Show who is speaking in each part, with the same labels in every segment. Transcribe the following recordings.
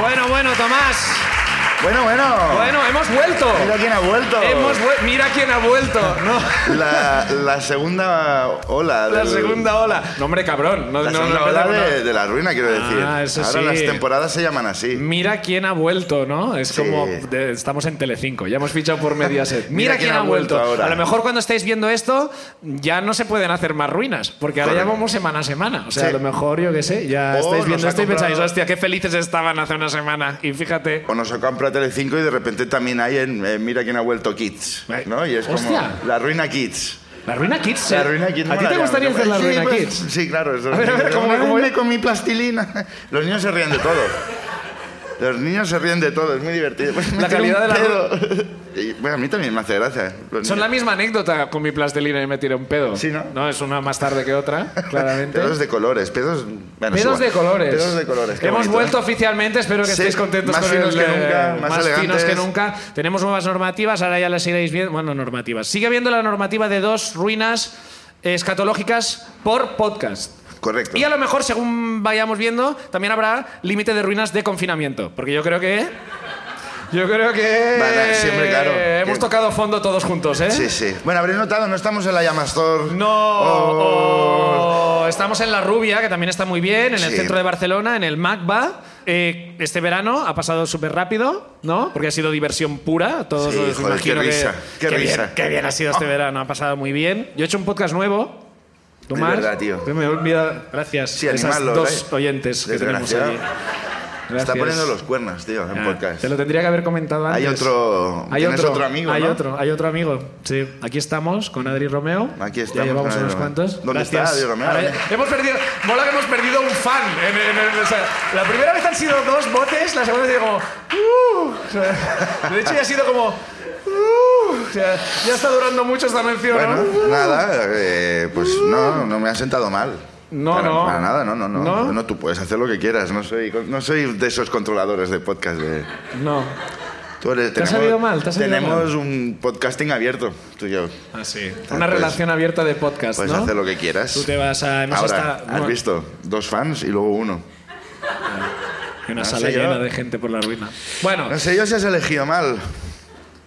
Speaker 1: Bueno, bueno, Tomás.
Speaker 2: Bueno, bueno.
Speaker 1: Bueno, hemos vuelto.
Speaker 2: Mira quién ha vuelto.
Speaker 1: Hemos vuel- Mira quién ha vuelto. No,
Speaker 2: la, la segunda ola.
Speaker 1: la
Speaker 2: del-
Speaker 1: segunda ola. No, hombre, cabrón. No,
Speaker 2: la
Speaker 1: no,
Speaker 2: segunda
Speaker 1: no,
Speaker 2: ola
Speaker 1: no, no.
Speaker 2: de, de la ruina, quiero decir.
Speaker 1: Ah, eso
Speaker 2: Ahora
Speaker 1: sí. Mm.
Speaker 2: las temporadas se llaman así.
Speaker 1: Mira quién ha vuelto, ¿no? Es
Speaker 2: Sí.
Speaker 1: como de- estamos en Telecinco, ya hemos fichado por Mediaset. Mira,
Speaker 2: Mira
Speaker 1: quién, ha vuelto.
Speaker 2: ahora.
Speaker 1: A lo mejor cuando estáis viendo esto ya no se pueden hacer más ruinas, porque ahora ya
Speaker 2: Correcto.
Speaker 1: vamos semana a semana. O sea,
Speaker 2: Sí.
Speaker 1: a lo mejor yo qué sé, ya
Speaker 2: O
Speaker 1: estáis
Speaker 2: nos
Speaker 1: viendo
Speaker 2: ha
Speaker 1: esto y pensáis,
Speaker 2: comprado-
Speaker 1: hostia, qué felices estaban hace una semana. Y fíjate,
Speaker 2: O nos ha comprado Telecinco y de repente también hay en eh, Mira quién ha vuelto Kids.
Speaker 1: Ay.
Speaker 2: ¿no? Y es
Speaker 1: Eh, Hostia.
Speaker 2: como la ruina Kids.
Speaker 1: la ruina Kids.
Speaker 2: La
Speaker 1: eh.
Speaker 2: ruina Kids
Speaker 1: ¿A ti te
Speaker 2: molaría,
Speaker 1: gustaría
Speaker 2: ¿no?
Speaker 1: hacer la
Speaker 2: Sí,
Speaker 1: ruina
Speaker 2: pues,
Speaker 1: Kids?
Speaker 2: Sí, claro. eso
Speaker 1: A ver, a ver,
Speaker 2: es-
Speaker 1: ¿cómo, cómo
Speaker 2: Ay,
Speaker 1: es?
Speaker 2: con mi plastilina. Los niños se ríen de todo. Los niños se ríen de todo, es muy divertido. Me
Speaker 1: La
Speaker 2: tiro
Speaker 1: calidad
Speaker 2: un
Speaker 1: de la
Speaker 2: pedo. Y, Bueno, a mí también me hace gracia. Los
Speaker 1: Son la
Speaker 2: niños.
Speaker 1: misma anécdota con mi plastilina y me tiré un pedo.
Speaker 2: Sí, ¿no?
Speaker 1: No, es una más tarde que otra, claramente.
Speaker 2: Pedos de colores, pedos... bueno, es
Speaker 1: Pedos
Speaker 2: igual.
Speaker 1: de colores.
Speaker 2: Pedos de colores. qué
Speaker 1: Hemos
Speaker 2: bonito,
Speaker 1: vuelto
Speaker 2: ¿eh?
Speaker 1: oficialmente, espero que
Speaker 2: Sí,
Speaker 1: estéis contentos
Speaker 2: más
Speaker 1: con
Speaker 2: finos
Speaker 1: el,
Speaker 2: que
Speaker 1: eh,
Speaker 2: nunca, más
Speaker 1: finos
Speaker 2: elegantes.
Speaker 1: que nunca. Tenemos nuevas normativas, ahora ya las iréis viendo. Bueno, normativas. Sigue habiendo la normativa de dos ruinas escatológicas por podcast.
Speaker 2: Correcto.
Speaker 1: Y a lo mejor, según vayamos viendo, también habrá límite de ruinas de confinamiento. Porque yo creo que. Yo creo que.
Speaker 2: Vale, sí, hombre, claro.
Speaker 1: Hemos
Speaker 2: Que-
Speaker 1: tocado fondo todos juntos, ¿eh?
Speaker 2: Sí, sí. Bueno, habréis notado, no estamos en la Llamastor.
Speaker 1: No. o Estamos en La Rubia, que también está muy bien, en el
Speaker 2: Oh. Sí.
Speaker 1: centro de Barcelona, en el MACBA. Eh, este verano ha pasado súper rápido, ¿no? Porque ha sido diversión pura. Todos
Speaker 2: Sí,
Speaker 1: os
Speaker 2: joder,
Speaker 1: imagino
Speaker 2: qué
Speaker 1: que-
Speaker 2: risa, qué
Speaker 1: que bien-
Speaker 2: risa.
Speaker 1: qué bien ha sido este verano, ha pasado muy bien. Yo he hecho un podcast nuevo. Tomás,
Speaker 2: verdad, tío.
Speaker 1: que Me he olvidado. Gracias.
Speaker 2: Sí,
Speaker 1: esas
Speaker 2: animadlo,
Speaker 1: dos
Speaker 2: ¿eh?
Speaker 1: oyentes que tenemos
Speaker 2: Desgraciado.
Speaker 1: allí.
Speaker 2: Está
Speaker 1: Gracias.
Speaker 2: poniendo los cuernos, tío, en
Speaker 1: Ah,
Speaker 2: podcast.
Speaker 1: Te lo tendría que haber comentado antes.
Speaker 2: Hay otro-
Speaker 1: Hay
Speaker 2: tienes
Speaker 1: otro,
Speaker 2: otro amigo,
Speaker 1: Hay
Speaker 2: ¿no?
Speaker 1: otro, hay otro amigo. Sí, aquí estamos con Adri Romeo.
Speaker 2: Aquí
Speaker 1: Ya
Speaker 2: estamos
Speaker 1: llevamos
Speaker 2: con Adri
Speaker 1: unos
Speaker 2: Romeo.
Speaker 1: cuantos.
Speaker 2: ¿Dónde está Adri Romeo?
Speaker 1: Ahora, hemos perdido. Mola que hemos perdido un fan. en- en- en- o sea, la primera vez han sido dos botes, la segunda vez digo. "Uh", o sea, de hecho, ya ha sido como. "Uh", o sea, ya está durando mucho esta mención. ¿no?
Speaker 2: Bueno, nada, eh, pues no, no me ha sentado mal.
Speaker 1: No,
Speaker 2: Para-
Speaker 1: no.
Speaker 2: Para nada, no, no, no,
Speaker 1: ¿No?
Speaker 2: no. tú puedes hacer lo que quieras. No soy, no soy de esos controladores de podcast. De,
Speaker 1: No.
Speaker 2: tú eres-
Speaker 1: ¿Te ha salido mal? ¿Te ha salido
Speaker 2: tenemos un podcasting abierto, tú y yo.
Speaker 1: Así.
Speaker 2: Ah,
Speaker 1: Una
Speaker 2: pues-
Speaker 1: relación abierta de podcast,
Speaker 2: Puedes
Speaker 1: ¿no?
Speaker 2: hacer lo que quieras.
Speaker 1: Tú te vas a. Hemos
Speaker 2: Ahora,
Speaker 1: hasta-
Speaker 2: has visto, dos fans y luego uno.
Speaker 1: Una
Speaker 2: No
Speaker 1: sala
Speaker 2: sé ¿Ah, yo.
Speaker 1: llena de gente por la ruina. Bueno,
Speaker 2: No sé yo si has elegido mal.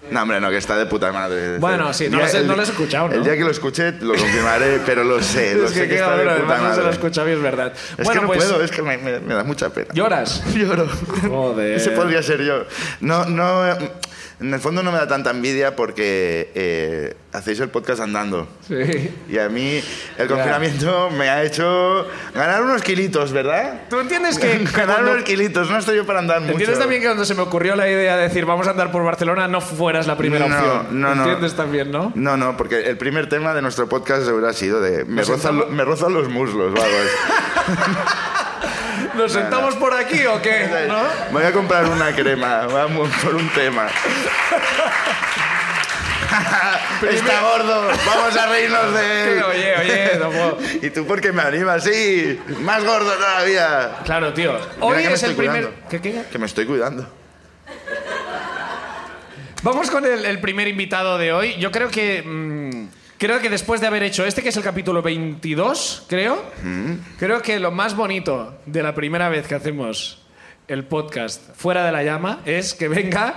Speaker 2: No, hombre, no, que está de puta madre.
Speaker 1: Bueno, sí, no
Speaker 2: Ya
Speaker 1: lo sé-
Speaker 2: el-
Speaker 1: no lo has escuchado, ¿no?
Speaker 2: El día que lo escuché lo confirmaré, pero lo sé, lo
Speaker 1: es que,
Speaker 2: sé que,
Speaker 1: qué
Speaker 2: está
Speaker 1: cabrón,
Speaker 2: de puta
Speaker 1: además no se lo
Speaker 2: madre.
Speaker 1: he escuchado y es verdad.
Speaker 2: Es
Speaker 1: bueno,
Speaker 2: que no
Speaker 1: pues
Speaker 2: puedo, es que me, me- me da mucha pena.
Speaker 1: lloras.
Speaker 2: Lloro.
Speaker 1: Joder.
Speaker 2: Ese podría ser yo. No, no. eh, En el fondo no me da tanta envidia porque eh, hacéis el podcast andando.
Speaker 1: Sí.
Speaker 2: Y a mí el confinamiento me ha hecho ganar unos kilitos, ¿verdad?
Speaker 1: Tú entiendes que
Speaker 2: Ganar
Speaker 1: cuando-
Speaker 2: unos kilitos, no estoy yo para andar mucho.
Speaker 1: Entiendes también que cuando se me ocurrió la idea de decir vamos a andar por Barcelona no fueras la primera
Speaker 2: No,
Speaker 1: opción.
Speaker 2: no, no.
Speaker 1: Entiendes también, ¿no?
Speaker 2: No, no, porque el primer tema de nuestro podcast hubiera sido de me,
Speaker 1: Nos
Speaker 2: rozan, lo-
Speaker 1: sentamos-
Speaker 2: me rozan los muslos, o algo así.
Speaker 1: ¿Nos sentamos por aquí o qué? ¿No?
Speaker 2: Voy a comprar una crema, vamos por un tema. Está gordo, vamos a reírnos de él.
Speaker 1: Sí, Oye, oye, no puedo.
Speaker 2: ¿Y tú por qué me animas? Sí, más gordo todavía.
Speaker 1: Claro, tío. Hoy
Speaker 2: que me
Speaker 1: es el
Speaker 2: estoy
Speaker 1: primer.
Speaker 2: cuidando.
Speaker 1: ¿Qué, qué?
Speaker 2: Que me estoy cuidando.
Speaker 1: Vamos con el, el primer invitado de hoy. Yo creo que. mm, creo que después de haber hecho este, que es el capítulo 22, creo. Creo que lo más bonito de la primera vez que hacemos el podcast fuera de la llama es que venga.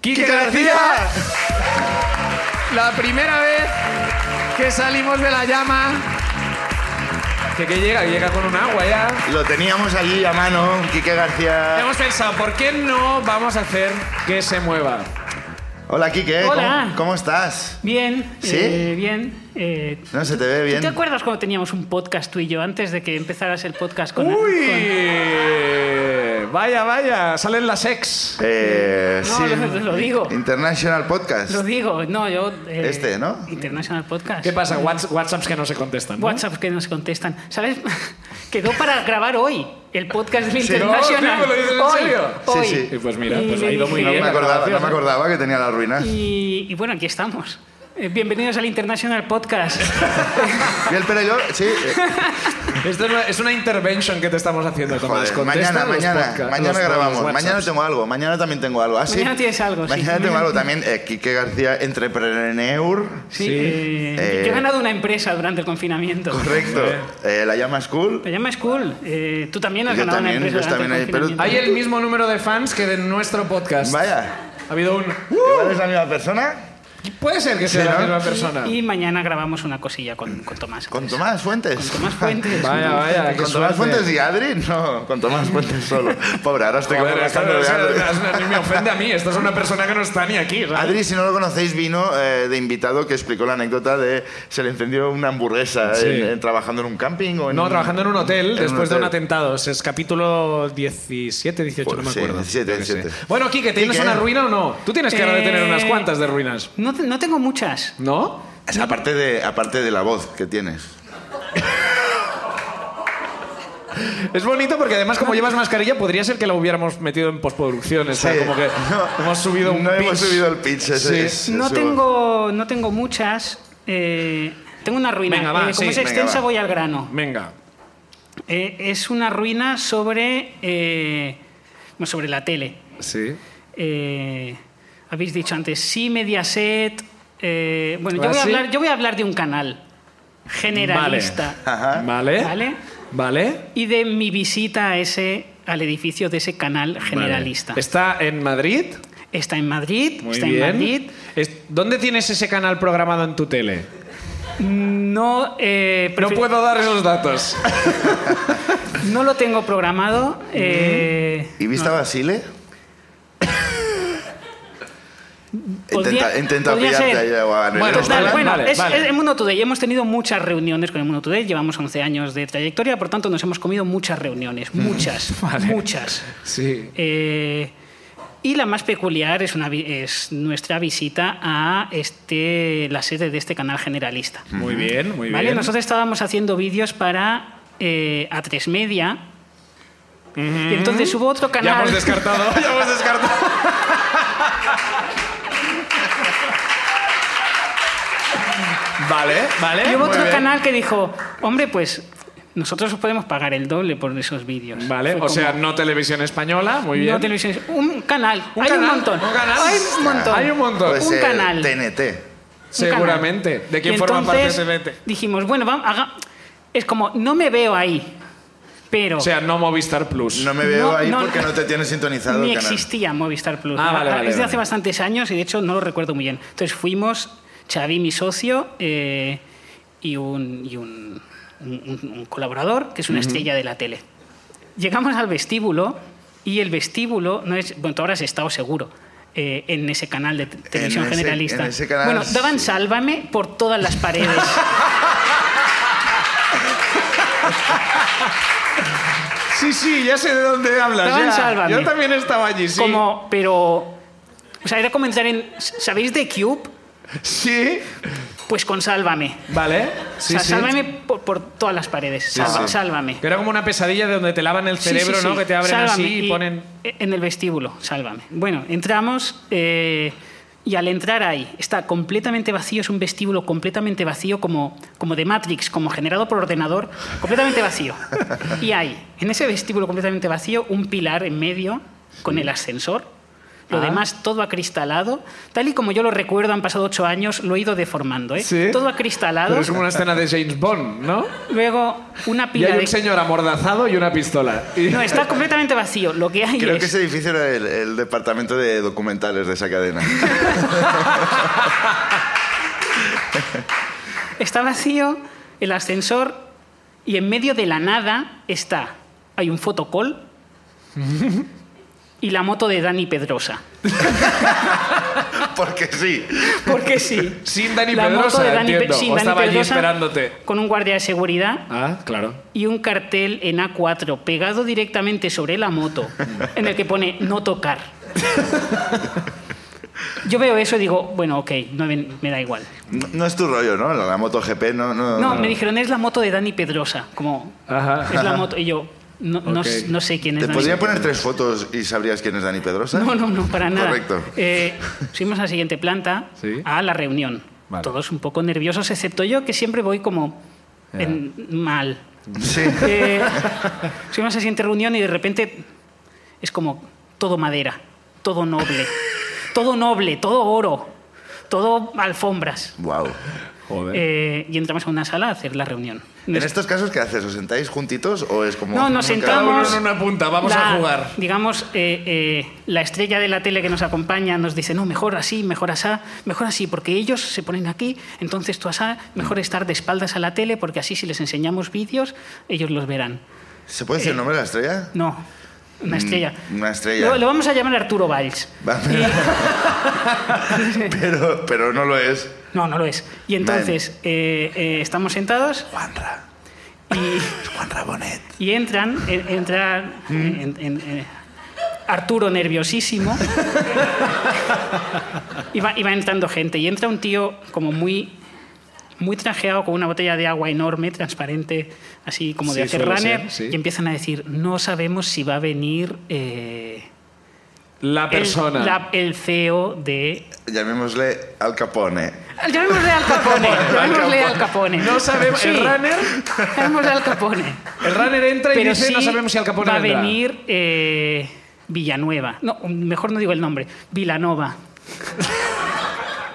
Speaker 1: ¡Quique,
Speaker 2: ¡Quique
Speaker 1: García!
Speaker 2: García!
Speaker 1: La primera vez que salimos de la llama. Que, que llega, que llega con un agua ya.
Speaker 2: Lo teníamos allí a mano, Quique García.
Speaker 1: Hemos pensado, ¿por qué no vamos a hacer que se mueva?
Speaker 2: Hola, Quique. ¿cómo-
Speaker 3: Hola.
Speaker 2: ¿Cómo, estás?
Speaker 3: Bien,
Speaker 2: ¿Sí?
Speaker 3: eh, bien. eh,
Speaker 2: No, se te ve
Speaker 3: ¿Tú te
Speaker 2: bien.
Speaker 3: acuerdas cuando teníamos un podcast tú y yo antes de que empezaras el podcast con... con-
Speaker 1: ¡Uy! Vaya, vaya, salen las ex.
Speaker 2: Eh,
Speaker 3: No, lo- lo digo.
Speaker 2: International Podcast.
Speaker 3: Lo digo, no, yo... eh,
Speaker 2: Este, ¿no?
Speaker 3: International Podcast.
Speaker 1: ¿Qué pasa? Whats- WhatsApps que no se contestan. ¿no?
Speaker 3: WhatsApp que nos contestan. ¿Sabes? Quedó para grabar hoy el podcast del
Speaker 2: Sí.
Speaker 3: International.
Speaker 1: No, tío, ¿me lo dices en
Speaker 3: hoy,
Speaker 1: serio?
Speaker 2: Sí,
Speaker 3: hoy.
Speaker 2: sí.
Speaker 1: Y pues mira,
Speaker 3: Y
Speaker 1: pues
Speaker 3: le
Speaker 1: ha ido muy
Speaker 3: dije-
Speaker 2: No
Speaker 1: bien. la
Speaker 2: me acordaba, no
Speaker 1: grabación.
Speaker 2: me acordaba que tenía las ruinas.
Speaker 3: Y, y bueno, aquí estamos. Eh, Bienvenidos al International Podcast.
Speaker 2: ¿Y el Perelló? Sí. eh,
Speaker 1: Esto es una, es una intervention que te estamos haciendo, Tomás.
Speaker 2: Joder,
Speaker 1: Contesta
Speaker 2: mañana,
Speaker 1: los
Speaker 2: mañana,
Speaker 1: podca- los-
Speaker 2: mañana
Speaker 1: los
Speaker 2: grabamos.
Speaker 1: WhatsApps.
Speaker 2: Mañana tengo algo, mañana también tengo algo. ¿Ah, sí?
Speaker 3: Mañana tienes algo, sí.
Speaker 2: Mañana tengo algo también. Eh, Quique García, entrepreneur.
Speaker 3: Sí.
Speaker 1: Sí.
Speaker 3: eh,
Speaker 2: Eh.
Speaker 3: que he ganado una empresa durante el confinamiento.
Speaker 2: Correcto. Eh, la llama School.
Speaker 3: Te llamas cool. Eh, tú también has
Speaker 2: Yo
Speaker 3: ganado
Speaker 2: también,
Speaker 3: una
Speaker 2: yo
Speaker 3: empresa durante
Speaker 2: también,
Speaker 3: el
Speaker 2: pero-
Speaker 3: confinamiento.
Speaker 1: Hay el mismo número de fans que de nuestro podcast.
Speaker 2: Vaya.
Speaker 1: Ha habido un.
Speaker 2: ¿Igual es la misma persona?
Speaker 1: Puede ser que sea
Speaker 2: Sí,
Speaker 1: la
Speaker 2: ¿no?
Speaker 1: misma persona.
Speaker 3: Y mañana grabamos una cosilla con, con Tomás.
Speaker 2: Con Tomás Fuentes.
Speaker 3: Con Tomás Fuentes.
Speaker 1: Vaya, vaya. qué
Speaker 2: ¿Con
Speaker 1: suerte.
Speaker 2: Tomás Fuentes y Adri? No, con Tomás Fuentes solo. Pobre, ahora estoy
Speaker 1: Joder, esto
Speaker 2: bajando
Speaker 1: no-
Speaker 2: de Adri.
Speaker 1: esto no- ni me ofende a mí. Esta es una persona que no está ni aquí. ¿sabes?
Speaker 2: Adri, si no lo conocéis, vino eh, de invitado que explicó la anécdota de se le encendió una hamburguesa
Speaker 1: Sí.
Speaker 2: en- en- trabajando en un camping o en
Speaker 1: No,
Speaker 2: un-
Speaker 1: trabajando en un hotel
Speaker 2: en
Speaker 1: después de un
Speaker 2: hotel.
Speaker 1: atentado. Es capítulo 17, 18, no me
Speaker 2: Pues sí,
Speaker 1: acuerdo.
Speaker 2: 17,
Speaker 1: Yo qué sé.
Speaker 2: 17.
Speaker 1: Bueno, Kike, ¿tienes
Speaker 2: Quique.
Speaker 1: una ruina o no? Tú tienes que de tener
Speaker 3: Eh,
Speaker 1: unas cuantas de ruinas,
Speaker 3: No, te- no tengo muchas.
Speaker 1: ¿no?
Speaker 2: Aparte de, aparte de la voz que tienes.
Speaker 1: Es bonito porque además como llevas mascarilla podría ser que la hubiéramos metido en postproducción. está
Speaker 2: Sí.
Speaker 1: como que
Speaker 2: No,
Speaker 1: hemos subido un
Speaker 2: No hemos
Speaker 1: pitch.
Speaker 2: subido el pitch. ese-
Speaker 1: Sí.
Speaker 2: ese-
Speaker 3: No
Speaker 2: ese-
Speaker 3: tengo, no tengo muchas. eh, tengo una ruina.
Speaker 1: Venga, va,
Speaker 3: Eh, como
Speaker 1: sí,
Speaker 3: es
Speaker 1: venga,
Speaker 3: extensa,
Speaker 2: va.
Speaker 3: voy al grano.
Speaker 1: Venga.
Speaker 3: Eh, es una ruina sobre, eh, bueno, sobre la tele.
Speaker 1: Sí.
Speaker 3: Eh, habéis dicho antes, sí, Mediaset. eh, bueno, yo
Speaker 1: Ah,
Speaker 3: voy, a
Speaker 1: sí.
Speaker 3: hablar, yo voy a hablar de un canal generalista.
Speaker 2: Ajá.
Speaker 1: ¿Vale? Ah.
Speaker 3: ¿Vale?
Speaker 1: ¿Vale?
Speaker 3: Y de mi visita a ese, al edificio de ese canal generalista.
Speaker 1: Vale. ¿Está en Madrid?
Speaker 3: Está en Madrid,
Speaker 1: Muy
Speaker 3: está
Speaker 1: bien.
Speaker 3: en Madrid.
Speaker 1: Es- ¿Dónde tienes ese canal programado en tu tele?
Speaker 3: No, eh,
Speaker 1: No
Speaker 3: prefi-
Speaker 1: puedo dar esos datos.
Speaker 3: no lo tengo programado. eh,
Speaker 2: ¿Y viste a Basile?
Speaker 3: podría-
Speaker 2: Intenta, intenta
Speaker 3: podría
Speaker 2: pillarte
Speaker 3: ser.
Speaker 2: ahí o a- Pues en el
Speaker 1: Bueno,
Speaker 3: Total,
Speaker 2: restaurante.
Speaker 1: vale,
Speaker 3: bueno,
Speaker 1: vale,
Speaker 3: es,
Speaker 1: vale.
Speaker 3: es el Mundo Today. Hemos tenido muchas reuniones con el Mundo Today. Llevamos 11 años de trayectoria, por tanto, nos hemos comido muchas reuniones. Muchas,
Speaker 1: Mm. Vale.
Speaker 3: muchas.
Speaker 1: Sí.
Speaker 3: Eh, y la más peculiar es, una, vi- es nuestra visita a este, la sede de este canal generalista.
Speaker 1: Muy bien, muy
Speaker 3: ¿Vale?
Speaker 1: bien.
Speaker 3: Nosotros estábamos haciendo vídeos para eh, A3 Media. Y entonces hubo otro
Speaker 1: Ya
Speaker 3: canal.
Speaker 1: hemos descartado, ya hemos descartado. vale, vale.
Speaker 3: y
Speaker 1: ¿eh?
Speaker 3: hubo
Speaker 1: muy
Speaker 3: otro
Speaker 1: bien.
Speaker 3: canal que dijo, hombre, pues nosotros os podemos pagar el doble por esos vídeos.
Speaker 1: Vale,
Speaker 3: Fue
Speaker 1: o sea,
Speaker 3: como,
Speaker 1: no televisión española, muy bien.
Speaker 3: no televisión, un canal,
Speaker 1: Un
Speaker 3: hay
Speaker 1: canal,
Speaker 3: un montón,
Speaker 1: un canal. Pues,
Speaker 3: hay un montón,
Speaker 1: Hay un montón.
Speaker 2: Puede
Speaker 3: un
Speaker 2: ser
Speaker 3: canal.
Speaker 2: TNT.
Speaker 3: un canal.
Speaker 1: Seguramente. ¿De quién
Speaker 3: Y
Speaker 1: forma parte
Speaker 3: entonces
Speaker 1: TNT?
Speaker 3: Dijimos, bueno, vamos, haga- es como, no me veo ahí, pero
Speaker 1: O sea, no Movistar Plus.
Speaker 2: No me veo
Speaker 3: No,
Speaker 2: ahí
Speaker 3: no,
Speaker 2: porque
Speaker 3: no.
Speaker 2: no te tienes sintonizado
Speaker 3: ni
Speaker 2: el canal.
Speaker 3: existía Movistar Plus.
Speaker 1: Ah, vale, vale,
Speaker 3: es de hace
Speaker 1: vale.
Speaker 3: bastantes años y de hecho no lo recuerdo muy bien. Entonces fuimos, Xavi, mi socio, eh, y, un, y un- un- un- un colaborador, que es una estrella de la tele. Llegamos al vestíbulo y el vestíbulo no es. Bueno, tú habrás estado seguro. eh, en ese canal de te- televisión
Speaker 2: ese-
Speaker 3: generalista.
Speaker 2: en ese canal,
Speaker 3: bueno, daban
Speaker 2: sí.
Speaker 3: sálvame por todas las paredes.
Speaker 1: Sí, sí, ya sé de dónde hablas.
Speaker 3: Estaban
Speaker 1: ya.
Speaker 3: Sálvame.
Speaker 1: Yo también estaba allí, sí.
Speaker 3: Como, pero. O sea, era como entrar en. ¿Sabéis de Cube?
Speaker 1: Sí.
Speaker 3: Pues con sálvame.
Speaker 1: Vale.
Speaker 3: O
Speaker 1: Sí,
Speaker 3: sea,
Speaker 1: sí.
Speaker 3: sálvame por, por todas las paredes. Salva-
Speaker 2: sí.
Speaker 3: Sálvame.
Speaker 1: Que era como una pesadilla de donde te lavan el
Speaker 3: Sí,
Speaker 1: cerebro,
Speaker 3: sí, sí.
Speaker 1: ¿no? Que te abren
Speaker 3: Sálvame.
Speaker 1: así y ponen.
Speaker 3: En el vestíbulo, sálvame. Bueno, entramos eh, y al entrar ahí está completamente vacío, es un vestíbulo completamente vacío, como, como de Matrix, como generado por ordenador, completamente vacío. Y hay, en ese vestíbulo completamente vacío, un pilar en medio con el ascensor. Lo
Speaker 1: Ah.
Speaker 3: demás todo acristalado. Tal y como yo lo recuerdo, han pasado ocho años, lo he ido deformando. ¿eh?
Speaker 1: Sí.
Speaker 3: Todo acristalado.
Speaker 1: Pero es como una escena de James Bond, ¿no?
Speaker 3: Luego, una
Speaker 1: Y
Speaker 3: pila
Speaker 1: hay
Speaker 3: de...
Speaker 1: un señor amordazado y una pistola. Y-
Speaker 3: No, está completamente vacío. Lo que hay
Speaker 2: Creo
Speaker 3: es...
Speaker 2: que ese edificio era el, el departamento de documentales de esa cadena.
Speaker 3: Está vacío el ascensor y en medio de la nada está... Hay un fotocall y la moto de Dani Pedrosa.
Speaker 2: Porque sí.
Speaker 3: Porque sí.
Speaker 1: Sin Dani
Speaker 3: la moto
Speaker 1: Pedrosa,
Speaker 3: de Dani, Pe-
Speaker 1: entiendo.
Speaker 3: sí,
Speaker 1: o
Speaker 3: Dani
Speaker 1: estaba allí
Speaker 3: Pedrosa
Speaker 1: esperándote.
Speaker 3: Con un guardia de seguridad
Speaker 1: Ah, claro.
Speaker 3: y un cartel en A4 pegado directamente sobre la moto en el que pone no tocar. Yo veo eso y digo, bueno, ok, no me- me da igual.
Speaker 2: No, no es tu rollo, ¿no? La, la MotoGP no... no, no.
Speaker 3: No, me dijeron, es la moto de Dani Pedrosa. Como,
Speaker 1: Ajá.
Speaker 3: es la moto. Y yo, no, no,
Speaker 1: Ok.
Speaker 3: no sé quién es
Speaker 2: Te
Speaker 3: Dani
Speaker 2: podría poner tres fotos y sabrías quién es Dani Pedrosa.
Speaker 3: No, no, no, para nada.
Speaker 2: Correcto.
Speaker 3: Eh, fuimos a la siguiente planta,
Speaker 1: Sí.
Speaker 3: a la reunión.
Speaker 1: Vale.
Speaker 3: Todos un poco nerviosos, excepto yo, que siempre voy como en- mal.
Speaker 2: Sí.
Speaker 3: Eh, soy una siguiente reunión y de repente es como todo madera, todo noble, todo noble, todo oro, todo alfombras.
Speaker 2: Wow.
Speaker 1: Joder.
Speaker 3: Eh, y entramos a una sala a hacer la reunión.
Speaker 2: ¿En estos casos qué haces? ¿Os sentáis juntitos o es como.?
Speaker 3: No, nos
Speaker 2: como
Speaker 1: Cada
Speaker 3: sentamos.
Speaker 2: cada-
Speaker 1: uno en una punta, vamos
Speaker 3: la-
Speaker 1: a jugar.
Speaker 3: Digamos, eh, eh, la estrella de la tele que nos acompaña nos dice, no, mejor así, mejor asá, mejor así, porque ellos se ponen aquí, entonces tú asá,
Speaker 1: Mm.
Speaker 3: mejor estar de espaldas a la tele, porque así si les enseñamos vídeos, ellos los verán.
Speaker 2: ¿Se puede decir el nombre de la estrella? Mm,
Speaker 3: No,
Speaker 1: Mm,
Speaker 3: una estrella.
Speaker 2: una estrella.
Speaker 3: Lo, lo vamos a llamar Arturo Valls.
Speaker 2: Va, pero- pero, pero no lo es.
Speaker 3: No, no lo es. Y entonces eh, eh, estamos sentados
Speaker 2: Juanra.
Speaker 3: y...
Speaker 2: Es Juan Rabonet.
Speaker 3: Y entran, en- entra
Speaker 1: Mm.
Speaker 3: en- en- en- Arturo nerviosísimo. y, va, y va entrando gente. Y entra un tío como muy, muy trajeado con una botella de agua enorme, transparente, así como de
Speaker 1: Sí,
Speaker 3: hacer
Speaker 1: suele
Speaker 3: runner.
Speaker 1: ser, sí.
Speaker 3: Y empiezan a decir, no sabemos si va a venir eh,
Speaker 1: La
Speaker 3: el-
Speaker 1: persona.
Speaker 3: la- el, CEO de...
Speaker 2: Llamémosle Al Capone.
Speaker 3: Llamémosle Al Capone. Llamémosle Al Capone.
Speaker 1: No sabemos- el runner-
Speaker 3: Llamémosle Al Capone.
Speaker 1: El runner entra y
Speaker 3: Pero
Speaker 1: dice,
Speaker 3: sí
Speaker 1: no sabemos si Al Capone
Speaker 3: va a
Speaker 1: vendrá".
Speaker 3: venir eh, Villanueva. No, mejor no digo el nombre. Vilanova.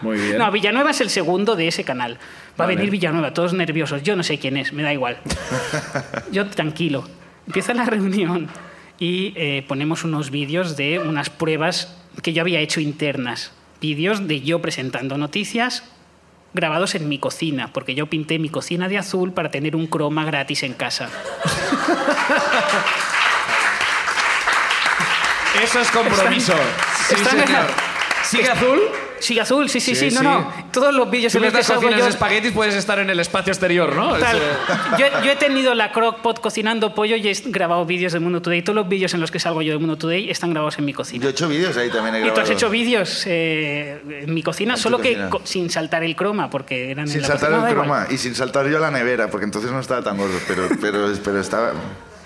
Speaker 1: Muy bien.
Speaker 3: No, Villanueva es el segundo de ese canal. Va
Speaker 1: Vale.
Speaker 3: a venir Villanueva, todos nerviosos. Yo no sé quién es, me da igual. Yo tranquilo. Empieza la reunión y eh, ponemos unos vídeos de unas pruebas que yo había hecho internas. Vídeos de yo presentando noticias grabados en mi cocina, porque yo pinté mi cocina de azul para tener un croma gratis en casa.
Speaker 1: Eso es compromiso. Sí,
Speaker 3: están-
Speaker 1: señor. ¿Sigue azul?
Speaker 3: Sí, azul, sí, sí,
Speaker 1: Sí,
Speaker 3: sí, no,
Speaker 1: sí.
Speaker 3: no. Todos los vídeos
Speaker 1: Si
Speaker 3: en los que
Speaker 1: mientras
Speaker 3: salgo
Speaker 1: cocinas
Speaker 3: yo...
Speaker 1: espaguetis puedes estar en el espacio exterior, ¿no?
Speaker 3: Tal.
Speaker 1: Es, eh,
Speaker 3: Yo, yo he tenido la crockpot cocinando pollo y he grabado vídeos de Mundo Today. Todos los vídeos en los que salgo yo de Mundo Today están grabados en mi
Speaker 2: Yo
Speaker 3: cocina.
Speaker 2: he hecho vídeos ahí también he
Speaker 3: Y
Speaker 2: grabado.
Speaker 3: tú has hecho vídeos eh, en mi cocina,
Speaker 2: En tu
Speaker 3: solo que
Speaker 2: cocina.
Speaker 3: co- sin saltar el croma, porque eran en
Speaker 2: Sin
Speaker 3: la
Speaker 2: saltar
Speaker 3: cocina.
Speaker 2: el
Speaker 3: No, da igual.
Speaker 2: croma y sin saltar yo a la nevera, porque entonces no estaba tan gordo, pero, pero, pero estaba...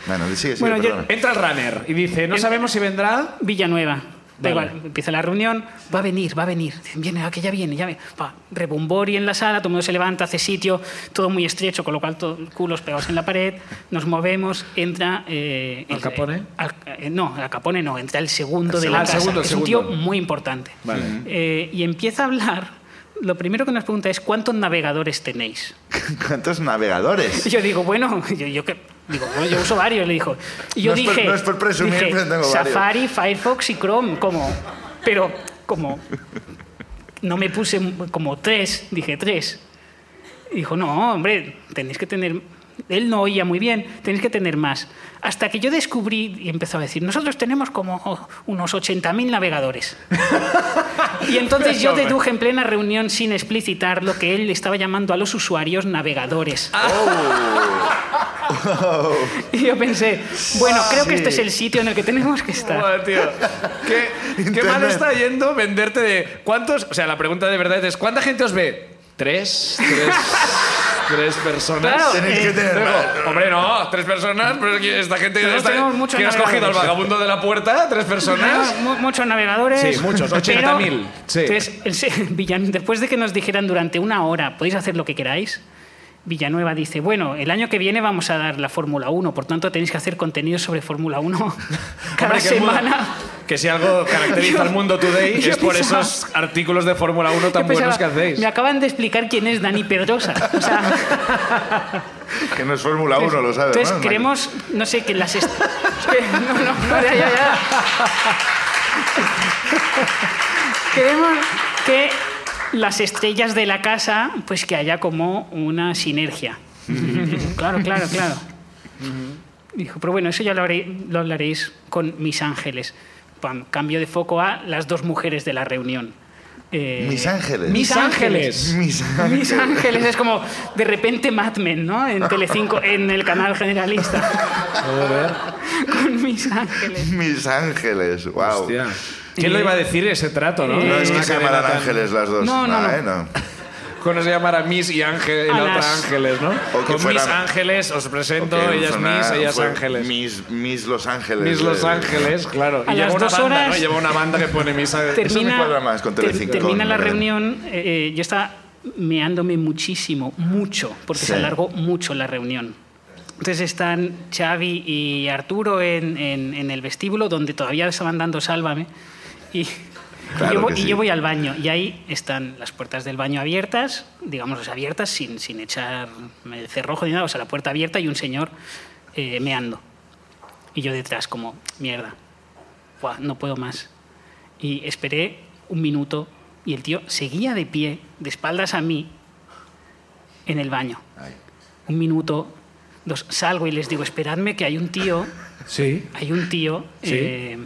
Speaker 2: Bueno, sigue, sigue,
Speaker 3: Bueno, yo-
Speaker 2: perdona.
Speaker 1: Entra el runner y dice, no
Speaker 3: En-
Speaker 1: sabemos si vendrá...
Speaker 3: Villanueva. Da
Speaker 1: Vale.
Speaker 3: igual, empieza la reunión, va a venir, va a venir, viene, ah, que ya viene, ya viene. Va, rebombori en la sala, todo el mundo se levanta, hace sitio, todo muy estrecho, con lo cual todo, culos pegados en la pared, nos movemos, entra... eh,
Speaker 1: ¿Al
Speaker 3: el-
Speaker 1: Capone?
Speaker 3: al- eh, no, Al Capone no, entra el segundo de
Speaker 1: segundo.
Speaker 3: la
Speaker 1: Ah, el
Speaker 3: casa,
Speaker 1: segundo, el
Speaker 3: es un tío
Speaker 1: segundo.
Speaker 3: muy importante.
Speaker 1: Vale.
Speaker 3: Eh, y empieza a hablar, lo primero que nos pregunta es, ¿cuántos navegadores tenéis?
Speaker 2: ¿Cuántos navegadores?
Speaker 3: Y yo digo, bueno, yo, yo que. Digo, bueno, yo uso varios, le dijo. Y yo
Speaker 2: No es por-
Speaker 3: dije.
Speaker 2: no es por presumir,
Speaker 3: dije,
Speaker 2: pero tengo varios.
Speaker 3: Safari, Firefox y Chrome, como. Pero, como. No me puse como tres, dije tres. Y dijo, no, hombre, tenéis que tener. Él no oía muy bien, tenéis que tener más. Hasta que yo descubrí y empezó a decir, nosotros tenemos como oh, unos 80.000 navegadores. y entonces yo deduje en plena reunión, sin explicitar, lo que él estaba llamando a los usuarios navegadores. Y yo pensé, bueno, creo que este es el sitio en el que tenemos que estar.
Speaker 1: Joder, tío. ¿Qué, qué
Speaker 2: Internet.
Speaker 1: mal está yendo venderte de... ¿Cuántos? O sea, la pregunta de verdad es, ¿cuánta gente os ve? Tres, tres, tres personas.
Speaker 3: Claro.
Speaker 2: Tenéis que
Speaker 3: eh,
Speaker 2: tener...
Speaker 1: Luego, hombre, no, tres personas, pero es que esta gente
Speaker 3: Nosotros
Speaker 1: esta-
Speaker 3: tenemos muchos
Speaker 1: que has cogido al
Speaker 3: navegadores.
Speaker 1: vagabundo de la puerta, tres personas.
Speaker 3: Mu- Muchos navegadores.
Speaker 1: Sí, muchos,
Speaker 3: pero-
Speaker 1: 80.000, sí.
Speaker 3: Entonces, el se- Villan- después de que nos dijeran durante una hora, podéis hacer lo que queráis, Villanueva dice, bueno, el año que viene vamos a dar la Fórmula 1, por tanto tenéis que hacer contenido sobre Fórmula 1 cada
Speaker 1: Hombre, que es muy-
Speaker 3: semana.
Speaker 1: Que si algo caracteriza al mundo today
Speaker 3: yo
Speaker 1: es por
Speaker 3: pensaba-
Speaker 1: esos artículos de Fórmula 1 tan
Speaker 3: Yo pensaba,
Speaker 1: buenos que hacéis.
Speaker 3: Me acaban de explicar quién es Dani Pedrosa. O sea,
Speaker 2: Que no es Fórmula 1, lo sabes,
Speaker 3: Entonces
Speaker 2: ¿no?
Speaker 3: queremos, no sé, que las... est- que- no, no, no, ya, ya, ya. queremos que las estrellas de la casa, pues que haya como una sinergia. claro, claro, claro. Dijo, pero bueno, eso ya lo, haré- lo hablaréis con mis ángeles. Pam, cambio de foco a las dos mujeres de la reunión. Eh,
Speaker 2: Mis ángeles.
Speaker 1: Mis ángeles.
Speaker 2: Mis
Speaker 3: mis Ángeles es como de repente Mad Men, ¿no? En Telecinco, en el canal generalista. Con Mis Ángeles.
Speaker 2: Mis ángeles, wow.
Speaker 1: Hostia. ¿Quién lo iba a decir ese trato, no?
Speaker 3: Eh,
Speaker 2: No es que
Speaker 1: Una
Speaker 2: se
Speaker 1: cadena
Speaker 2: llamaran
Speaker 1: tan-
Speaker 2: ángeles las dos.
Speaker 3: No, no,
Speaker 2: Nah,
Speaker 3: no.
Speaker 2: ¿eh? no.
Speaker 1: Con se llamara Miss y Ángel y la
Speaker 3: A
Speaker 1: otra
Speaker 3: las-
Speaker 1: Ángeles, ¿no?
Speaker 2: O que
Speaker 1: Con
Speaker 2: fuera-
Speaker 1: Miss Ángeles os presento,
Speaker 2: Ok,
Speaker 1: ella es
Speaker 2: suena-
Speaker 1: Miss, ella es
Speaker 2: fue
Speaker 1: Ángeles.
Speaker 2: Mis, mis Los Ángeles.
Speaker 1: Miss Los
Speaker 2: Eh,
Speaker 1: Ángeles, claro.
Speaker 3: A
Speaker 1: y lleva
Speaker 3: las
Speaker 1: una
Speaker 3: dos
Speaker 1: banda,
Speaker 3: horas-
Speaker 1: ¿no? Lleva una banda que pone Miss Ángeles.
Speaker 2: Eso me cuadra más con
Speaker 3: ter-
Speaker 2: Telecinco,
Speaker 3: termina
Speaker 2: con
Speaker 3: la
Speaker 2: Mad Men.
Speaker 3: reunión, eh, eh, yo estaba meándome muchísimo, mucho, porque
Speaker 2: Sí.
Speaker 3: se alargó mucho la reunión. Entonces están Xavi y Arturo en, en- en el vestíbulo donde todavía estaban dando sálvame. Y,
Speaker 2: Claro
Speaker 3: yo, voy-
Speaker 2: que
Speaker 3: y
Speaker 2: sí.
Speaker 3: yo voy al baño y ahí están las puertas del baño abiertas, digamos o sea, abiertas sin, sin echar eh, cerrojo ni nada, o sea, la puerta abierta y un señor eh, meando. Y yo detrás como, mierda, Buah, no puedo más. Y esperé un minuto y el tío seguía de pie, de espaldas a mí, en el baño.
Speaker 2: Ay.
Speaker 3: Un minuto, dos, salgo y les digo, esperadme que hay un tío,
Speaker 1: Sí.
Speaker 3: hay un tío.
Speaker 1: Sí.
Speaker 3: eh,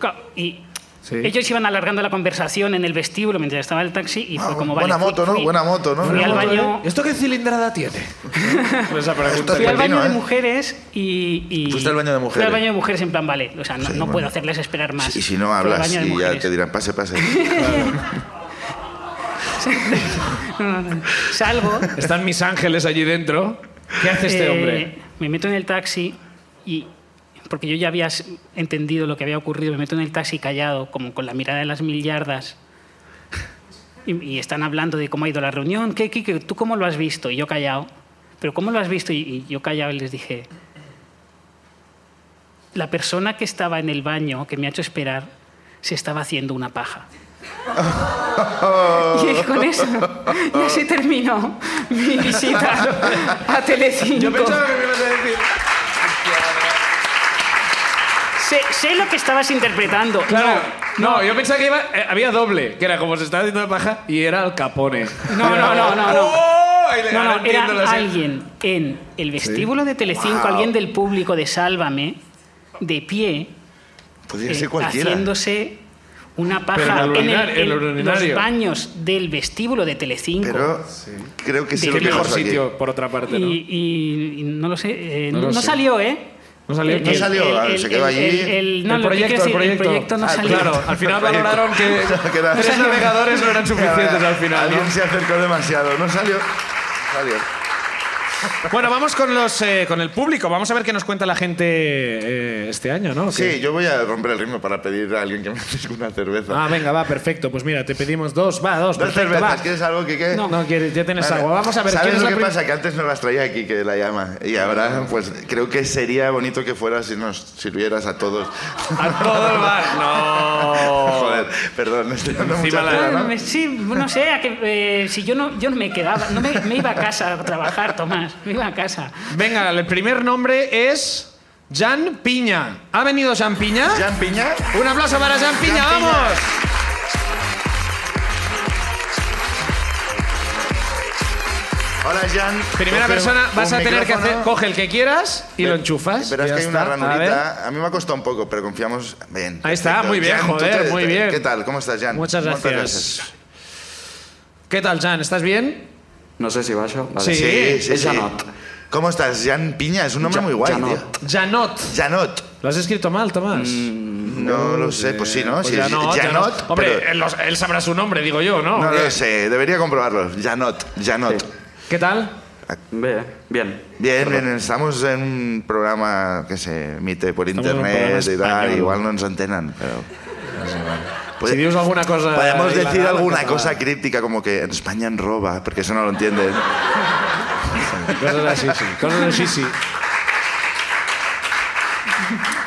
Speaker 3: claro, y
Speaker 1: Sí.
Speaker 3: ellos iban alargando la conversación en el vestíbulo mientras estaba el taxi y
Speaker 2: Ah,
Speaker 3: fue como,
Speaker 2: buena
Speaker 3: vale, fui-
Speaker 2: moto, ¿no?
Speaker 3: fui-
Speaker 2: Buena moto, ¿no?
Speaker 3: fui
Speaker 2: Buena
Speaker 3: al
Speaker 2: moto, ¿eh?
Speaker 3: baño,
Speaker 1: ¿Esto qué cilindrada tiene? Esa pregunta.
Speaker 2: Esto
Speaker 3: fui al
Speaker 2: Platino,
Speaker 3: baño de
Speaker 2: ¿eh?
Speaker 3: mujeres y, y-
Speaker 2: Fuiste al baño de
Speaker 3: Fui
Speaker 2: mujeres.
Speaker 3: al baño de mujeres en plan, vale, o sea, no,
Speaker 2: Sí,
Speaker 3: no
Speaker 2: bueno.
Speaker 3: puedo hacerles esperar más.
Speaker 2: Y si no
Speaker 3: Fui al
Speaker 2: hablas,
Speaker 3: baño de
Speaker 2: y ya
Speaker 3: mujeres.
Speaker 2: te dirán, pase, pase.
Speaker 3: Salgo,
Speaker 1: Están mis ángeles allí dentro. ¿Qué hace este
Speaker 3: Eh,
Speaker 1: hombre?
Speaker 3: Me meto en el taxi y. Porque yo ya había s- entendido lo que había ocurrido, me meto en el taxi callado, como con la mirada de las mil yardas. Y, y están hablando de cómo ha ido la reunión. ¿Qué, Quique, tú cómo lo has visto? Y yo callado. ¿Pero cómo lo has visto? Y, y yo callado y les dije. La persona que estaba en el baño, que me ha hecho esperar, se estaba haciendo una paja. Y con eso ya se terminó mi visita a Telecinco.
Speaker 1: que me ibas a decir.
Speaker 3: Sé, sé lo que estabas interpretando.
Speaker 1: Claro. No,
Speaker 3: No, no.
Speaker 1: yo pensaba que iba, eh, había doble, que era como se estaba haciendo de paja y era al capone.
Speaker 3: No, no, no, no, no.
Speaker 1: ¡Oh! Ahí le-
Speaker 3: No,
Speaker 1: ahora
Speaker 3: no, era
Speaker 1: entiendo la-
Speaker 3: alguien en el vestíbulo de Telecinco,
Speaker 2: Wow.
Speaker 3: alguien del público de Sálvame, de pie,
Speaker 2: Podría
Speaker 3: eh,
Speaker 2: ser cualquiera.
Speaker 3: haciéndose una
Speaker 1: Pero en
Speaker 3: paja
Speaker 1: el
Speaker 3: en, el-
Speaker 1: urinar- en el
Speaker 3: en los
Speaker 1: urinario.
Speaker 3: baños del vestíbulo de Telecinco.
Speaker 2: Pero creo que sí
Speaker 3: Qué
Speaker 2: lo
Speaker 1: Qué
Speaker 2: que
Speaker 1: mejor
Speaker 2: pasó aquí.
Speaker 1: sitio, por otra parte,
Speaker 3: y,
Speaker 1: ¿no?
Speaker 3: y- y no lo sé, eh,
Speaker 1: No
Speaker 3: no,
Speaker 1: lo
Speaker 3: no
Speaker 1: sé.
Speaker 3: salió, ¿eh?
Speaker 1: No salió.
Speaker 3: El-
Speaker 1: No
Speaker 3: el-
Speaker 2: salió,
Speaker 3: el-
Speaker 2: se quedó
Speaker 3: el-
Speaker 2: allí.
Speaker 3: el- el- no,
Speaker 1: el,
Speaker 3: lo que quiero
Speaker 1: proyecto, el
Speaker 3: decir,
Speaker 1: proyecto,
Speaker 3: no
Speaker 2: Ah, el
Speaker 3: salió.
Speaker 1: Claro, al final
Speaker 2: El proyecto.
Speaker 1: valoraron que
Speaker 2: Que era-
Speaker 1: tres navegadores no eran suficientes al final.
Speaker 2: Alguien
Speaker 1: ¿no?
Speaker 2: se acercó demasiado. No salió. Salió.
Speaker 1: Bueno, vamos con los eh, con el público. Vamos a ver qué nos cuenta la gente eh, este año, ¿no? ¿O qué?
Speaker 2: Sí, yo voy a romper el ritmo para pedir a alguien que me ofrezca una cerveza.
Speaker 1: Ah, venga, va, perfecto. Pues mira, te pedimos dos, va, dos.
Speaker 2: Dos
Speaker 1: perfecto,
Speaker 2: cervezas.
Speaker 1: va.
Speaker 2: ¿Quieres algo, Kike?
Speaker 1: No, no quieres, ya tienes agua. Vamos a ver.
Speaker 2: ¿Sabes
Speaker 1: ¿quién es
Speaker 2: lo
Speaker 1: la
Speaker 2: que
Speaker 1: prim-
Speaker 2: pasa? Que antes nos las traía aquí, que la llama. Y ahora, pues creo que sería bonito que fueras y nos sirvieras a todos.
Speaker 1: A todo el bar. No.
Speaker 2: Joder, perdón, me estoy dando
Speaker 1: Oh. Encima
Speaker 2: mucha
Speaker 1: la-
Speaker 2: pena,
Speaker 3: Bueno,
Speaker 2: ¿no?
Speaker 3: me- Sí, no sé, a que, eh, si yo no, yo no me quedaba, no me, me iba a casa a trabajar, Tomás, me iba a casa.
Speaker 1: Venga, el primer nombre es Jan Piña. ¿Ha venido Jan Piña?
Speaker 2: ¿Jan Piña?
Speaker 1: Un aplauso para Jan Piña,
Speaker 2: Jan Piña.
Speaker 1: vamos.
Speaker 2: Hola, Jan.
Speaker 1: Primera
Speaker 2: Coge
Speaker 1: persona,
Speaker 2: un
Speaker 1: vas a tener que
Speaker 2: micrófono.
Speaker 1: hacer. Coge el que quieras y lo enchufas.
Speaker 2: Verás
Speaker 1: Ya
Speaker 2: que hay una
Speaker 1: está. A ver.
Speaker 2: ranurita. A, mí me ha costado un poco, pero confiamos. Bien.
Speaker 1: Ahí está, muy bien,
Speaker 2: tú
Speaker 1: joder,
Speaker 2: te-
Speaker 1: muy
Speaker 2: te-
Speaker 1: bien.
Speaker 2: ¿Qué tal? ¿Cómo estás, Jan?
Speaker 1: Muchas gracias. ¿Qué tal, Jan? ¿Estás bien?
Speaker 4: No sé si baixo. Vale.
Speaker 1: Sí.
Speaker 2: Sí, sí,
Speaker 4: Es
Speaker 2: sí.
Speaker 4: Janot.
Speaker 2: ¿Cómo estás, Jan Piña? Es un nombre
Speaker 4: Ja-
Speaker 2: muy guay,
Speaker 4: Janot.
Speaker 2: tío.
Speaker 1: Janot.
Speaker 2: Janot.
Speaker 1: ¿Lo has escrito mal, Tomás?
Speaker 2: No lo sé, pues sí, ¿no?
Speaker 1: Pues
Speaker 2: Mm, Sí, sí,
Speaker 1: Janot,
Speaker 2: Janot,
Speaker 1: Janot. Hombre, eh,
Speaker 2: pero-
Speaker 1: él, los- él sabrá su nombre, digo yo, ¿no?
Speaker 2: No lo sé, debería comprobarlo. Janot, Janot.
Speaker 4: Sí.
Speaker 1: ¿Qué tal?
Speaker 4: Bé, bien.
Speaker 2: Bien, bien, estamos en un programa que se emite por
Speaker 1: Estamos en un
Speaker 2: internet y
Speaker 1: programa
Speaker 2: tal,
Speaker 1: español.
Speaker 2: igual no ens entenen, però...
Speaker 1: si dios alguna cosa...
Speaker 2: Pues Podemos decir
Speaker 1: hilada,
Speaker 2: alguna
Speaker 1: no
Speaker 2: cosa
Speaker 1: pasa
Speaker 2: críptica como que en España en roba, porque eso no lo entienden.
Speaker 1: nada. Cosas así, sí. Cosas así, sí.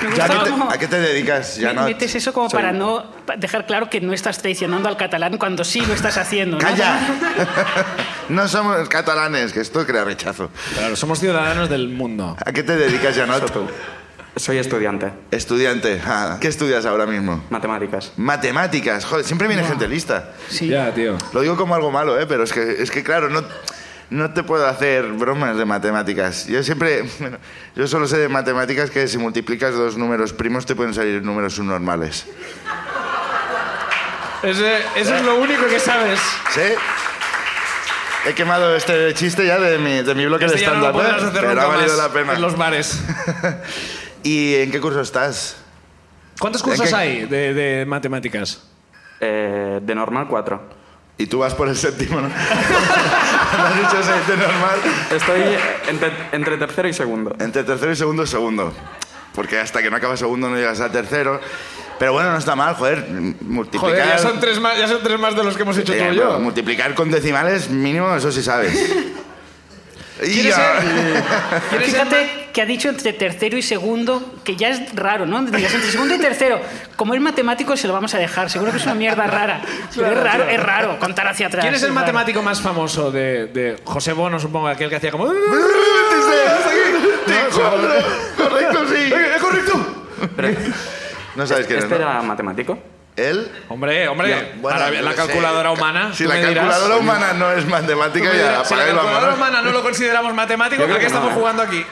Speaker 3: Me
Speaker 2: Ja, ¿a,
Speaker 3: gusta
Speaker 2: qué
Speaker 3: cómo
Speaker 2: te, a qué te dedicas, Janot?
Speaker 3: metes eso como
Speaker 4: Soy-
Speaker 3: para no pa- dejar claro que no estás traicionando al catalán cuando sí lo estás haciendo. ¿no?
Speaker 2: ¡Calla! No somos catalanes, que esto crea rechazo.
Speaker 1: Claro, somos ciudadanos del mundo.
Speaker 2: ¿A qué te dedicas, Janot?
Speaker 4: Soy- Soy estudiante.
Speaker 2: Estudiante. Ah, ¿Qué estudias ahora mismo?
Speaker 4: Matemáticas.
Speaker 2: Matemáticas. Joder, siempre viene gente lista.
Speaker 3: Sí.
Speaker 1: Ya, tío.
Speaker 2: Lo digo como algo malo, ¿eh? pero es que, es que claro, no, no te puedo hacer bromas de matemáticas. Yo siempre, bueno, yo solo sé de matemáticas que si multiplicas dos números primos te pueden salir números subnormales.
Speaker 1: Ese- eso es lo único que sabes.
Speaker 2: ¿Sí? He quemado este chiste ya de mi, de mi bloque
Speaker 1: Este
Speaker 2: de
Speaker 1: ya no lo
Speaker 2: stand-up,
Speaker 1: podrás
Speaker 2: ¿eh?
Speaker 1: hacer
Speaker 2: pero
Speaker 1: nunca
Speaker 2: ha valido
Speaker 1: más
Speaker 2: la pena.
Speaker 1: en los bares.
Speaker 2: ¿Y en qué curso estás?
Speaker 1: ¿Cuántos cursos
Speaker 2: qué-
Speaker 1: hay de, de matemáticas?
Speaker 4: Eh, de normal, cuatro.
Speaker 2: Y tú vas por el séptimo, ¿no? Cuando has dicho seis de normal.
Speaker 4: Estoy entre, entre tercero y segundo.
Speaker 2: Entre tercero y segundo, segundo. Porque hasta que no acabas segundo no llegas a tercero. Pero bueno, no está mal, joder. Multiplicar...
Speaker 1: Joder, ya son, tres más, ya son tres más de los que hemos hecho tú
Speaker 2: Eh,
Speaker 1: y
Speaker 2: bueno,
Speaker 1: yo.
Speaker 2: Multiplicar con decimales mínimo, eso sí sabes. Y
Speaker 1: ¿Quieres
Speaker 2: ya.
Speaker 1: ser- ¿Quieres ser
Speaker 3: Fíjate que ha dicho entre tercero y segundo, que ya es raro, ¿no? Digas entre segundo y tercero. Como es matemático, se lo vamos a dejar. Seguro que es una mierda rara. Pero es raro, es raro contar hacia atrás.
Speaker 1: ¿Quién es el
Speaker 3: raro.
Speaker 1: matemático más famoso de, de José Bono, supongo, aquel que hacía como...
Speaker 2: Te juro, Correcto, sí.
Speaker 1: correcto!
Speaker 4: Pero,
Speaker 2: No sabes quién es,
Speaker 4: ¿Este
Speaker 2: ¿no?
Speaker 4: era matemático?
Speaker 2: Él.
Speaker 1: Hombre, hombre,
Speaker 2: Ya, bueno,
Speaker 1: para
Speaker 2: yo
Speaker 1: la
Speaker 2: qué
Speaker 1: calculadora
Speaker 2: sé.
Speaker 1: humana.
Speaker 2: Si
Speaker 1: tú
Speaker 2: la
Speaker 1: me dirás.
Speaker 2: calculadora humana no es matemática, ya
Speaker 1: Si la
Speaker 2: apagáis la
Speaker 1: calculadora
Speaker 2: mano.
Speaker 1: humana no lo consideramos matemático,
Speaker 4: Yo creo
Speaker 1: ¿por qué
Speaker 4: que no,
Speaker 1: estamos
Speaker 4: ¿eh?
Speaker 1: jugando aquí?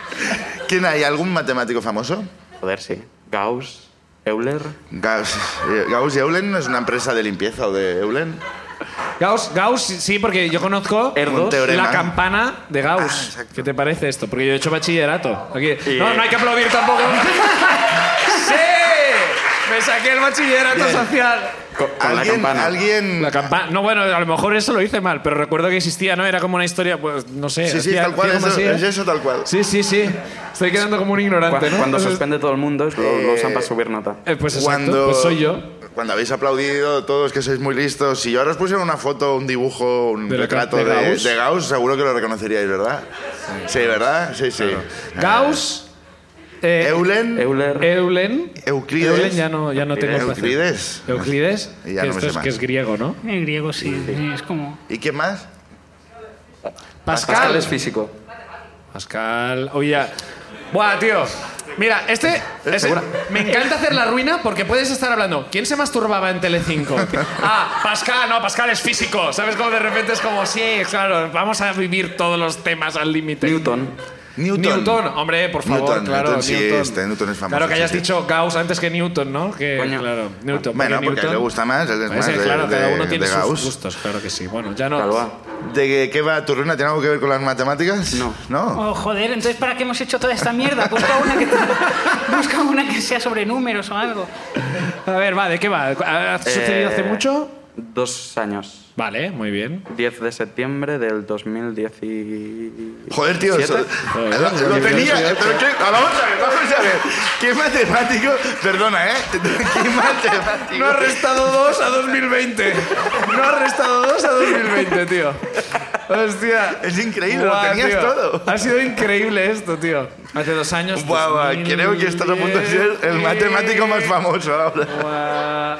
Speaker 2: ¿Quién hay? ¿Algún matemático famoso?
Speaker 4: Joder, sí. Gauss, Euler.
Speaker 2: Gauss, eh, Gauss y Eulen no es una empresa de limpieza o de Eulen.
Speaker 1: Gauss, Gauss, sí, porque yo conozco
Speaker 4: Erdos.
Speaker 2: Un teorema.
Speaker 1: la campana de
Speaker 2: Ah,
Speaker 1: Gauss.
Speaker 2: exacto.
Speaker 1: ¿Qué te parece esto? Porque yo he hecho bachillerato. Aquí.
Speaker 4: Y-
Speaker 1: No, no hay que aplaudir tampoco. ¡Sí! Me saqué el bachillerato
Speaker 2: Bien.
Speaker 1: social.
Speaker 4: Con, con la
Speaker 2: ¿Alguien,
Speaker 4: campana.
Speaker 2: alguien,
Speaker 1: La campana. No, bueno, a lo mejor eso lo hice mal, pero recuerdo que existía, ¿no? Era como una historia, pues, no sé.
Speaker 2: Sí, sí,
Speaker 1: hacía-
Speaker 2: tal cual,
Speaker 1: hacía como
Speaker 2: eso,
Speaker 1: así, ¿eh?
Speaker 2: es eso tal cual.
Speaker 1: Sí, sí, sí. Estoy quedando como un
Speaker 4: Cu-
Speaker 1: ignorante, ¿no?
Speaker 4: Cuando
Speaker 1: Entonces-
Speaker 4: suspende todo el mundo, es- lo, lo usan para subir nota.
Speaker 1: Eh, pues exacto,
Speaker 2: cuando,
Speaker 1: pues soy yo.
Speaker 2: Cuando habéis aplaudido, todos que sois muy listos, si yo ahora os pusiera una foto, un dibujo, un
Speaker 1: ¿De la-
Speaker 2: retrato
Speaker 1: de
Speaker 2: de,
Speaker 1: Gauss?
Speaker 2: de Gauss, seguro que lo reconoceríais, ¿verdad? Sí, ¿verdad? Sí, sí.
Speaker 1: Gauss. eh,
Speaker 2: Eulen,
Speaker 4: Euler.
Speaker 1: Eulen.
Speaker 2: Euclides.
Speaker 1: Eulen ya no, ya no tengo el placer.
Speaker 2: Euclides.
Speaker 1: Euclides.
Speaker 2: Y ya
Speaker 1: que
Speaker 2: no me
Speaker 1: esto
Speaker 2: sé
Speaker 1: es
Speaker 2: más.
Speaker 1: que es griego, ¿no?
Speaker 3: En griego, sí. Es como.
Speaker 2: ¿Y quién más?
Speaker 1: Pascal.
Speaker 4: Pascal
Speaker 2: Eh,
Speaker 4: es físico.
Speaker 1: Pascal. Oye. Buah, tío. Mira, este, este-
Speaker 2: segura.
Speaker 1: me encanta hacer la ruina porque puedes estar hablando. ¿Quién se masturbaba en Telecinco? Ah, Pascal, no, Pascal es físico. ¿Sabes cómo de repente es como, sí, claro, vamos a vivir todos los temas al límite?
Speaker 4: Newton.
Speaker 2: Newton.
Speaker 1: hombre, por favor,
Speaker 2: Newton,
Speaker 1: claro.
Speaker 2: Newton sí, este Newton es famoso,
Speaker 1: Claro que hayas
Speaker 2: sí, sí.
Speaker 1: dicho Gauss antes que Newton, ¿no? Que,
Speaker 4: Coño.
Speaker 1: Claro, Newton.
Speaker 2: Bueno, porque a él
Speaker 1: Newton-
Speaker 2: le gusta más, él es
Speaker 1: Pues
Speaker 2: más
Speaker 1: sí,
Speaker 2: de,
Speaker 1: claro, cada
Speaker 2: de-
Speaker 1: uno tiene
Speaker 2: de
Speaker 1: sus
Speaker 2: Gauss.
Speaker 1: gustos, claro que sí. Bueno, ya no.
Speaker 4: Calva.
Speaker 2: ¿De qué- qué va tu ruina? ¿Tiene algo que ver con las matemáticas?
Speaker 4: No.
Speaker 2: ¿No?
Speaker 3: Oh, joder, entonces, ¿para qué hemos hecho toda esta mierda? Busca una que, busca una que sea sobre números o algo.
Speaker 1: A ver, va, ¿de qué va? ¿Ha sucedido
Speaker 4: Eh,
Speaker 1: hace mucho?
Speaker 4: Dos años.
Speaker 1: Vale, muy bien.
Speaker 4: 10 de septiembre del 2017.
Speaker 2: Joder, tío, eso-
Speaker 1: Joder,
Speaker 2: lo, lo
Speaker 1: yo
Speaker 2: tenía.
Speaker 1: creo que-
Speaker 2: Pero qué, ahora vamos a ver, vamos a ver. ¿Qué matemático? Perdona, ¿eh? ¿Qué matemático?
Speaker 1: No ha restado 2 a 2020. No ha restado 2 a 2020, tío. Hostia.
Speaker 2: Es increíble, lo tenías
Speaker 1: tío.
Speaker 2: todo.
Speaker 1: Ha sido increíble esto, tío. Hace dos años.
Speaker 2: Guau, guau, creo que estás a punto de ser el matemático más famoso ahora.
Speaker 1: Guau.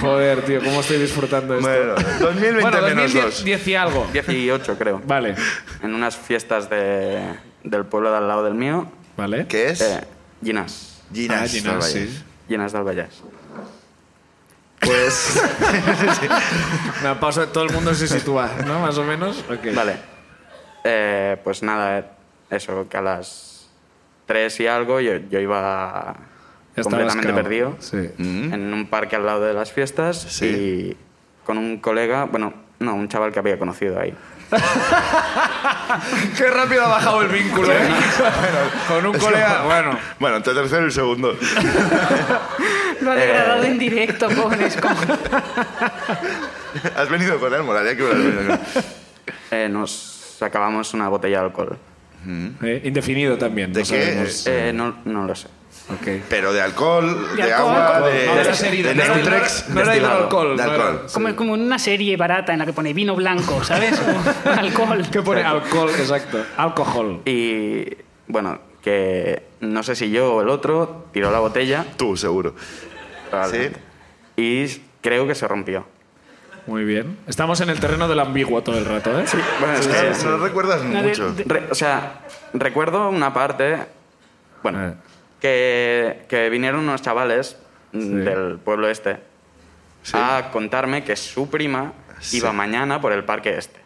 Speaker 1: Joder, tío, cómo estoy disfrutando esto.
Speaker 2: Bueno, 2020
Speaker 1: Bueno,
Speaker 2: menos
Speaker 1: 2010
Speaker 2: 2.
Speaker 1: 10 y algo.
Speaker 4: 18, creo.
Speaker 1: Vale,
Speaker 4: En unas fiestas de, del pueblo de al lado del mío.
Speaker 1: vale.
Speaker 2: ¿Qué es?
Speaker 4: Eh, Ginás.
Speaker 2: Ginas.
Speaker 1: Ah, Ginás,
Speaker 2: Narváez.
Speaker 1: sí.
Speaker 4: Ginás del Vallès.
Speaker 2: Pues
Speaker 1: Una pausa, todo el mundo se sitúa, ¿no? Más o menos. Ok.
Speaker 4: Vale. Eh, pues nada, eh, eso, que a las 3 y algo yo, yo iba
Speaker 1: Ya estabas
Speaker 4: completamente
Speaker 1: cao.
Speaker 4: perdido.
Speaker 1: Sí.
Speaker 4: En un parque al lado de las fiestas
Speaker 2: Sí.
Speaker 4: y con un colega, bueno, no, un chaval que había conocido ahí.
Speaker 1: Qué rápido ha bajado el vínculo, ¿eh? Con un colega. Bueno.
Speaker 2: bueno, entre tercero y segundo.
Speaker 3: Lo ha
Speaker 1: Eh.
Speaker 3: degradado en directo, pobres. como-
Speaker 2: Has venido con él, molaría que hubieras venido con él.
Speaker 4: Eh, nos acabamos una botella de alcohol.
Speaker 1: Eh, indefinido también.
Speaker 2: ¿De
Speaker 1: no
Speaker 2: qué?
Speaker 1: sabemos.
Speaker 4: Eh, no, no lo sé.
Speaker 1: Ok.
Speaker 2: Pero de alcohol, de,
Speaker 3: De alcohol,
Speaker 2: agua,
Speaker 3: alcohol.
Speaker 2: de,
Speaker 1: No, era
Speaker 2: de
Speaker 1: serido, no era-
Speaker 2: Neutrex.
Speaker 1: No era
Speaker 4: destilado.
Speaker 1: hidroalcohol.
Speaker 2: De
Speaker 1: no era-
Speaker 2: alcohol.
Speaker 3: Como, como una serie barata en la que pone vino blanco, ¿sabes? O alcohol.
Speaker 1: ¿Qué pone? Alcohol, exacto. Alcohol.
Speaker 4: Y bueno, que no sé si yo o el otro tiró la botella
Speaker 2: Tú, seguro.
Speaker 4: realmente, y creo que se rompió.
Speaker 1: Muy bien. Estamos en el terreno del ambiguo todo el rato, ¿eh?
Speaker 4: Bueno,
Speaker 2: Es
Speaker 4: es
Speaker 2: que
Speaker 4: que-
Speaker 2: no recuerdas
Speaker 3: de-
Speaker 2: mucho.
Speaker 3: de-
Speaker 4: Re- o sea, recuerdo una parte, bueno,
Speaker 1: Eh.
Speaker 4: que, que vinieron unos chavales mm, del pueblo este a contarme que su prima iba mañana por el parque este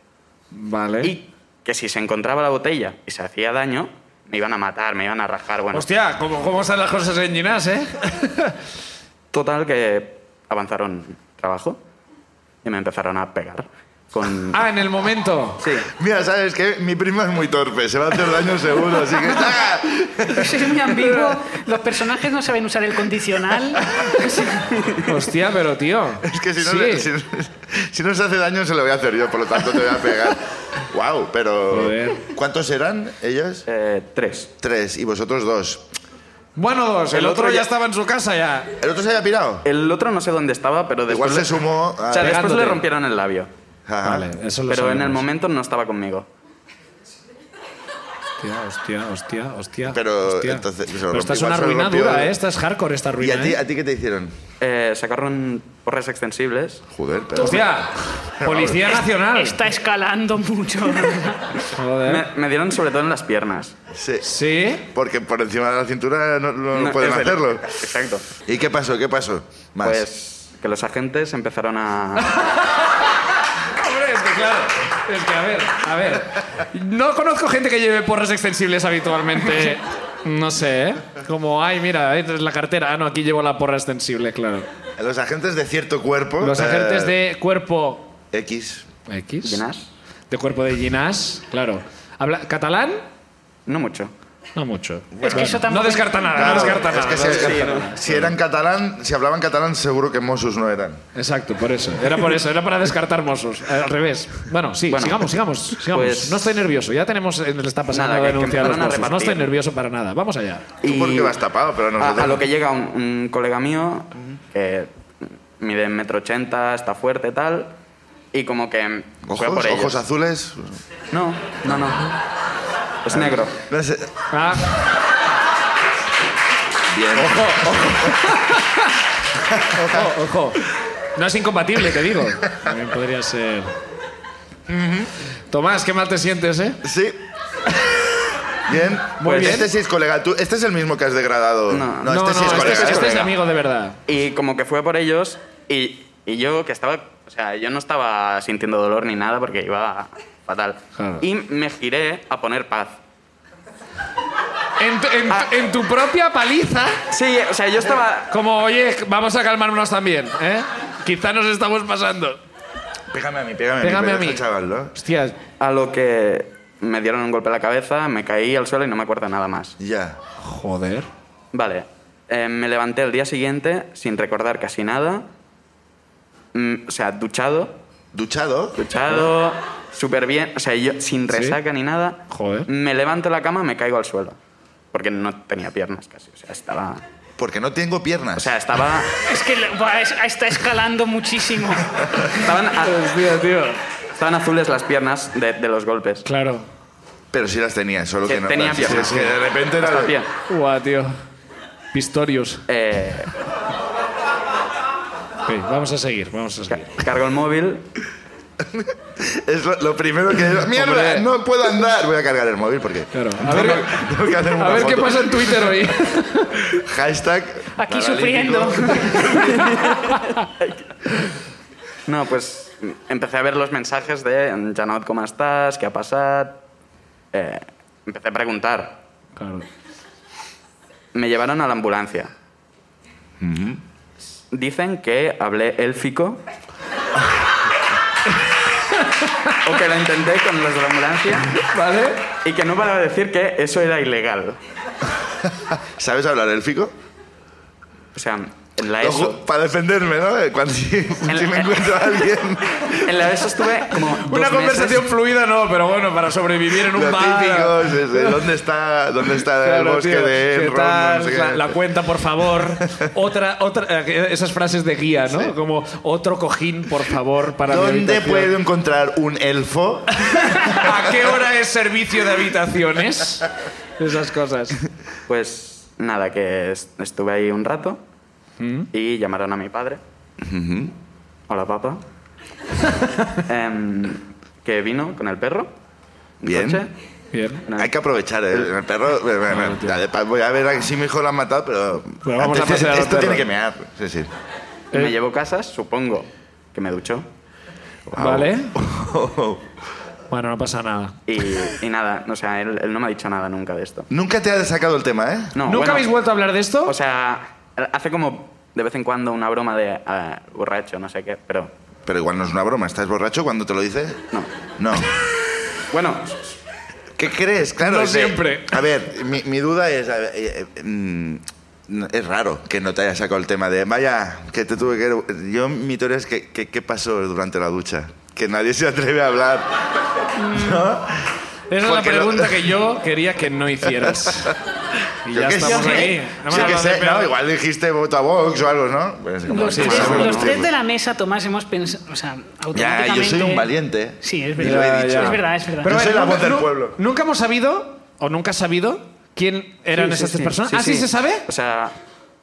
Speaker 1: Vale.
Speaker 4: y que si se encontraba la botella y se hacía daño, me iban a matar, me iban a rajar, bueno.
Speaker 1: Hostia, ¿cómo, ¿cómo están las cosas en Ginás, eh?
Speaker 4: Total que avanzaron trabajo y me empezaron a pegar con...
Speaker 1: Ah, en el momento.
Speaker 4: Sí.
Speaker 2: Mira, ¿sabes qué? Mi prima es muy torpe, se va a hacer daño seguro, así que... ¡Ah!
Speaker 3: Eso es muy ambiguo. Los personajes no saben usar el condicional.
Speaker 1: Hostia, pero tío.
Speaker 2: Es que si no,
Speaker 1: Sí.
Speaker 2: le- si, si no se hace daño, se lo voy a hacer yo, por lo tanto te voy a pegar. wow, pero...
Speaker 1: Joder.
Speaker 2: ¿Cuántos eran ellos?
Speaker 4: Eh, tres.
Speaker 2: Tres, y vosotros dos.
Speaker 1: Bueno, dos. El,
Speaker 4: El
Speaker 1: otro,
Speaker 4: otro
Speaker 1: ya
Speaker 4: ya-
Speaker 1: estaba en su casa ya.
Speaker 2: ¿El otro se había pirado?
Speaker 4: El otro no sé dónde estaba, pero
Speaker 2: Igual
Speaker 4: después...
Speaker 2: se
Speaker 4: le-
Speaker 2: sumó... a-
Speaker 4: O sea, después
Speaker 1: Pegándote.
Speaker 4: le rompieron el labio.
Speaker 2: Ajá.
Speaker 1: Vale, eso lo
Speaker 4: Pero en el
Speaker 1: sabemos.
Speaker 4: momento no estaba conmigo.
Speaker 1: Hostia, hostia, hostia, hostia.
Speaker 2: Pero,
Speaker 1: hostia.
Speaker 2: entonces, se lo
Speaker 1: Pero esta es
Speaker 2: rompió,
Speaker 1: una
Speaker 2: se lo
Speaker 1: ruina
Speaker 2: rompió.
Speaker 1: dura, ¿eh? Esta es hardcore, esta
Speaker 2: ¿Y
Speaker 1: ruina.
Speaker 2: a ti,
Speaker 1: ¿eh?
Speaker 2: a ti qué te hicieron?
Speaker 4: Eh, sacaron porras extensibles.
Speaker 2: Joder, pero...
Speaker 1: Hostia, Policía Nacional.
Speaker 3: Está escalando mucho.
Speaker 2: ¿Eh?
Speaker 1: Joder.
Speaker 4: Me, me dieron sobre todo en las piernas.
Speaker 2: Sí,
Speaker 1: Sí.
Speaker 2: porque por encima de la cintura no, no pueden
Speaker 4: es verdad.
Speaker 2: hacerlo.
Speaker 4: Exacto.
Speaker 2: ¿Y qué pasó? ¿Qué pasó? Más.
Speaker 4: Pues que los agentes empezaron a...
Speaker 1: Hombre, es que claro. Es que a ver, a ver. No conozco gente que lleve porras extensibles habitualmente. No sé, ¿eh? Como, ay, mira, esta es la cartera. Ah, no, aquí llevo la porra extensible, claro.
Speaker 2: Los agentes de cierto cuerpo...
Speaker 1: Los
Speaker 2: eh,
Speaker 1: agentes de cuerpo
Speaker 2: X.
Speaker 1: X.
Speaker 4: ¿Llenas?
Speaker 1: De cuerpo de Ginás, claro. ¿Habla catalán?
Speaker 4: No mucho.
Speaker 1: No mucho.
Speaker 3: es que eso tampoco...
Speaker 1: No descarta nada,
Speaker 2: Claro,
Speaker 1: Ah, no descarta
Speaker 2: es
Speaker 1: nada.
Speaker 2: que
Speaker 1: no
Speaker 2: si,
Speaker 1: descarta
Speaker 2: si-
Speaker 1: nada.
Speaker 2: si eran catalán, si hablaban catalán, seguro que Mossos no eran.
Speaker 1: Exacto, por eso. Era por eso, era para descartar Mossos. Al revés. Bueno, sí,
Speaker 4: Bueno.
Speaker 1: sigamos, sigamos, sigamos.
Speaker 4: Pues-
Speaker 1: no estoy nervioso, ya tenemos le está pasando
Speaker 4: Nada,
Speaker 1: de
Speaker 4: que- que
Speaker 1: denunciar a los
Speaker 4: empezaron a
Speaker 1: Mossos. No
Speaker 4: repartir.
Speaker 1: estoy nervioso para nada. Vamos allá.
Speaker 2: Tú porque vas tapado, pero
Speaker 4: a,
Speaker 2: nosotros...
Speaker 4: a lo que llega un, un colega mío que mide metro ochenta, está fuerte tal, y como que fue
Speaker 2: Ojos,
Speaker 4: por ellos.
Speaker 2: ojos azules.
Speaker 4: No, no, no. Es negro.
Speaker 2: No sé.
Speaker 1: Ah,
Speaker 2: Bien.
Speaker 1: ojo, ojo. ojo, ojo. Ah. No es incompatible, te digo. También podría ser. Tomás, qué mal te sientes, ¿eh?
Speaker 2: Sí. Bien.
Speaker 1: Muy bien.
Speaker 2: Este sí es colega. Tú- este es el mismo que has degradado.
Speaker 4: No.
Speaker 2: este sí es
Speaker 1: este,
Speaker 2: colega.
Speaker 1: es, este es
Speaker 2: colega.
Speaker 1: amigo de verdad.
Speaker 4: Y como que fue por ellos, y, y yo que estaba. O sea, yo no estaba sintiendo dolor ni nada porque iba fatal.
Speaker 1: Claro.
Speaker 4: Y me giré a poner paz.
Speaker 1: En tu, en tu-
Speaker 4: Ah.
Speaker 1: en tu propia paliza,
Speaker 4: Sí, o sea, yo estaba.
Speaker 1: como, oye, vamos a calmarnos también, ¿eh? Quizá nos estamos pasando.
Speaker 2: Pégame a mí, pégame,
Speaker 1: Pégame
Speaker 2: a
Speaker 1: a
Speaker 2: mí. pero
Speaker 1: mí.
Speaker 2: deja, chaval, ¿no?
Speaker 1: Hostia,
Speaker 4: A lo que me dieron un golpe a la cabeza, me caí al suelo y no me acuerdo nada más.
Speaker 2: Ya.
Speaker 1: joder.
Speaker 4: Vale. Eh, me levanté el día siguiente sin recordar casi nada. Mm, o sea, duchado.
Speaker 2: ¿Duchado?
Speaker 4: Duchado, súper bien. O sea, yo sin resaca ni nada.
Speaker 1: Joder.
Speaker 4: Me levanto de la cama, me caigo al suelo. Porque no tenía piernas casi. O sea, estaba.
Speaker 2: Porque no tengo piernas.
Speaker 4: O sea, estaba.
Speaker 3: Es que le- buah, es- está escalando muchísimo.
Speaker 4: Estaban, a-
Speaker 1: Hostia, tío.
Speaker 4: estaban azules las piernas de, de los golpes.
Speaker 1: Claro.
Speaker 2: pero sí las tenía, solo que,
Speaker 4: Que
Speaker 2: no.
Speaker 4: tenía
Speaker 2: Sí,
Speaker 4: piernas.
Speaker 2: es que de repente era.
Speaker 4: Hasta pie.
Speaker 1: Guau, tío. Pistorius.
Speaker 4: Eh,
Speaker 1: Ok, vamos a seguir, vamos a seguir.
Speaker 4: ca- cargo el móvil.
Speaker 2: Es lo, lo primero que. ¡Mierda!
Speaker 1: Hombre.
Speaker 2: No puedo andar. Voy a cargar el móvil porque.
Speaker 1: Claro. A
Speaker 2: Tengo-
Speaker 1: ver,
Speaker 2: tengo que hacer
Speaker 1: a
Speaker 2: una
Speaker 1: ver qué
Speaker 2: foto.
Speaker 1: pasa en Twitter hoy.
Speaker 2: Hashtag.
Speaker 3: Aquí
Speaker 2: paralítico.
Speaker 3: sufriendo.
Speaker 4: No, pues empecé a ver los mensajes de Janot, ¿cómo estás? ¿Qué ha pasado? Eh, empecé a preguntar.
Speaker 1: Claro.
Speaker 4: Me llevaron a la ambulancia. Dicen que hablé élfico. o que lo intenté con los de la ambulancia.
Speaker 1: ¿Vale?
Speaker 4: Y que no para de decir que eso era ilegal.
Speaker 2: ¿Sabes hablar élfico?
Speaker 4: O sea, en la
Speaker 2: Ojo,
Speaker 4: ESO.
Speaker 2: para defenderme, ¿no? Cuando si, si me encuentro a alguien.
Speaker 4: En la ESO estuve como.
Speaker 1: Una
Speaker 4: dos
Speaker 1: conversación
Speaker 4: meses.
Speaker 1: fluida no, pero bueno, para sobrevivir en un
Speaker 2: Lo
Speaker 1: bar.
Speaker 2: típico, sí, sí. ¿dónde está, dónde está el
Speaker 1: Claro,
Speaker 2: bosque
Speaker 1: tío.
Speaker 2: de
Speaker 1: ¿Qué
Speaker 2: Enron?
Speaker 1: tal?
Speaker 2: No sé qué.
Speaker 1: la, la cuenta, por favor. Otra, otra, eh, esas frases de guía, ¿no? Como otro cojín, por favor, para mi
Speaker 2: ¿Dónde
Speaker 1: habitación.
Speaker 2: puedo encontrar un elfo?
Speaker 1: ¿A qué hora es servicio de habitaciones? Esas cosas.
Speaker 4: Pues nada, que es- estuve ahí un rato. Y llamaron a mi padre. Hola, papá. Em, que vino con el perro. en
Speaker 2: Bien.
Speaker 4: coche.
Speaker 1: Bien.
Speaker 4: No.
Speaker 2: Hay que aprovechar el, el perro. bueno, bueno, dale, pa- voy a ver a- si mi hijo lo han matado, pero.
Speaker 1: Pero vamos a
Speaker 2: antes-
Speaker 1: pasear al
Speaker 2: esto
Speaker 1: perro.
Speaker 2: tiene que mear. Sí, sí.
Speaker 4: Y
Speaker 1: Eh.
Speaker 4: Me llevó casas, supongo que me duchó.
Speaker 1: ¿Vale? Bueno, no pasa nada.
Speaker 4: Y, y nada, o sea, él, él no me ha dicho nada nunca de esto.
Speaker 2: Nunca te has sacado el tema, ¿eh?
Speaker 4: No,
Speaker 1: ¿Nunca
Speaker 4: bueno,
Speaker 1: habéis vuelto a hablar de esto?
Speaker 4: O sea, hace como de vez en cuando una broma de ah, borracho, no sé qué, pero
Speaker 2: Pero igual no es una broma. ¿Estás borracho cuando te lo dice?
Speaker 4: no.
Speaker 2: No.
Speaker 4: Bueno,
Speaker 2: ¿Qué crees? Claro.
Speaker 1: No
Speaker 2: es de-
Speaker 1: siempre.
Speaker 2: A ver, mi, mi duda es. a ver, eh, eh, mm, no, es raro que no te haya sacado el tema de. Vaya, que te tuve que. Yo, mi teoría es que. que- ¿Qué pasó durante la ducha? Que nadie se atreve a hablar.
Speaker 1: Esa es la
Speaker 2: Porque lo-
Speaker 1: pregunta que yo quería que no hicieras. Y ya
Speaker 2: Yo qué
Speaker 1: estamos
Speaker 2: sé.
Speaker 1: aquí. Hemos
Speaker 2: Yo qué
Speaker 1: hablado de
Speaker 2: sé,
Speaker 1: pedo.
Speaker 2: no, igual dijiste voto a Vox o algo, ¿no? Pues, como-
Speaker 3: Los,
Speaker 1: Sí,
Speaker 3: tres,
Speaker 1: sí,
Speaker 3: los
Speaker 1: sí.
Speaker 3: tres de la mesa, Tomás, hemos pensado. O sea,
Speaker 2: Ya,
Speaker 3: automáticamente.
Speaker 2: yo soy un valiente. ¿eh?
Speaker 3: Sí, es
Speaker 2: Yo lo he
Speaker 3: verdad.
Speaker 2: dicho.
Speaker 3: Es verdad, es verdad.
Speaker 2: Yo
Speaker 1: a ver,
Speaker 2: soy la
Speaker 1: nunca-
Speaker 2: voz del
Speaker 1: nu-
Speaker 2: pueblo.
Speaker 1: Nunca hemos sabido, o nunca has sabido quién eran
Speaker 4: Sí, sí,
Speaker 1: esas tres
Speaker 4: sí.
Speaker 1: personas. ¿Ah, sí se sabe?
Speaker 4: O sea,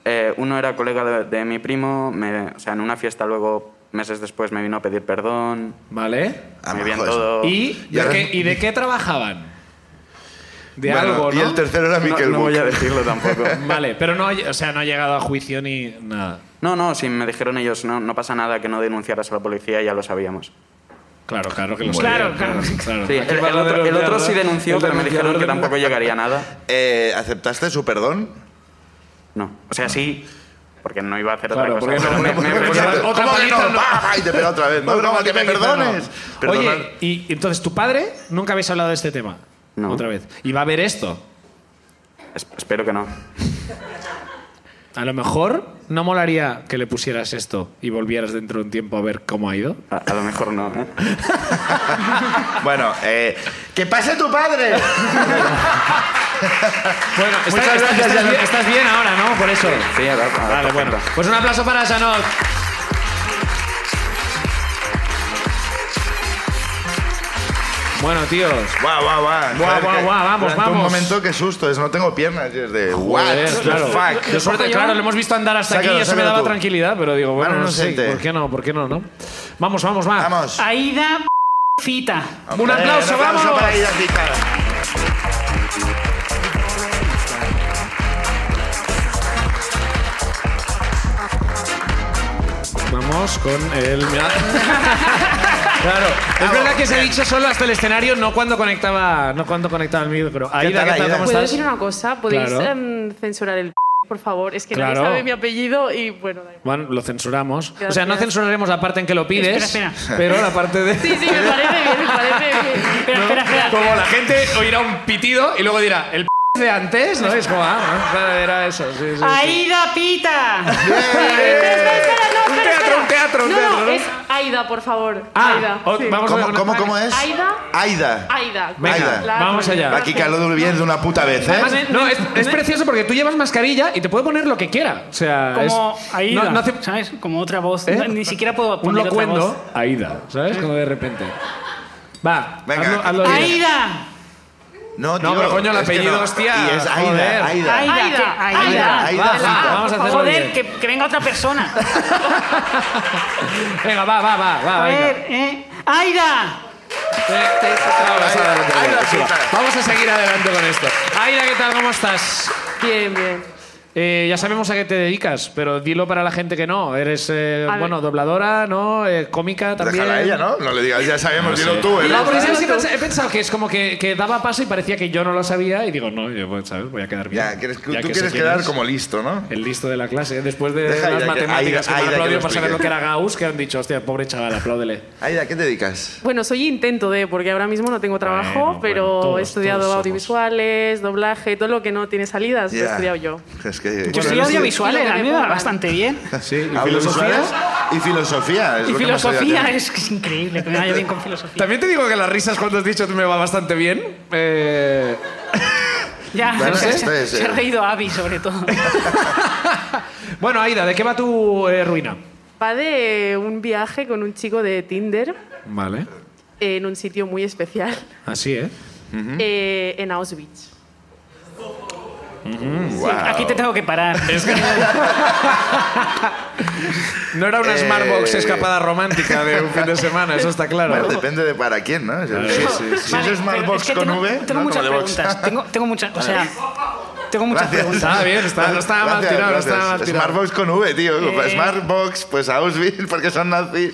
Speaker 4: eh, uno era colega de, de mi primo, me- o sea, en una fiesta luego, meses después, me vino a pedir perdón,
Speaker 1: Vale.
Speaker 2: Ah,
Speaker 4: me
Speaker 2: majo
Speaker 4: bien
Speaker 2: eso.
Speaker 4: todo.
Speaker 1: ¿Y
Speaker 2: Y
Speaker 1: de,
Speaker 2: ahora-
Speaker 1: qué, y de qué trabajaban? De
Speaker 2: Bueno,
Speaker 1: algo, ¿no?
Speaker 2: Y el tercero era
Speaker 4: No,
Speaker 2: Miquel
Speaker 4: no voy
Speaker 2: Buch.
Speaker 4: a decirlo tampoco.
Speaker 1: Vale, pero no, ha lle- o sea, no ha llegado a juicio ni nada.
Speaker 4: No, no, sí, me dijeron ellos, no, no pasa nada que no denunciaras a la policía, ya lo sabíamos.
Speaker 1: Claro, claro que lo
Speaker 3: Muy bien.
Speaker 1: sabía, claro.
Speaker 4: Sí, el,
Speaker 1: Aquí
Speaker 4: el
Speaker 1: va la
Speaker 4: otro, el otro
Speaker 1: denunciadora.
Speaker 4: sí denunció,
Speaker 1: El
Speaker 4: pero me
Speaker 1: denunciador
Speaker 4: dijeron que
Speaker 1: de-
Speaker 4: tampoco llegaría a nada.
Speaker 2: Eh, ¿Aceptaste su perdón?
Speaker 4: No, o sea, sí, porque no iba a hacer
Speaker 1: Claro,
Speaker 4: otra
Speaker 1: porque
Speaker 4: cosa.
Speaker 1: no-
Speaker 4: pero me- me-
Speaker 1: porque
Speaker 4: me-
Speaker 1: no- otra
Speaker 2: ¿Cómo que
Speaker 1: paliza
Speaker 2: no?
Speaker 1: no.
Speaker 2: Pa, pa, y te pega otra vez. No, no, que me perdones. Perdonar.
Speaker 1: Oye, y entonces tu padre nunca habéis hablado de este tema.
Speaker 4: No.
Speaker 1: Otra vez. Y va a ver esto.
Speaker 4: es- espero que no.
Speaker 1: A lo mejor no molaría que le pusieras esto y volvieras dentro de un tiempo a ver cómo ha ido.
Speaker 4: A, a lo mejor no. ¿eh?
Speaker 2: Bueno, eh, ¡que pase tu padre!
Speaker 1: Bueno, estás,
Speaker 2: Muchas
Speaker 1: estás-
Speaker 2: gracias,
Speaker 1: estás
Speaker 2: Janot.
Speaker 1: bien, estás bien ahora, ¿no? Por eso.
Speaker 4: Sí, a ver, a ver,
Speaker 1: Vale, bueno. Pues un aplauso para Janot. Bueno, tíos.
Speaker 2: ¡Guau, guau, guau!
Speaker 1: Guau, guau, guau, vamos,
Speaker 2: Durante
Speaker 1: vamos.
Speaker 2: un momento, qué susto. Es, no tengo piernas. Y es de... ¡What
Speaker 1: Joder,
Speaker 2: the
Speaker 1: claro.
Speaker 2: fuck!
Speaker 1: Yo suerte, claro, lo hemos visto andar hasta
Speaker 2: Sácalo,
Speaker 1: aquí y eso me
Speaker 2: sácalo
Speaker 1: daba
Speaker 2: tú.
Speaker 1: tranquilidad, pero digo, bueno,
Speaker 2: Mano
Speaker 1: no sé,
Speaker 2: inocente.
Speaker 1: ¿por qué no? ¿Por qué no, no? Vamos, vamos, va.
Speaker 2: ¡Vamos!
Speaker 3: Aida Cita.
Speaker 2: Hombre,
Speaker 1: Un aplauso, vamos.
Speaker 2: para ella, chica.
Speaker 1: Vamos con el... claro, es
Speaker 2: Bravo,
Speaker 1: verdad que se ha
Speaker 2: bien.
Speaker 1: dicho solo hasta el escenario, no cuando conectaba, no cuando conectaba el micro. Aida,
Speaker 2: tal,
Speaker 1: ¿qué tal?
Speaker 2: Aida?
Speaker 1: ¿Cómo
Speaker 5: ¿Puedo
Speaker 1: estás?
Speaker 5: decir una cosa? ¿Podéis
Speaker 1: Claro.
Speaker 5: em, censurar el p, por favor? Es que
Speaker 1: Claro.
Speaker 5: nadie sabe mi apellido y bueno, da igual.
Speaker 1: Bueno, lo censuramos. O sea, no
Speaker 5: Gracias.
Speaker 1: censuraremos la parte en que lo pides,
Speaker 3: Espera, espera.
Speaker 1: pero la parte de...
Speaker 5: Sí, sí, me parece bien, me parece bien.
Speaker 3: Espera, espera, espera.
Speaker 1: Como la gente oirá un pitido y luego dirá, el p de antes, ¿no? Es como, ah, bueno, claro, era eso. sí, sí, sí.
Speaker 3: Aida Pita.
Speaker 1: Un teatro, un teatro, un
Speaker 5: no,
Speaker 1: teatro,
Speaker 5: no,
Speaker 1: ¿no?
Speaker 5: es Aida, por favor.
Speaker 1: Ah,
Speaker 5: Aida.
Speaker 1: o-
Speaker 5: sí.
Speaker 1: vamos a
Speaker 2: ¿Cómo, cómo, cómo es?
Speaker 5: Aida.
Speaker 2: Aida.
Speaker 5: Aida.
Speaker 1: Venga,
Speaker 5: claro, claro.
Speaker 1: vamos allá.
Speaker 2: Aquí caló bien de una puta vez, ¿eh?
Speaker 1: Además, no, es, es precioso porque tú llevas mascarilla y te puede poner lo que quiera. O sea,
Speaker 3: Como
Speaker 1: es,
Speaker 3: Aida.
Speaker 1: no- no hace-
Speaker 3: ¿Sabes? Como otra voz.
Speaker 1: ¿Eh?
Speaker 3: No, Ni siquiera puedo
Speaker 1: un
Speaker 3: poner otra voz.
Speaker 1: locuendo. Aida, ¿sabes? Como de repente. Va,
Speaker 2: Venga.
Speaker 1: hazlo, hazlo bien.
Speaker 3: Aida.
Speaker 2: No,
Speaker 1: No, pero coño, el
Speaker 2: es que
Speaker 1: apellido,
Speaker 2: no.
Speaker 1: hostia,
Speaker 2: Y es
Speaker 1: joder.
Speaker 2: Aida, Aida.
Speaker 3: Aida.
Speaker 5: Aida,
Speaker 3: que-
Speaker 5: Aida.
Speaker 2: Aida, Aida,
Speaker 1: Va,
Speaker 2: Aida.
Speaker 1: va, vamos a hacerlo
Speaker 3: Joder,
Speaker 1: bien.
Speaker 3: que, que venga otra persona.
Speaker 1: Venga, va, va, va, va,
Speaker 3: A
Speaker 1: Ah, venga.
Speaker 3: ver, ¿eh? ¡Aida!
Speaker 1: Vamos adelante,
Speaker 2: Aida,
Speaker 1: venga,
Speaker 2: puta.
Speaker 1: sí, va. Vamos a seguir adelante con esto. Aida, ¿qué tal? ¿Cómo estás?
Speaker 5: Bien, bien.
Speaker 1: Eh, ya sabemos a qué te dedicas, pero dilo para la gente que no. Eres, eh,
Speaker 5: A ver.
Speaker 1: bueno, dobladora, ¿no? Eh, cómica también.
Speaker 2: Déjala a ella, ¿no? No le digas, ya sabemos, dilo tú, ¿eh?
Speaker 1: No, porque
Speaker 5: Claro,
Speaker 1: ¿sabes qué
Speaker 5: tú.
Speaker 1: pasa? he pensado que es como que, que daba paso y parecía que yo no lo sabía y digo, no, yo pues, ¿sabes? voy a quedar bien.
Speaker 2: Ya, quieres- tú
Speaker 1: Ya que
Speaker 2: quieres
Speaker 1: sé
Speaker 2: quedar
Speaker 1: quién es
Speaker 2: como listo, ¿no?
Speaker 1: El listo de la clase. Después de
Speaker 2: Deja
Speaker 1: las
Speaker 2: ya que-
Speaker 1: matemáticas
Speaker 2: Aida-
Speaker 1: que, me han
Speaker 2: Aida que lo
Speaker 1: aplaudido por
Speaker 2: explique.
Speaker 1: saber lo que era Gauss, que han dicho, hostia, pobre chaval, apláudele.
Speaker 2: Aida, ¿qué te dedicas?
Speaker 5: Bueno, soy intento de, porque ahora mismo no tengo trabajo,
Speaker 1: Bueno,
Speaker 5: pero
Speaker 1: bueno, todos,
Speaker 5: he estudiado
Speaker 1: todos somos.
Speaker 5: audiovisuales, doblaje, todo lo que no tiene salidas, lo he
Speaker 2: Ya.
Speaker 5: estudiado yo.
Speaker 2: Es que...
Speaker 3: Yo soy
Speaker 1: no sé.
Speaker 3: audiovisual, eh,
Speaker 5: Y lo
Speaker 3: a mí
Speaker 5: que me
Speaker 3: me va
Speaker 5: pongan.
Speaker 3: bastante bien.
Speaker 1: Sí,
Speaker 2: ¿Y filosofía? Y filosofía. Es
Speaker 3: Y
Speaker 2: lo que hemos oído
Speaker 3: filosofía,
Speaker 2: hacer.
Speaker 3: es que es increíble que me vaya bien con filosofía.
Speaker 1: También te digo que las risas cuando has dicho me va bastante bien. Eh,
Speaker 3: Ya,
Speaker 2: Bueno,
Speaker 1: este
Speaker 3: se,
Speaker 2: esto es,
Speaker 3: se ha
Speaker 2: eh.
Speaker 3: reído Abby, sobre todo.
Speaker 1: bueno, Aida, ¿de qué va tu eh, ruina?
Speaker 5: Va de un viaje con un chico de Tinder
Speaker 1: Vale.
Speaker 5: en un sitio muy especial,
Speaker 1: Así, ¿eh?
Speaker 2: Mm.
Speaker 5: eh, en Auschwitz.
Speaker 2: Guau.
Speaker 3: Aquí te tengo que parar.
Speaker 1: No era una
Speaker 2: Eh.
Speaker 1: Smartbox escapada romántica de un fin de semana, eso está claro.
Speaker 2: Bueno, depende de para quién, ¿no? Sí, sí, sí. Si
Speaker 3: eh. Vale,
Speaker 2: eso es
Speaker 3: pero
Speaker 2: Malbox
Speaker 3: que
Speaker 2: con
Speaker 3: tengo,
Speaker 2: V,
Speaker 3: Tengo
Speaker 2: no
Speaker 3: muchas
Speaker 2: como de box.
Speaker 3: preguntas. Tengo, tengo muchas, o sea, tengo muchas
Speaker 2: Gracias.
Speaker 3: preguntas.
Speaker 1: Estaba bien, estaba, no estaba mal
Speaker 2: Gracias,
Speaker 1: tirado, no
Speaker 2: gracias.
Speaker 1: estaba mal tirado.
Speaker 2: Smartbox con V, tío.
Speaker 3: Eh.
Speaker 2: Smartbox, pues Auschwitz, porque son nazis.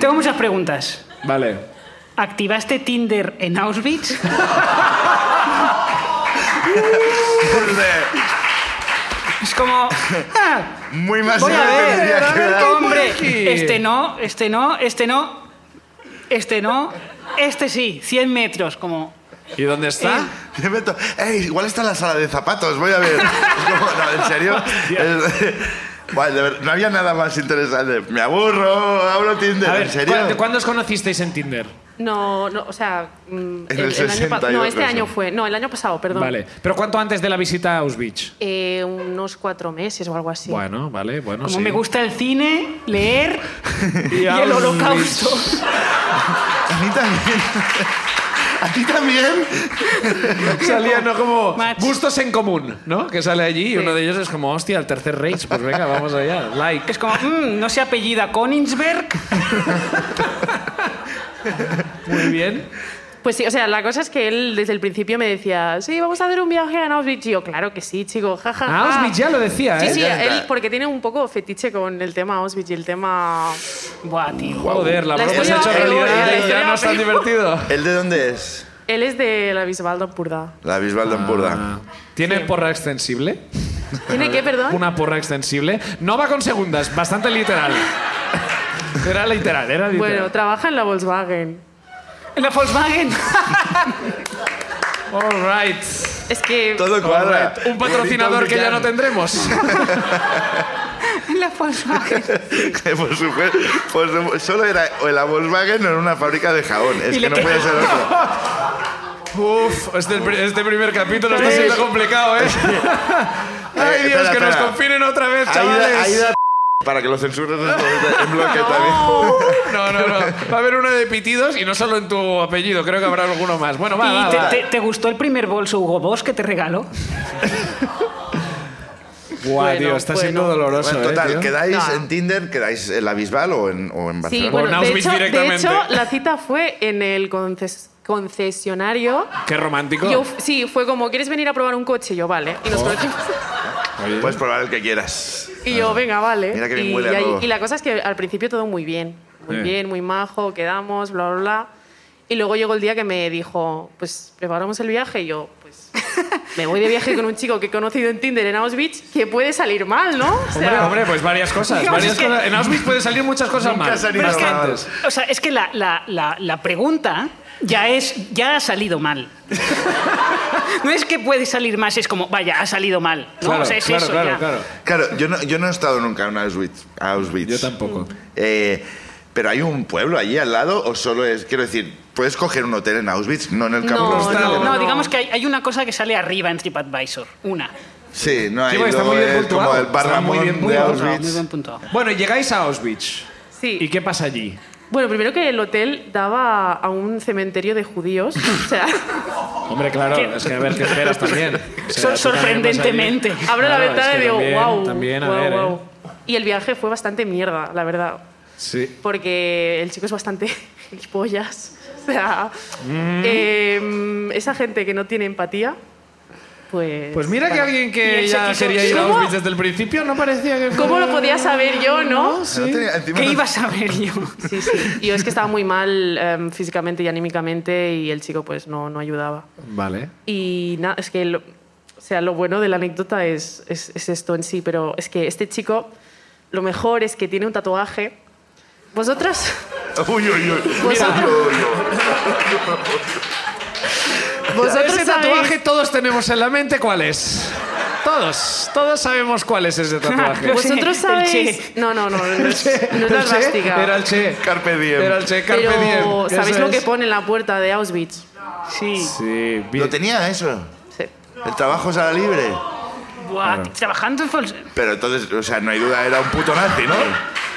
Speaker 3: Tengo muchas preguntas.
Speaker 1: Vale.
Speaker 3: ¿Activaste Tinder en Auschwitz? Es como... ah,
Speaker 2: Muy más
Speaker 3: Voy a
Speaker 2: allá
Speaker 3: ver,
Speaker 2: tendría que dar.
Speaker 1: Aquí.
Speaker 3: hombre. Este no, este no, este no, este no, este sí, 100 metros, como...
Speaker 1: ¿Y dónde está?
Speaker 2: Me meto, "Ey, igual está en la sala de zapatos, voy a ver. Es como, no, en serio. Es- Bueno, de ver- no había nada más interesante. Me aburro, abro Tinder,
Speaker 1: A ver,
Speaker 2: en serio.
Speaker 1: ¿cu- de ¿cuándo os conocisteis en Tinder?
Speaker 5: No, no, o sea, mm, el,
Speaker 2: el
Speaker 5: el año pa-
Speaker 2: 62
Speaker 5: no, este
Speaker 2: creo,
Speaker 5: año
Speaker 2: sí.
Speaker 5: fue, no, el año pasado, perdón.
Speaker 1: Vale. ¿Pero cuánto antes de la visita a Auschwitz?
Speaker 5: Eh, unos cuatro meses o algo así.
Speaker 1: Bueno, vale, bueno,
Speaker 3: Como
Speaker 1: sí.
Speaker 3: me gusta el cine, leer y,
Speaker 1: Y
Speaker 3: el
Speaker 1: Auschwitz.
Speaker 3: holocausto.
Speaker 2: A mí también. ¿A ti también?
Speaker 1: Salía, ¿no? Como
Speaker 3: Match.
Speaker 1: gustos en común, ¿no? Que sale allí y
Speaker 3: Sí.
Speaker 1: uno de ellos es como, hostia, el tercer Reich. Pues venga, vamos allá. Like.
Speaker 3: Es como, "Mm, no se apellida Konigsberg.
Speaker 1: Muy bien.
Speaker 5: Pues sí, o sea, la cosa es que él desde el principio me decía, sí, vamos a hacer un viaje a Auschwitz. Y yo, claro que sí, chico, jajaja.
Speaker 1: Ah, Auschwitz ya lo decía,
Speaker 5: Sí,
Speaker 1: ¿eh?
Speaker 5: sí,
Speaker 2: Ya está.
Speaker 5: él porque tiene un poco fetiche con el tema Auschwitz y el tema...
Speaker 3: Buah, tío.
Speaker 1: Joder, la
Speaker 5: La
Speaker 1: broma se ha
Speaker 5: historia
Speaker 1: hecho
Speaker 5: de Perú,
Speaker 1: realidad
Speaker 5: la
Speaker 1: y ya
Speaker 5: historia
Speaker 1: no es tan
Speaker 5: de Perú.
Speaker 1: divertido.
Speaker 2: ¿El de dónde es?
Speaker 5: Él es de la Bisbal de Purda.
Speaker 2: La Bisbal de
Speaker 1: Ah.
Speaker 2: Empurda.
Speaker 1: ¿Tiene porra extensible?
Speaker 5: ¿Tiene qué, perdón?
Speaker 1: Una porra extensible. No va con segundas, bastante literal. Era literal, era literal.
Speaker 5: Bueno, trabaja en la Volkswagen.
Speaker 3: La Volkswagen.
Speaker 1: All right.
Speaker 5: Es que...
Speaker 2: Todo
Speaker 1: All
Speaker 2: cuadra.
Speaker 1: right. Un patrocinador que ya no tendremos.
Speaker 3: La Volkswagen.
Speaker 2: por supuesto. por supuesto. solo era o la Volkswagen o en una fábrica de jabón. Es que
Speaker 3: Y le
Speaker 2: no
Speaker 3: que-
Speaker 2: podía ser otro.
Speaker 1: Uf, este, pri- este primer capítulo está siendo complicado, ¿eh?
Speaker 2: Eh,
Speaker 1: Ay, Dios,
Speaker 2: espera,
Speaker 1: que nos
Speaker 2: espera.
Speaker 1: confinen otra vez,
Speaker 2: Aida,
Speaker 1: chavales.
Speaker 2: Aida, para que lo censures en en bloque también.
Speaker 1: No, no, no. Va a haber uno de pitidos y no solo en tu apellido, creo que habrá alguno más. Bueno, va, va,
Speaker 3: ¿Y te,
Speaker 1: va.
Speaker 3: te- te gustó el primer bolso Hugo Boss que te regaló?
Speaker 1: Guau,
Speaker 5: Bueno,
Speaker 1: tío, está
Speaker 5: bueno.
Speaker 1: siendo doloroso,
Speaker 2: Bueno,
Speaker 1: ¿eh,
Speaker 2: total,
Speaker 1: tío?
Speaker 2: ¿quedáis
Speaker 5: No.
Speaker 2: en Tinder? ¿Quedáis en la Bisbal o en, o en
Speaker 5: Sí,
Speaker 2: Barcelona?
Speaker 1: Con
Speaker 5: bueno, de
Speaker 1: Auschwitz
Speaker 5: hecho, de
Speaker 1: directamente.
Speaker 5: hecho, la cita fue en el conces- concesionario.
Speaker 1: Qué romántico.
Speaker 5: Yo, sí, fue como, ¿quieres venir a probar un coche? Y yo, vale. Y nos
Speaker 2: Oh.
Speaker 5: conocimos.
Speaker 2: Puedes probar el que quieras.
Speaker 5: Y yo, venga, vale.
Speaker 2: Mira que bien
Speaker 5: y,
Speaker 2: huele a
Speaker 5: y ahí-
Speaker 2: nuevo.
Speaker 5: y la cosa es que al principio todo muy bien. Muy
Speaker 1: Sí.
Speaker 5: bien, muy majo, quedamos, bla, bla, bla. Y luego llegó el día que me dijo, pues preparamos el viaje. Y yo, pues me voy de viaje con un chico que he conocido en Tinder en Auschwitz, que puede salir mal, ¿no? O
Speaker 1: Hombre,
Speaker 5: sea,
Speaker 1: hombre, pues varias cosas.
Speaker 3: Digamos,
Speaker 1: varias
Speaker 3: es que-
Speaker 1: cosas. En Auschwitz puede salir muchas cosas
Speaker 2: Nunca ha
Speaker 1: más.
Speaker 2: salido
Speaker 1: Bastantes.
Speaker 2: mal.
Speaker 3: O sea, es que la, la- la- la pregunta ya es ya ha salido mal. No es que puede salir más, es como, vaya, ha salido mal. ¿no?
Speaker 1: Claro,
Speaker 3: o sea, es
Speaker 1: claro,
Speaker 3: eso
Speaker 1: claro,
Speaker 3: ya.
Speaker 1: claro.
Speaker 2: Claro, yo no, yo no he estado nunca en Auschwitz. Auschwitz.
Speaker 1: Yo tampoco.
Speaker 2: Eh, pero hay un pueblo allí al lado o solo es, quiero decir, puedes coger un hotel en Auschwitz, no en el campo. este, de
Speaker 5: No,
Speaker 1: no,
Speaker 2: concentración.
Speaker 3: No,
Speaker 5: No.
Speaker 3: digamos que hay, hay una cosa que sale arriba en TripAdvisor. Una.
Speaker 2: Sí, no hay
Speaker 1: Sí, porque está muy bien puntuado.
Speaker 2: como el bar
Speaker 1: Está muy
Speaker 2: Ramón
Speaker 1: bien
Speaker 2: de
Speaker 1: puntuado.
Speaker 2: Auschwitz.
Speaker 3: Muy buen punto.
Speaker 1: Bueno, y llegáis a Auschwitz.
Speaker 5: sí.
Speaker 1: ¿Y qué pasa allí?
Speaker 5: Bueno, primero que el hotel daba a un cementerio de judíos. O sea,
Speaker 1: Hombre, claro,
Speaker 3: ¿Qué?
Speaker 1: es que a ver qué esperas también. O sea,
Speaker 3: Sor-
Speaker 1: tú también vas allí.
Speaker 3: sorprendentemente.
Speaker 5: abro la
Speaker 1: Claro, es
Speaker 5: ventana
Speaker 1: que
Speaker 5: y digo,
Speaker 1: también-
Speaker 5: wow.
Speaker 1: También, a
Speaker 5: wow,
Speaker 1: ver, ¿eh?
Speaker 5: wow". Y el viaje fue bastante mierda, la verdad.
Speaker 1: Sí.
Speaker 5: porque el chico es bastante gilipollas. O sea,
Speaker 1: Mm.
Speaker 5: em, esa gente que no tiene empatía, pues...
Speaker 1: Pues mira que
Speaker 5: bueno.
Speaker 1: alguien
Speaker 5: Y
Speaker 1: que
Speaker 5: él se
Speaker 1: ya
Speaker 5: quiso-
Speaker 1: quería ir a
Speaker 5: ¿Cómo?
Speaker 1: Auschwitz desde el principio no parecía que...
Speaker 5: ¿Cómo
Speaker 1: fuera-
Speaker 5: lo podía saber yo, no?
Speaker 1: Sí.
Speaker 2: No tenía- encima
Speaker 3: ¿Qué
Speaker 2: no-
Speaker 3: iba a saber yo?
Speaker 5: Sí, sí. Yo es que estaba muy mal em, físicamente y anímicamente y el chico pues no, no ayudaba.
Speaker 1: Vale.
Speaker 5: Y nada, es que lo, o sea, lo bueno de la anécdota es, es, es esto en sí, pero es que este chico, lo mejor es que tiene un tatuaje. Vosotras...
Speaker 2: Uy, uy, uy.
Speaker 5: Vosotros-
Speaker 2: Uy, uy, uy.
Speaker 5: Vosotros
Speaker 1: ese
Speaker 5: sabéis-
Speaker 1: tatuaje todos tenemos en la mente cuál es. Todos, todos sabemos cuál es ese tatuaje.
Speaker 3: Lo sé,
Speaker 5: Vosotros
Speaker 3: el
Speaker 5: sabéis.
Speaker 3: che.
Speaker 5: No, no, no, no, es, no es la
Speaker 1: El Che,
Speaker 5: esvástica.
Speaker 1: Era el Che.
Speaker 2: Carpe diem.
Speaker 1: Era el Che Carpe
Speaker 5: Pero
Speaker 1: Diem.
Speaker 5: ¿sabéis
Speaker 1: Eso
Speaker 5: lo que
Speaker 1: es.
Speaker 5: pone en la puerta de Auschwitz?
Speaker 3: Sí.
Speaker 1: Sí,
Speaker 2: Lo
Speaker 1: bien.
Speaker 2: tenía eso.
Speaker 5: Sí.
Speaker 2: El trabajo es a la libre.
Speaker 3: Buah, trabajando en Vols-
Speaker 2: Pero entonces, o sea, no hay duda, era un puto nazi, ¿no?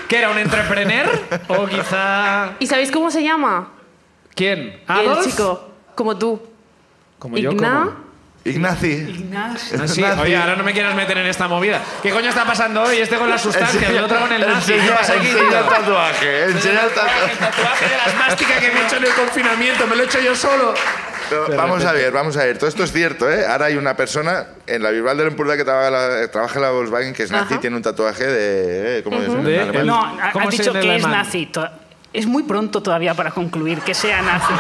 Speaker 1: ¿Que era un entrepreneur? ¿O quizá.
Speaker 5: ¿Y sabéis cómo se llama?
Speaker 1: ¿Quién?
Speaker 5: El
Speaker 1: ¿Adolf?
Speaker 5: chico, como tú.
Speaker 1: Como yo,
Speaker 5: Igna.
Speaker 1: como.
Speaker 2: Ignazi.
Speaker 3: Ignacio.
Speaker 1: Ah, sí.
Speaker 2: Nazi.
Speaker 1: Oye, ahora no me quieras meter en esta movida. ¿Qué coño está pasando hoy? Este con las sustancias, el otro con el nazi. ¿Qué
Speaker 2: Enseña-
Speaker 1: pasa aquí, tío?
Speaker 2: enseña el tatuaje, enseña el
Speaker 1: El
Speaker 2: tatuaje.
Speaker 1: tatuaje de la esvástica que me he hecho en el confinamiento, me lo he hecho yo solo.
Speaker 2: No, vamos a ver, vamos a ver. Todo esto es cierto, ¿eh? Ahora hay una persona en la Bilbao de la Empurda que trabaja, la- trabaja en la Volkswagen que es nazi y
Speaker 5: Ajá.
Speaker 2: tiene un tatuaje de... eh, ¿Cómo es? En
Speaker 1: De-
Speaker 2: alemán.
Speaker 1: el-
Speaker 3: No, ha-
Speaker 1: ¿Cómo
Speaker 3: has
Speaker 1: se
Speaker 3: dicho
Speaker 1: lee
Speaker 3: que es
Speaker 1: alemán?
Speaker 3: nazi. To- Es muy pronto todavía para concluir que sea nazi.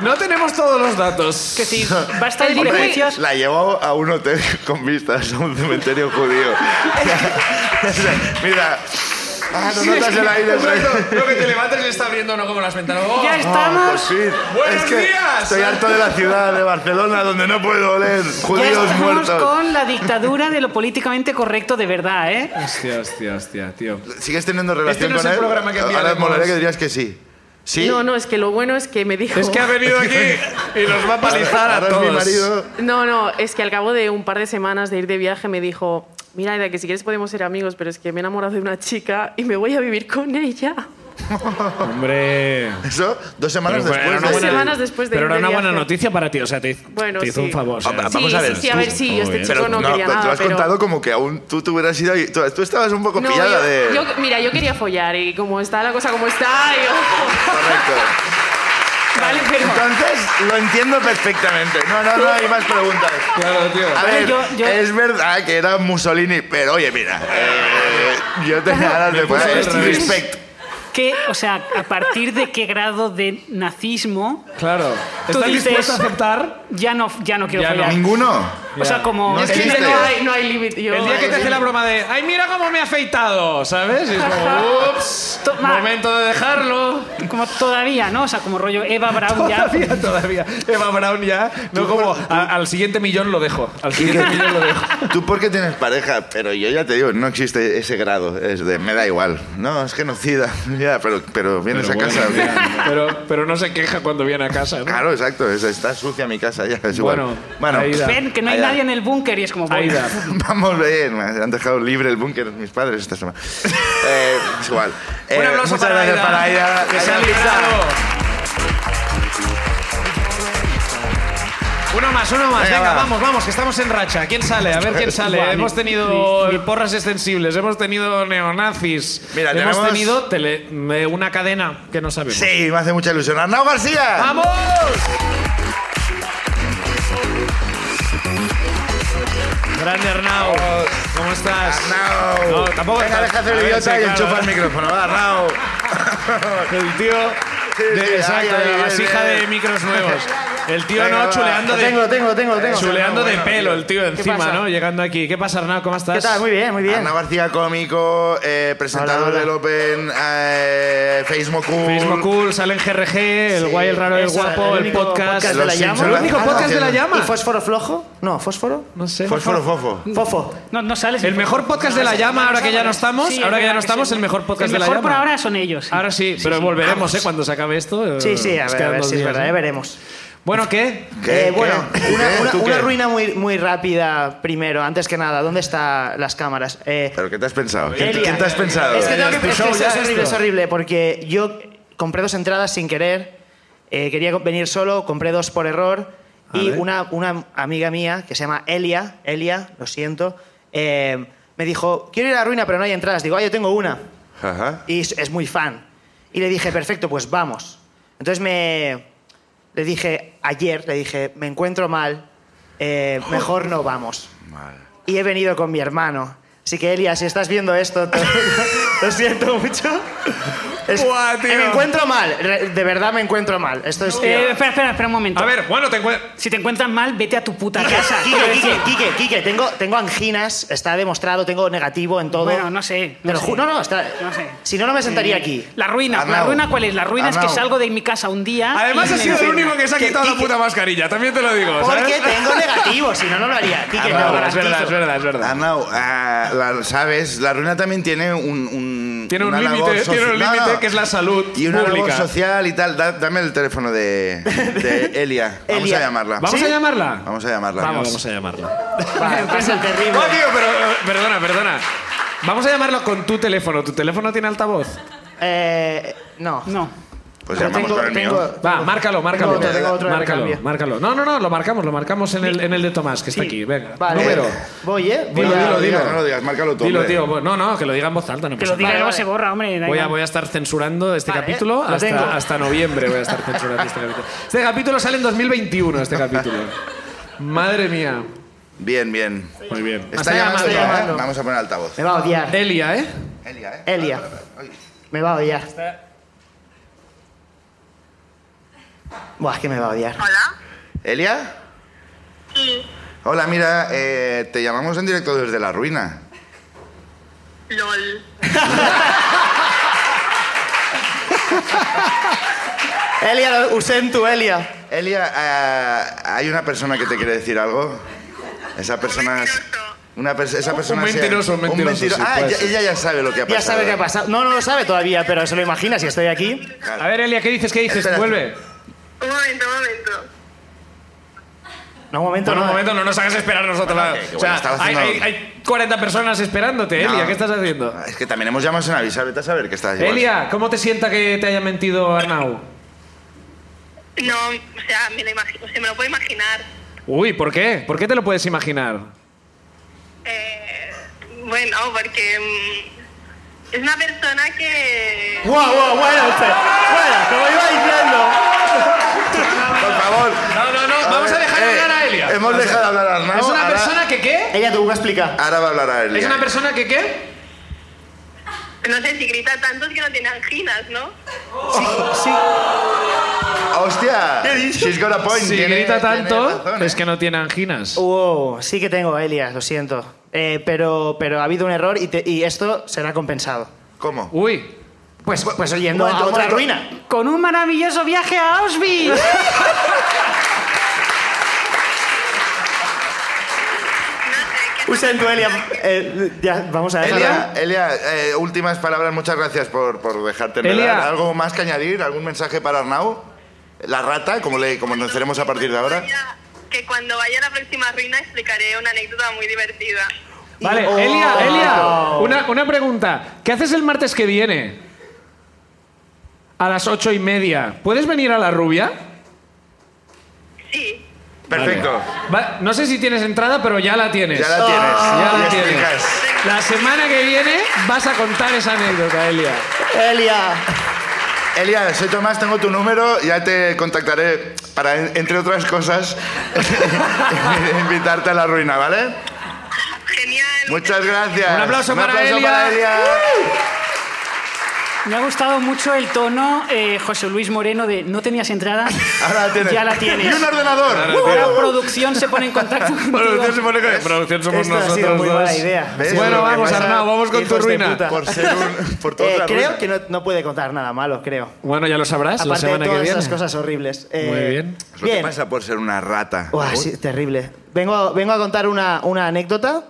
Speaker 1: No tenemos todos los datos.
Speaker 3: que sí, basta de
Speaker 5: El
Speaker 2: Hombre,
Speaker 3: prejuicios.
Speaker 2: la llevó a un hotel con vistas a un cementerio judío. O sea, Mira, ah, no notas el aire.
Speaker 1: Exacto. Lo que te levantas y está abriendo no como las ventanas. ¡Oh!
Speaker 2: Ah,
Speaker 3: Ya
Speaker 2: por
Speaker 3: estamos.
Speaker 2: fin.
Speaker 1: ¡Buenos
Speaker 2: Es que
Speaker 1: días!
Speaker 2: Estoy harto de la ciudad de Barcelona donde no puedo oler
Speaker 3: Ya
Speaker 2: judíos
Speaker 3: estamos
Speaker 2: muertos.
Speaker 3: con la dictadura de lo políticamente correcto de verdad, ¿eh?
Speaker 1: Hostia, hostia, hostia, tío.
Speaker 2: ¿Sigues teniendo relación
Speaker 1: no es
Speaker 2: con
Speaker 1: el
Speaker 2: él?
Speaker 1: programa que
Speaker 2: Ahora
Speaker 1: enviaremos.
Speaker 2: molaría que dirías que sí. ¿Sí?
Speaker 5: No, no, es que lo bueno es que me dijo.
Speaker 1: Es que ha venido aquí y nos va a palizar
Speaker 2: Ahora
Speaker 1: a
Speaker 2: es
Speaker 1: todos.
Speaker 2: mi marido.
Speaker 5: No, no, es que al cabo de un par de semanas de ir de viaje me dijo, mira, Aida, que si quieres podemos ser amigos, pero es que me he enamorado de una chica y me voy a vivir con ella.
Speaker 1: Hombre.
Speaker 2: Eso, dos semanas
Speaker 1: Pero
Speaker 2: después. ¿eh?
Speaker 1: era una
Speaker 5: Dos
Speaker 1: buena-
Speaker 5: semanas después de
Speaker 1: Pero
Speaker 5: ir
Speaker 1: era
Speaker 5: de
Speaker 1: una buena
Speaker 5: viaje.
Speaker 1: noticia para ti, o sea, te,
Speaker 5: Bueno,
Speaker 1: te hizo
Speaker 5: sí.
Speaker 1: un favor. o sea,
Speaker 2: Hombre,
Speaker 1: sí.
Speaker 2: Vamos
Speaker 5: sí,
Speaker 2: a ver,
Speaker 5: sí, sí, a ver, sí, yo
Speaker 1: Muy
Speaker 5: este
Speaker 1: bien.
Speaker 5: chico no,
Speaker 2: no,
Speaker 5: quería
Speaker 2: pero
Speaker 5: nada.
Speaker 2: te lo has
Speaker 5: pero-
Speaker 2: contado como que aún tú te hubieras ido y tú, tú estabas un poco
Speaker 5: No,
Speaker 2: pillada
Speaker 5: yo-
Speaker 2: de...
Speaker 5: yo- mira, yo quería follar y como está la cosa como está, yo...
Speaker 2: Correcto.
Speaker 5: Vale, pero...
Speaker 2: Entonces, lo entiendo perfectamente. No, no, no hay más preguntas.
Speaker 1: Claro, tío.
Speaker 2: A
Speaker 3: Vale,
Speaker 2: ver,
Speaker 3: yo- yo-
Speaker 2: es verdad que era Mussolini, pero oye, mira, eh, yo tenía ganas de poner
Speaker 1: puso al revés.
Speaker 2: respect.
Speaker 3: ¿Qué, o sea, a partir de qué grado de nazismo
Speaker 1: Claro.
Speaker 3: Tú
Speaker 1: ¿Estás
Speaker 3: dices-
Speaker 1: dispuesto a aceptar?
Speaker 3: ya no, ya no quiero
Speaker 1: Ya no.
Speaker 3: follar?
Speaker 2: Ninguno.
Speaker 3: O sea, como...
Speaker 2: No
Speaker 5: Es que
Speaker 2: existe.
Speaker 5: no hay, no hay límite. yo-
Speaker 1: El día que te hace la broma de, ay, mira cómo me he afeitado, ¿sabes? Y es como, ups,
Speaker 3: Toma.
Speaker 1: momento de dejarlo.
Speaker 3: Como todavía, ¿no? O sea, como rollo Eva Braun ya.
Speaker 1: Todavía, todavía. Eva Brown ya, no como, a- al siguiente millón lo dejo. Al siguiente millón lo dejo.
Speaker 2: Tú porque tienes pareja, pero yo ya te digo, no existe ese grado. Es de, me da igual. No, es genocida. Ya, pero, pero vienes a casa. mira.
Speaker 1: Pero, pero no se queja cuando viene a casa, ¿no?
Speaker 2: Claro, exacto. es- Está sucia mi casa ya. Es igual.
Speaker 1: Bueno,
Speaker 2: bueno
Speaker 1: Aida.
Speaker 3: Ven, que no hay
Speaker 2: Ahí va.
Speaker 3: nadie en el búnker y es como... bueno.
Speaker 1: Aida.
Speaker 2: Vamos bien, me han dejado libre el búnker mis padres esta semana. Eh, es igual.
Speaker 1: Un
Speaker 2: Eh,
Speaker 1: aplauso
Speaker 2: muchas
Speaker 1: para
Speaker 2: gracias
Speaker 1: Aida.
Speaker 2: para Aida.
Speaker 1: Que se ha
Speaker 2: Aida
Speaker 1: librado. Uno más, uno más. Venga,
Speaker 2: Venga, va.
Speaker 1: vamos, vamos, que estamos en racha. ¿Quién sale? A ver quién sale.
Speaker 3: Vale.
Speaker 1: Hemos tenido eh, porras extensibles, hemos tenido neonazis,
Speaker 2: Mira,
Speaker 1: hemos
Speaker 2: tenemos-
Speaker 1: tenido tele- eh, una cadena que no sabemos.
Speaker 2: Sí, me hace mucha ilusión. Arnau García.
Speaker 1: ¡Vamos! Grande Arnau, ¿cómo estás?
Speaker 2: Arnau.
Speaker 1: No, tampoco
Speaker 2: Venga,
Speaker 1: estás-
Speaker 2: deja hacer
Speaker 1: a
Speaker 2: el
Speaker 1: ver, sí,
Speaker 2: idiota y
Speaker 1: claro.
Speaker 2: enchufa el micrófono. Va, Arnau.
Speaker 1: El tío.
Speaker 2: Sí,
Speaker 1: de,
Speaker 2: sí,
Speaker 1: exacto,
Speaker 2: ahí, ahí,
Speaker 1: de la
Speaker 2: ahí,
Speaker 1: vasija
Speaker 2: ahí.
Speaker 1: de micros nuevos. El tío
Speaker 2: Venga,
Speaker 1: no
Speaker 2: va.
Speaker 1: chuleando
Speaker 6: Lo
Speaker 1: de.
Speaker 6: tengo, lo tengo, lo tengo, lo tengo.
Speaker 1: Chuleando de
Speaker 2: Bueno,
Speaker 1: pelo el tío encima,
Speaker 6: pasa?
Speaker 1: ¿no? Llegando aquí. ¿Qué pasa, Arnau? ¿Cómo estás?
Speaker 6: ¿Qué tal? Muy bien, muy bien.
Speaker 2: Arnau García, cómico, eh, presentador
Speaker 6: Hola, hola.
Speaker 2: del Open eh, Facebook Cool.
Speaker 1: Mismo cool, sale en GRG, el
Speaker 6: Sí,
Speaker 1: guay, el raro, el
Speaker 6: eso,
Speaker 1: guapo,
Speaker 6: el
Speaker 1: el,
Speaker 6: único
Speaker 1: podcast.
Speaker 6: podcast de Ah,
Speaker 2: Los
Speaker 6: la llama.
Speaker 2: Simpson
Speaker 6: El
Speaker 1: único
Speaker 2: lanzando,
Speaker 1: podcast de la
Speaker 2: haciendo-
Speaker 1: llama.
Speaker 6: ¿Y fósforo flojo? No, fósforo.
Speaker 1: No sé.
Speaker 2: Fósforo, fofo.
Speaker 6: Fofo.
Speaker 3: No, no sales.
Speaker 1: El mejor podcast de la llama, ahora que ya no estamos,
Speaker 3: Sí, es
Speaker 1: ahora que ya
Speaker 3: verdad
Speaker 1: no estamos,
Speaker 3: sí.
Speaker 1: el mejor podcast de la
Speaker 3: El mejor por
Speaker 1: llama.
Speaker 3: ahora son ellos.
Speaker 1: Ahora sí, pero volveremos, ¿eh? Cuando se acabe esto. eh,
Speaker 6: Sí, sí, a
Speaker 1: nos
Speaker 6: ver, a
Speaker 1: quedan
Speaker 6: ver
Speaker 1: dos
Speaker 6: si es
Speaker 1: días,
Speaker 6: verdad,
Speaker 1: ¿eh?
Speaker 6: ya veremos.
Speaker 1: Bueno, ¿qué?
Speaker 2: ¿Qué?
Speaker 6: Eh, bueno,
Speaker 2: ¿Qué?
Speaker 6: una,
Speaker 2: ¿Qué?
Speaker 6: una-
Speaker 2: ¿Tú
Speaker 6: una
Speaker 2: qué?
Speaker 6: ruina muy, muy rápida primero, antes que nada. ¿Dónde están las cámaras? Eh,
Speaker 2: ¿Pero qué te has pensado? ¿Quién,
Speaker 6: Elia. eh,
Speaker 2: quién te has pensado? Eh,
Speaker 6: Es que, tengo que-
Speaker 1: Pero
Speaker 6: es que
Speaker 1: show ya
Speaker 6: es horrible,
Speaker 1: esto.
Speaker 6: es horrible, porque yo compré dos entradas sin querer, eh, quería venir solo, compré dos por error, y
Speaker 1: ver.
Speaker 6: una, una amiga mía que se llama Elia, Elia, lo siento, eh, me dijo, quiero ir a la ruina, pero no hay entradas. Digo, ah, yo tengo una.
Speaker 2: Ajá.
Speaker 6: Y es, es muy fan. Y le dije, perfecto, pues vamos. Entonces me... Le dije, ayer, le dije, me encuentro mal, eh, mejor no vamos. Y he venido con mi hermano. Así que, Elia, si estás viendo esto, te- lo siento mucho. Es-
Speaker 1: Buah, tío.
Speaker 6: Me encuentro mal, re- de verdad me encuentro mal. Esto es...
Speaker 3: Eh, espera, espera, espera un momento.
Speaker 1: A ver, bueno, te encuentro.
Speaker 3: Si te encuentran mal, vete a tu puta casa.
Speaker 6: Quique, Quique, Quique, Quique, tengo, tengo anginas, está demostrado, tengo negativo en todo.
Speaker 3: Bueno, no sé,
Speaker 6: Te
Speaker 3: no
Speaker 6: lo
Speaker 3: sé.
Speaker 6: ju- No, no, está-
Speaker 3: No sé. Eh,
Speaker 6: Si no, no me sentaría aquí.
Speaker 3: La ruina, ¿la
Speaker 2: Arnau.
Speaker 3: ruina cuál es? La ruina es que
Speaker 2: Arnau.
Speaker 3: salgo de mi casa un
Speaker 6: Ah,
Speaker 3: día.
Speaker 1: Además,
Speaker 3: y
Speaker 1: ha
Speaker 3: me
Speaker 1: sido el
Speaker 3: enfermo.
Speaker 1: único que se ha
Speaker 6: Que-
Speaker 1: quitado la
Speaker 6: Quique-
Speaker 1: puta mascarilla, también te lo digo.
Speaker 6: Porque
Speaker 1: ¿sabes? Ah,
Speaker 6: tengo negativo, si no, no lo haría. Quique,
Speaker 2: Ah,
Speaker 6: te lo
Speaker 2: vale,
Speaker 1: es
Speaker 6: garantizo.
Speaker 1: verdad, es verdad, es verdad.
Speaker 2: Arnau, ah, la- sabes, la ruina también tiene un... un
Speaker 1: Tiene un
Speaker 2: una labor
Speaker 1: límite, eh,
Speaker 2: soci-
Speaker 1: tiene un
Speaker 2: No, no.
Speaker 1: límite que es la salud
Speaker 2: Y una labor
Speaker 1: pública.
Speaker 2: social y tal. Da- dame el teléfono de, de Elia. Vamos
Speaker 6: Elia.
Speaker 2: a llamarla.
Speaker 1: ¿Vamos a llamarla?
Speaker 2: Vamos a llamarla.
Speaker 1: Vamos. a llamarla.
Speaker 6: Va, pasa el terrible.
Speaker 1: No, tío, pero eh, perdona, perdona. Vamos a llamarlo con tu teléfono. ¿Tu teléfono tiene altavoz?
Speaker 6: Eh, no.
Speaker 3: No.
Speaker 2: Pues
Speaker 6: Pero
Speaker 2: llamamos con el mío.
Speaker 1: Va, márcalo, márcalo.
Speaker 6: otro, tengo otro de
Speaker 1: márcalo,
Speaker 6: recambio.
Speaker 1: márcalo. No, no, no, lo marcamos, lo marcamos en el, en el de Tomás, que está
Speaker 3: Sí.
Speaker 1: aquí. Venga,
Speaker 6: Vale.
Speaker 1: número.
Speaker 6: Voy, ¿eh? Voy
Speaker 1: Dilo,
Speaker 6: a-
Speaker 1: dilo, dilo.
Speaker 2: No lo digas, márcalo tú.
Speaker 1: Dilo,
Speaker 2: hombre.
Speaker 1: tío. No, no, que lo diga en voz alta. No
Speaker 3: Que
Speaker 1: pasa
Speaker 3: lo diga
Speaker 1: nada.
Speaker 3: y luego
Speaker 6: vale.
Speaker 3: se borra, hombre. da
Speaker 1: Voy a,
Speaker 3: igual.
Speaker 1: voy a estar censurando este
Speaker 6: Vale,
Speaker 1: capítulo
Speaker 6: lo tengo.
Speaker 1: hasta, hasta noviembre. Voy a estar censurando este capítulo. Este capítulo sale en 2021, este capítulo. Madre mía.
Speaker 2: Bien, bien.
Speaker 1: Muy bien.
Speaker 2: Está llamando, ya, ¿eh? Vamos a poner altavoz.
Speaker 6: Me va a odiar.
Speaker 1: Elia, ¿eh?
Speaker 2: Elia, ¿eh?
Speaker 6: Elia. Me va a odiar. Buah, es que me va a odiar.
Speaker 7: Hola.
Speaker 2: ¿Elia?
Speaker 7: Sí.
Speaker 2: Hola, mira, eh, te llamamos en directo desde la ruina.
Speaker 7: LOL.
Speaker 6: Elia, usen tu Elia.
Speaker 2: Elia, eh, hay una persona que te quiere decir algo. Esa persona es.
Speaker 7: mentiroso.
Speaker 2: Una pers- esa persona se-
Speaker 1: mentiroso, un mentiroso,
Speaker 2: mentiro-
Speaker 1: sí,
Speaker 2: ah,
Speaker 1: puede
Speaker 2: ya-
Speaker 1: ser.
Speaker 2: ella ya sabe lo que ha pasado.
Speaker 6: Ya sabe qué ha pasado. No, no lo sabe todavía, pero se lo imagina si estoy aquí.
Speaker 1: A ver, Elia, ¿qué dices? ¿Qué dices?
Speaker 2: Espera.
Speaker 1: Vuelve.
Speaker 7: Un momento, un momento.
Speaker 6: No, un momento,
Speaker 1: Bueno, un
Speaker 6: no.
Speaker 1: momento, no nos hagas esperar nosotros.
Speaker 2: eh. Bueno, ok, que bueno, estaba
Speaker 1: hay,
Speaker 2: haciendo-
Speaker 1: hay- hay 40 personas esperándote, Elia.
Speaker 2: No. Ah,
Speaker 1: ¿Qué estás haciendo?
Speaker 2: Es que también hemos llamado sin avisar, vete a saber qué estás llevando.
Speaker 1: Elia, ¿cómo te sienta que te haya mentido Arnau?
Speaker 7: No, o sea, me lo imagino, se me lo puedo imaginar.
Speaker 1: Uy, ¿por qué? ¿Por qué te lo puedes imaginar?
Speaker 7: Eh, bueno, porque mm, es una persona que...
Speaker 6: ¡Guau, guau, bueno! usted, Bueno, como iba diciendo.
Speaker 2: Por favor.
Speaker 1: No, no, no, vamos a dejar
Speaker 2: eh,
Speaker 1: hablar a Elia.
Speaker 2: Hemos dejado hablar a Arnau.
Speaker 1: ¿Es una
Speaker 2: ahora-
Speaker 1: persona que qué?
Speaker 6: Ella tuvo que explicar.
Speaker 2: Ahora va a hablar a Elia.
Speaker 1: ¿Es una persona que qué?
Speaker 7: No sé si grita tanto es que no tiene anginas, ¿no?
Speaker 2: ¡Hostia! She's got a point.
Speaker 1: Si
Speaker 2: Tiene-
Speaker 1: grita
Speaker 2: tiene
Speaker 1: tanto,
Speaker 2: razón,
Speaker 1: es
Speaker 2: ¿eh?
Speaker 1: que no tiene anginas.
Speaker 6: Wow, sí que tengo, Elias, lo siento. Eh, pero, pero ha habido un error y, te- y esto será compensado.
Speaker 2: ¿Cómo?
Speaker 1: Uy,
Speaker 6: Pues, pues oyendo
Speaker 2: momento,
Speaker 6: a otra
Speaker 2: momento.
Speaker 6: ruina.
Speaker 3: Con un maravilloso viaje a Auschwitz.
Speaker 6: Usando Elia. eh, ya, vamos a dejarla.
Speaker 2: Elia, Elia eh, últimas palabras, muchas gracias por, por dejarte
Speaker 1: Elia.
Speaker 2: hablar. ¿Algo más que añadir? ¿Algún mensaje para Arnau? La rata, como le como nos haremos a partir de ahora.
Speaker 7: Vaya- Que cuando vaya a la próxima ruina explicaré una anécdota muy divertida.
Speaker 1: Vale,
Speaker 6: Oh.
Speaker 1: Elia, Elia, una, una pregunta. ¿Qué haces el martes que viene? A las ocho y media. ¿Puedes venir a la rubia?
Speaker 7: Sí.
Speaker 2: Perfecto.
Speaker 1: Va- no sé si tienes entrada, pero ya la tienes.
Speaker 2: Ya la tienes.
Speaker 1: Ya la
Speaker 2: Y
Speaker 1: tienes.
Speaker 2: explicas.
Speaker 1: La semana que viene vas a contar esa anécdota, Elia.
Speaker 6: Elia.
Speaker 2: Elia, soy Tomás, tengo tu número, ya te contactaré para, entre otras cosas, invitarte a la ruina, ¿vale?
Speaker 7: Genial.
Speaker 2: Muchas gracias.
Speaker 1: Un aplauso para Elia.
Speaker 2: para Elia.
Speaker 3: Me ha gustado mucho el tono, eh, José Luis Moreno, de no tenías entrada.
Speaker 2: Ahora la tienes.
Speaker 3: Ya la tienes.
Speaker 2: Y un ordenador.
Speaker 3: La producción se pone en contacto
Speaker 2: Producción se
Speaker 3: contigo.
Speaker 2: pone con-
Speaker 1: Eh, Producción somos
Speaker 6: Esto ha
Speaker 1: nosotros
Speaker 6: sido muy
Speaker 1: dos.
Speaker 6: mala idea.
Speaker 2: ¿Ves?
Speaker 1: Bueno,
Speaker 2: Lo que
Speaker 1: vamos,
Speaker 2: pasa
Speaker 1: Arnau, vamos con tu
Speaker 6: hijos de
Speaker 1: ruina.
Speaker 6: puta.
Speaker 2: Por ser un... Por tu
Speaker 6: Eh,
Speaker 2: otra
Speaker 6: creo
Speaker 2: ruina.
Speaker 6: que no, no puede contar nada malo, creo.
Speaker 1: Bueno, ya lo sabrás la
Speaker 6: Aparte de
Speaker 1: semana que
Speaker 6: todas
Speaker 1: viene.
Speaker 6: esas cosas horribles. Eh,
Speaker 1: Muy bien.
Speaker 2: Es Lo que
Speaker 6: Bien.
Speaker 2: pasa por ser una rata.
Speaker 6: Uah, sí, terrible. Vengo a, vengo a contar una, una anécdota,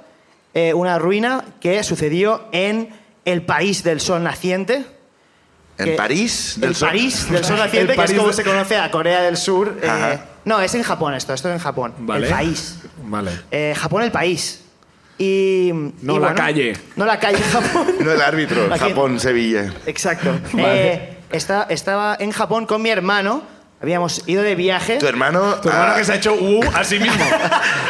Speaker 6: eh, una ruina que sucedió en el país del sol naciente.
Speaker 2: ¿En
Speaker 6: que-
Speaker 2: París?
Speaker 6: el
Speaker 2: Sur?
Speaker 6: París del sol naciente,
Speaker 1: El
Speaker 6: que es
Speaker 1: París
Speaker 6: como
Speaker 1: de-
Speaker 6: se conoce a Corea del Sur. eh,
Speaker 2: Ajá.
Speaker 6: no, es en Japón esto, esto es en Japón.
Speaker 1: Vale.
Speaker 6: El país.
Speaker 1: Vale.
Speaker 6: Eh, Japón, el país. Y.
Speaker 1: No
Speaker 6: y
Speaker 1: la
Speaker 6: bueno,
Speaker 1: calle.
Speaker 6: No la calle, Japón.
Speaker 2: No el árbitro,
Speaker 6: Aquí-
Speaker 2: Japón, Sevilla.
Speaker 6: Exacto. Eh, esta- estaba en Japón con mi hermano. Habíamos ido de viaje.
Speaker 2: Tu hermano... Ah,
Speaker 1: Tu hermano que se ha hecho uh a sí mismo. Que me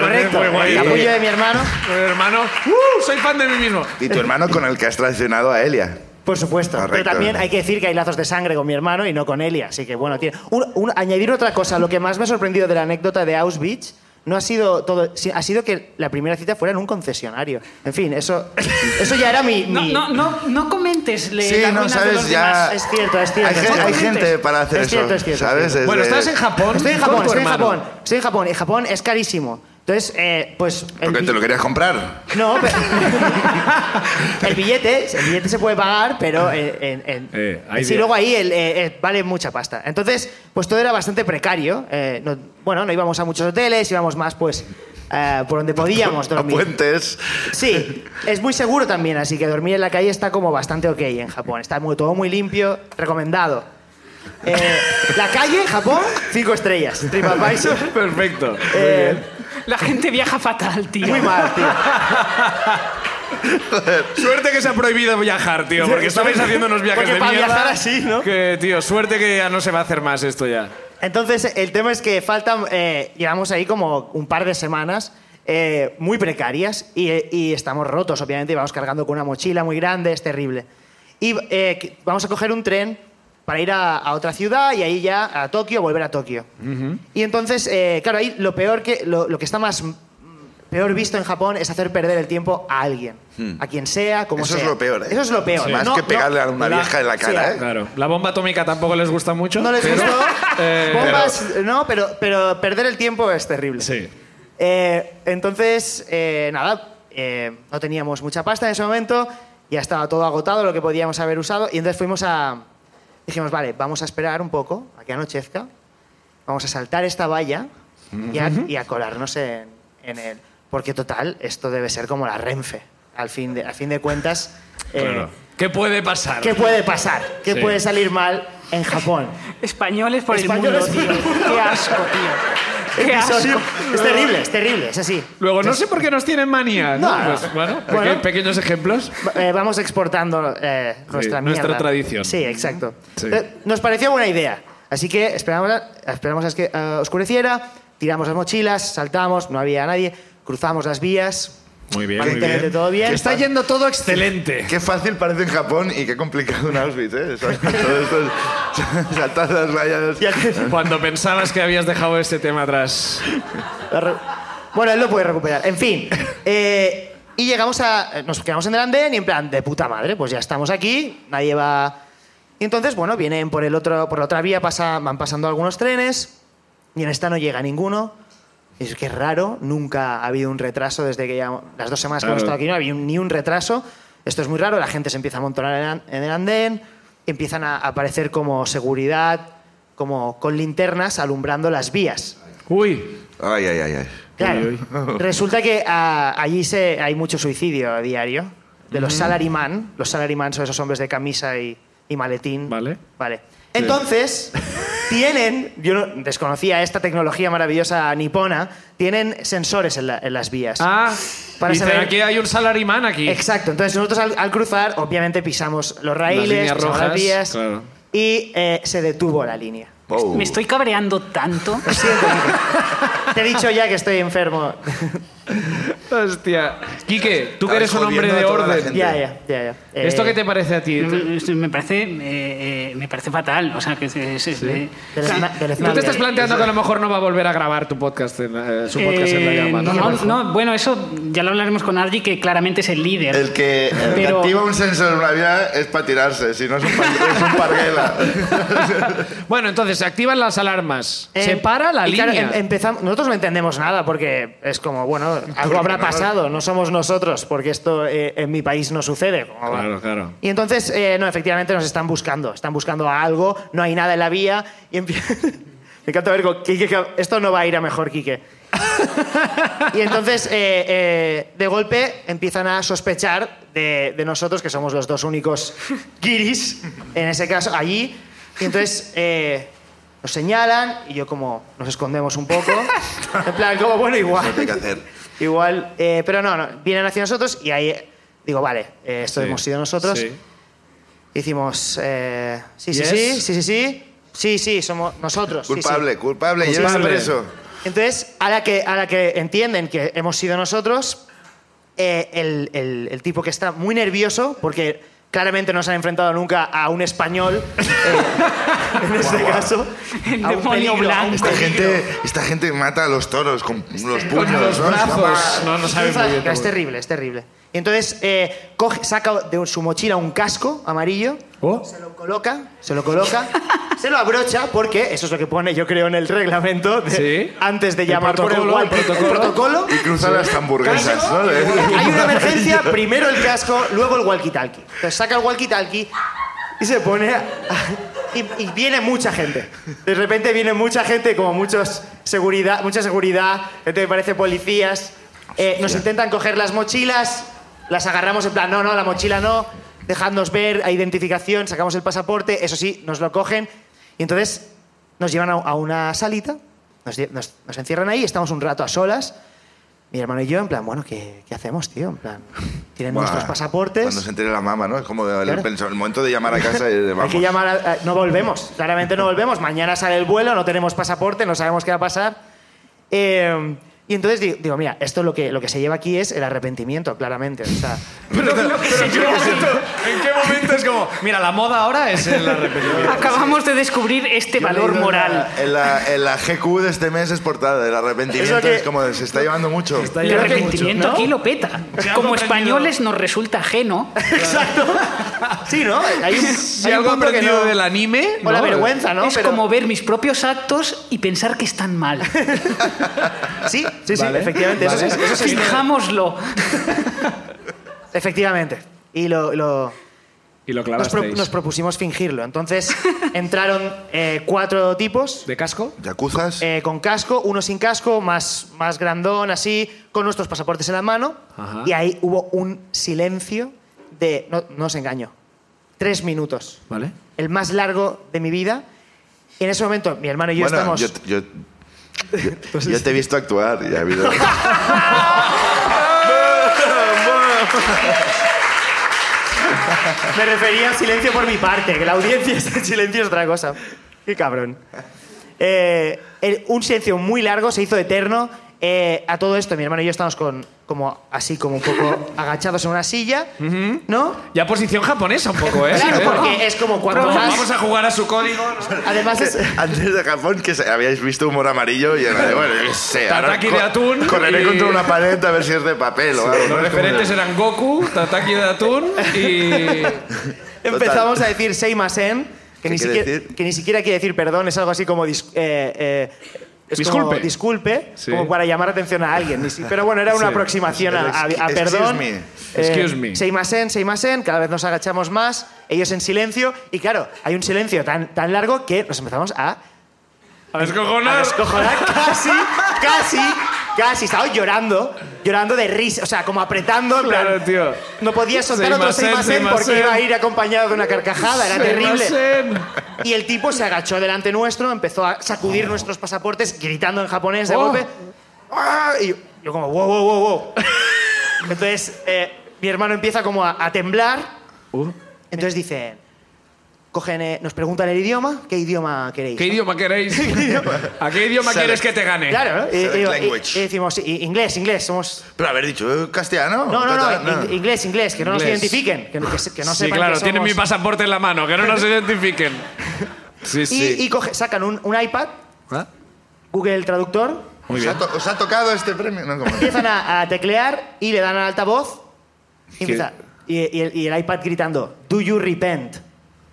Speaker 1: parece
Speaker 6: Correcto.
Speaker 1: muy guay.
Speaker 6: El apoyo de mi hermano.
Speaker 1: Mi hermano, uh, soy fan de mí mismo.
Speaker 2: Y tu hermano con el que has traicionado a Elia.
Speaker 6: Por supuesto. Pero
Speaker 2: Correcto.
Speaker 6: también hay que decir que hay lazos de sangre con mi hermano y no con Elia. Así que bueno, tiene. Un- un- añadir otra cosa. Lo que más me ha sorprendido de la anécdota de Auschwitz no ha sido todo. si- Ha sido que la primera cita fuera en un concesionario. En fin, eso, eso ya era mi.
Speaker 3: No,
Speaker 6: mi-
Speaker 3: no, no, no comentes le-
Speaker 2: Sí,
Speaker 3: las
Speaker 2: no,
Speaker 3: ruinas de
Speaker 2: sabes,
Speaker 3: los
Speaker 2: ya-
Speaker 3: demás.
Speaker 6: Es cierto, es cierto.
Speaker 2: Hay, gen-
Speaker 6: Son
Speaker 2: hay
Speaker 6: conscientes.
Speaker 2: gente para hacer
Speaker 6: Es
Speaker 2: eso,
Speaker 6: cierto, es cierto, es
Speaker 2: ¿sabes?
Speaker 6: cierto.
Speaker 2: Es
Speaker 1: Bueno,
Speaker 2: de-
Speaker 1: estás en Japón.
Speaker 6: Estoy en
Speaker 1: con
Speaker 6: Japón,
Speaker 1: tu
Speaker 6: estoy en
Speaker 1: hermano.
Speaker 6: Japón. Estoy en Japón. En Japón es carísimo. Entonces, eh, pues. el
Speaker 2: Porque
Speaker 6: bi-
Speaker 2: te lo querías comprar.
Speaker 6: No, pero. el, billete, el billete se puede pagar, pero. En, en- en-
Speaker 1: Eh, hay
Speaker 6: sí,
Speaker 1: día-
Speaker 6: luego ahí el, eh, eh, vale mucha pasta. Entonces, pues todo era bastante precario. eh, no- bueno, no íbamos a muchos hoteles, íbamos más, pues. eh, por donde podíamos
Speaker 2: A
Speaker 6: dormir.
Speaker 2: puentes.
Speaker 6: Sí, es muy seguro también, así que dormir en la calle está como bastante ok en Japón. Está muy, todo muy limpio, recomendado. Eh, la calle, Japón, cinco estrellas. TripAdvisor.
Speaker 1: Perfecto.
Speaker 6: eh,
Speaker 3: La gente viaja fatal, tío.
Speaker 6: muy mal, tío.
Speaker 1: Suerte que se ha prohibido viajar, tío, porque estabais haciendo unos viajes
Speaker 6: Porque
Speaker 1: de
Speaker 6: para
Speaker 1: mierda.
Speaker 6: viajar así, ¿no?
Speaker 1: Que, tío, suerte que ya no se va a hacer más esto ya.
Speaker 6: Entonces, el tema es que faltan, eh, llevamos ahí como un par de semanas eh, muy precarias y, eh, y estamos rotos, obviamente, y vamos cargando con una mochila muy grande, es terrible. Y eh, que- vamos a coger un tren para ir a, a otra ciudad y ahí ya a Tokio, volver a Tokio. Y entonces, eh, claro, ahí lo peor que, lo, lo que está más mm, peor visto en Japón es hacer perder el tiempo a alguien, a quien sea, como
Speaker 2: Hmm. Eso es
Speaker 6: sea.
Speaker 2: lo peor, ¿eh?
Speaker 6: Eso es lo peor.
Speaker 2: Más
Speaker 6: No-
Speaker 2: que
Speaker 6: no-
Speaker 2: pegarle a una
Speaker 1: la-
Speaker 2: vieja en la cara,
Speaker 6: sí,
Speaker 2: ¿eh?
Speaker 1: Claro. La bomba atómica tampoco les gusta mucho.
Speaker 6: No les
Speaker 1: pero-
Speaker 6: gustó.
Speaker 1: Eh,
Speaker 6: Bombas, no, pero, pero perder el tiempo es terrible.
Speaker 1: Sí.
Speaker 6: Eh, entonces, eh, nada, eh, no teníamos mucha pasta en ese momento, ya estaba todo agotado lo que podíamos haber usado, y entonces fuimos a. Dijimos, vale, vamos a esperar un poco a que anochezca, vamos a saltar esta valla y a, y a colarnos en, en el. Porque, total, esto debe ser como la Renfe. Al fin de, al fin de cuentas, eh,
Speaker 1: Claro. ¿Qué puede pasar?
Speaker 6: ¿qué puede pasar? ¿Qué
Speaker 1: Sí.
Speaker 6: puede salir mal en Japón?
Speaker 3: Españoles por
Speaker 6: Españoles
Speaker 3: el mundo,
Speaker 6: por el
Speaker 3: tío. Qué asco, tío.
Speaker 6: episodio. Es terrible, es terrible, es así.
Speaker 1: Luego, no sé por qué nos tienen manía, ¿no?
Speaker 6: No.
Speaker 1: Pues, bueno, peque-
Speaker 6: Bueno.
Speaker 1: pequeños ejemplos.
Speaker 6: Eh, vamos exportando eh,
Speaker 1: nuestra
Speaker 6: nuestra mierda.
Speaker 1: tradición.
Speaker 6: Sí, exacto.
Speaker 1: Sí.
Speaker 6: Eh, nos pareció buena idea. Así que esperamos a, esperamos a que eh, oscureciera, tiramos las mochilas, saltamos, no había nadie, cruzamos las vías.
Speaker 1: Muy bien,
Speaker 6: muy Mantenerte bien. todo bien.
Speaker 1: Está yendo todo excelente.
Speaker 2: Qué fácil parece en Japón y qué complicado en Auschwitz, ¿eh? Todo esto es- saltar las vallas.
Speaker 1: Cuando pensabas que habías dejado este tema atrás.
Speaker 6: La re- Bueno, él lo puede recuperar. En fin. eh, y llegamos a. eh, Nos quedamos en el andén y en plan, de puta madre, pues ya estamos aquí, nadie va. Y entonces, bueno, vienen por, el otro, por la otra vía, pasa, van pasando algunos trenes y en esta no llega ninguno. Y es que es raro, nunca ha habido un retraso desde que ya. Las dos semanas que hemos
Speaker 1: Claro.
Speaker 6: estado aquí no había un- ni un retraso. Esto es muy raro, la gente se empieza a amontonar en el an- en el andén, empiezan a aparecer como seguridad, como con linternas alumbrando las vías.
Speaker 1: Uy,
Speaker 2: Ay, ay, ay, ay.
Speaker 6: Claro. Resulta que ah, allí se, hay mucho suicidio a diario. De los salaryman. Los salaryman son esos hombres de camisa y, y maletín.
Speaker 1: Vale.
Speaker 6: Vale. Entonces, tienen, yo no- desconocía esta tecnología maravillosa nipona, tienen sensores en, la- en las vías.
Speaker 1: ah,
Speaker 6: Para
Speaker 1: dicen,
Speaker 6: saber-
Speaker 1: aquí hay un salarimán aquí.
Speaker 6: Exacto. Entonces nosotros al, al cruzar, obviamente pisamos los raíles,
Speaker 1: líneas
Speaker 6: pisamos las
Speaker 1: rojas,
Speaker 6: vías
Speaker 1: claro.
Speaker 6: y eh, se detuvo la línea.
Speaker 2: Oh.
Speaker 3: Me estoy cabreando tanto.
Speaker 6: Lo siento. Kike. Te he dicho ya que estoy enfermo.
Speaker 1: Hostia. Quique, tú que eres un
Speaker 2: Estás
Speaker 1: hombre de
Speaker 2: jodiendo a toda la
Speaker 1: orden.
Speaker 2: gente.
Speaker 6: ya, ya, ya, ya.
Speaker 1: ¿Esto
Speaker 6: Eh,
Speaker 1: qué te parece a ti? ¿Tú
Speaker 3: Me parece, eh, eh, me parece fatal. O sea, que se- se- eh,
Speaker 6: Belezna-
Speaker 1: tú te
Speaker 6: beleznable.
Speaker 1: estás planteando que a lo mejor no va a volver a grabar tu podcast en la- eh, su podcast en la
Speaker 3: eh,
Speaker 1: llama?
Speaker 3: no, no, bueno, eso ya lo hablaremos con Adri, que claramente es el líder.
Speaker 2: El que, el que
Speaker 3: Pero-
Speaker 2: activa un sensor en una vía es para tirarse, si no es un, par- es un parguela.
Speaker 1: Bueno, entonces se activan las alarmas.
Speaker 6: Eh,
Speaker 1: se para la
Speaker 6: y
Speaker 1: línea.
Speaker 6: claro, em- empezamos, nosotros no entendemos nada porque es como, bueno, algo habrá pasado, no somos nosotros, porque esto eh, en mi país no sucede. Como-
Speaker 1: Claro, claro.
Speaker 6: Y entonces, eh, no, efectivamente nos están buscando, están buscando a algo, no hay nada en la vía y empie- Me encanta ver con Quique, que esto no va a ir a mejor, Quique. y entonces, eh, eh, de golpe, empiezan a sospechar de, de nosotros, que somos los dos únicos guiris, en ese caso, allí. Y entonces eh, nos señalan y yo como nos escondemos un poco. En plan, como, bueno, igual.
Speaker 2: No sé qué hacer.
Speaker 6: Igual, eh, pero no, no, vienen hacia nosotros y ahí eh, digo, vale, eh, esto hemos sido nosotros.
Speaker 1: Sí.
Speaker 6: Hicimos, eh, sí, sí,
Speaker 1: Yes.
Speaker 6: sí, sí, sí, sí, sí, sí, somos nosotros. sí, sí.
Speaker 2: Culpable, culpable, llévese
Speaker 1: Culpable.
Speaker 2: preso.
Speaker 6: Entonces, a la que, a la que entienden que hemos sido nosotros, eh, el, el- el tipo que está muy nervioso, porque claramente no se han enfrentado nunca a un español, eh, en este caso,
Speaker 3: El
Speaker 6: a un
Speaker 3: demonio
Speaker 6: peligro, a un
Speaker 3: blanco.
Speaker 2: Esta
Speaker 6: peligro.
Speaker 2: gente, esta gente mata a los toros con los puños,
Speaker 1: Con los
Speaker 2: ¿no?
Speaker 1: brazos. No, no sabe
Speaker 6: Cruza-
Speaker 1: muy bien.
Speaker 6: es terrible, es terrible. Y entonces eh, coge, saca de su mochila un casco amarillo,
Speaker 1: Oh.
Speaker 6: se lo coloca, se lo coloca, se lo abrocha porque eso es lo que pone, yo creo, en el reglamento de-
Speaker 1: Sí.
Speaker 6: antes de
Speaker 1: El
Speaker 6: llamar por el
Speaker 1: protocolo,
Speaker 6: walkie,
Speaker 1: el protocolo.
Speaker 6: protocolo.
Speaker 2: Y cruzan las hamburguesas, ¿no?
Speaker 6: Hay una emergencia, primero el casco, luego el walkie-talkie. Entonces saca el walkie-talkie y se pone. a- y, y viene mucha gente. De repente viene mucha gente, como muchos seguridad, mucha seguridad, gente que parece policías. Eh, nos intentan coger las mochilas, las agarramos en plan, no, no, la mochila no, dejadnos ver, a identificación, sacamos el pasaporte, eso sí, nos lo cogen. Y entonces nos llevan a, a una salita, nos, lle- nos- nos encierran ahí, estamos un rato a solas. Mi hermano y yo, en plan, bueno, ¿qué, qué hacemos, tío? En plan, tienen
Speaker 2: Buah,
Speaker 6: nuestros pasaportes.
Speaker 2: Cuando se entere la mamá, ¿no? Es como de-
Speaker 6: Claro.
Speaker 2: el, penso- el momento de llamar a casa y de vamos.
Speaker 6: Hay que llamar a- a- no volvemos, claramente no volvemos. Mañana sale el vuelo, no tenemos pasaporte, no sabemos qué va a pasar. Eh, y entonces di- digo, mira, esto lo que, lo que se lleva aquí es el arrepentimiento, claramente. O sea,
Speaker 1: Pero, ¿en, qué momento, en qué momento es como, mira, la moda ahora es el arrepentimiento?
Speaker 3: Acabamos de descubrir este
Speaker 2: Yo he
Speaker 3: valor
Speaker 2: leído en la-
Speaker 3: moral.
Speaker 2: En la, en la GQ de este mes es portada, el arrepentimiento
Speaker 6: Es lo que-
Speaker 2: es como de, se está llevando mucho.
Speaker 3: El
Speaker 1: Creo que
Speaker 3: arrepentimiento
Speaker 6: mucho, ¿no?
Speaker 3: aquí lo peta.
Speaker 1: Se ha
Speaker 3: Como
Speaker 1: comprendido.
Speaker 3: españoles nos resulta ajeno.
Speaker 6: exacto. Sí, ¿no? Hay un,
Speaker 1: Si
Speaker 6: hay un
Speaker 1: algo
Speaker 6: punto que
Speaker 1: aprendido
Speaker 6: no-
Speaker 1: del anime...
Speaker 6: O la
Speaker 1: ¿no?
Speaker 6: vergüenza, ¿no?
Speaker 3: es
Speaker 6: Pero-
Speaker 3: como ver mis propios actos y pensar que están mal.
Speaker 6: Sí, sí, sí,
Speaker 1: Vale.
Speaker 6: efectivamente. eso
Speaker 1: Vale.
Speaker 6: sí- eso sí-
Speaker 3: Fijámoslo.
Speaker 6: efectivamente. Y lo- lo,
Speaker 1: Y lo
Speaker 6: Nos, pro-
Speaker 1: clavasteis.
Speaker 6: nos propusimos fingirlo. Entonces entraron eh, cuatro tipos
Speaker 1: ¿De casco?
Speaker 2: ¿Yacuzas?
Speaker 6: eh, con casco, uno sin casco, más, más grandón, así, con nuestros pasaportes en la mano.
Speaker 1: Ajá.
Speaker 6: Y ahí hubo un silencio de, no, no os engaño, tres minutos.
Speaker 1: ¿Vale?
Speaker 6: El más largo de mi vida. Y en ese momento, mi hermano y yo
Speaker 2: bueno,
Speaker 6: estamos...
Speaker 2: yo, yo- Yo te he visto actuar y ha habido...
Speaker 6: Me refería al silencio por mi parte, que la audiencia es el silencio es otra cosa. Qué cabrón. Eh, el- un silencio muy largo se hizo eterno. Eh, a todo esto, mi hermano y yo estamos con, como así, como un poco agachados en una silla, ¿no?
Speaker 1: Ya posición japonesa un poco, ¿eh?
Speaker 6: Claro,
Speaker 1: Sí,
Speaker 6: porque es como cuanto
Speaker 1: Vamos-
Speaker 6: más.
Speaker 1: Vamos a jugar a su código.
Speaker 6: Además, es,
Speaker 2: Antes de Japón, que se- habíais visto humor amarillo y era de, bueno, yo qué sé. ahora
Speaker 1: Tataki de atún
Speaker 2: Correré
Speaker 1: y-
Speaker 2: contra una pared a ver si es de papel o algo. ¿no?
Speaker 1: Los
Speaker 2: Es como-
Speaker 1: referentes eran Goku, Tataki de Atún y.
Speaker 6: empezamos a decir Seimasen, que,
Speaker 2: ¿Qué
Speaker 6: ni
Speaker 2: quiere
Speaker 6: siquiera,
Speaker 2: decir?
Speaker 6: que ni siquiera quiere decir perdón, es algo así como. dis- eh, eh, es como
Speaker 1: Disculpe.
Speaker 6: disculpe,
Speaker 1: Sí.
Speaker 6: como para llamar atención a alguien. ni si- Pero bueno, era una
Speaker 1: Sí.
Speaker 6: aproximación a, a- a
Speaker 2: Excuse
Speaker 6: perdón. Eh,
Speaker 2: me.
Speaker 1: Excuse me.
Speaker 6: Seimasen, Seimasen, cada vez nos agachamos más, ellos en silencio, y claro, hay un silencio tan, tan largo que nos empezamos a
Speaker 1: A descojonar.
Speaker 6: Escojonar casi, casi, casi. Estaba llorando, llorando de risa, o sea, como apretando. en plan,
Speaker 1: Claro, tío.
Speaker 6: No podía soltar
Speaker 1: Seis
Speaker 6: otro
Speaker 1: más seis,
Speaker 6: 6 más
Speaker 1: seis
Speaker 6: 6
Speaker 1: más
Speaker 6: porque
Speaker 1: seis.
Speaker 6: iba a ir acompañado de una carcajada, era terrible.
Speaker 1: Seimasen.
Speaker 6: Y el tipo se agachó delante nuestro, empezó a sacudir nuestros pasaportes, gritando en japonés de
Speaker 1: Oh.
Speaker 6: golpe. ¡Ah! Y yo, yo como, wow, wow, wow, wow. Entonces, eh, mi hermano empieza como a, a temblar.
Speaker 1: Uh.
Speaker 6: Entonces dice, cogen, eh, nos preguntan el idioma, ¿qué idioma queréis?
Speaker 1: ¿Qué idioma queréis? ¿A qué idioma quieres
Speaker 2: Select.
Speaker 1: que te gane?
Speaker 6: Claro, ¿no? Y,
Speaker 2: Select
Speaker 6: y- y-
Speaker 2: language.
Speaker 6: y decimos, "I- inglés, inglés, somos...
Speaker 2: Pero haber dicho, ¿eh, castellano.
Speaker 6: No, no, no,
Speaker 2: Tata-
Speaker 6: in- inglés, inglés, que no nos
Speaker 1: Inglés.
Speaker 6: identifiquen, que, no- que se- que no
Speaker 1: sí,
Speaker 6: sepan
Speaker 1: claro,
Speaker 6: que
Speaker 1: tienen mi
Speaker 6: somos-
Speaker 1: pasaporte en la mano, que no nos identifiquen. Sí, sí.
Speaker 6: Y, y coge- sacan un, un iPad,
Speaker 1: ¿Ah?
Speaker 6: Google Traductor,
Speaker 1: Muy
Speaker 2: ¿Os,
Speaker 1: bien.
Speaker 2: ha to- os ha tocado este premio? No, como-
Speaker 6: empiezan a, a teclear y le dan al altavoz y, empieza- y- y el, y el iPad gritando, do you repent?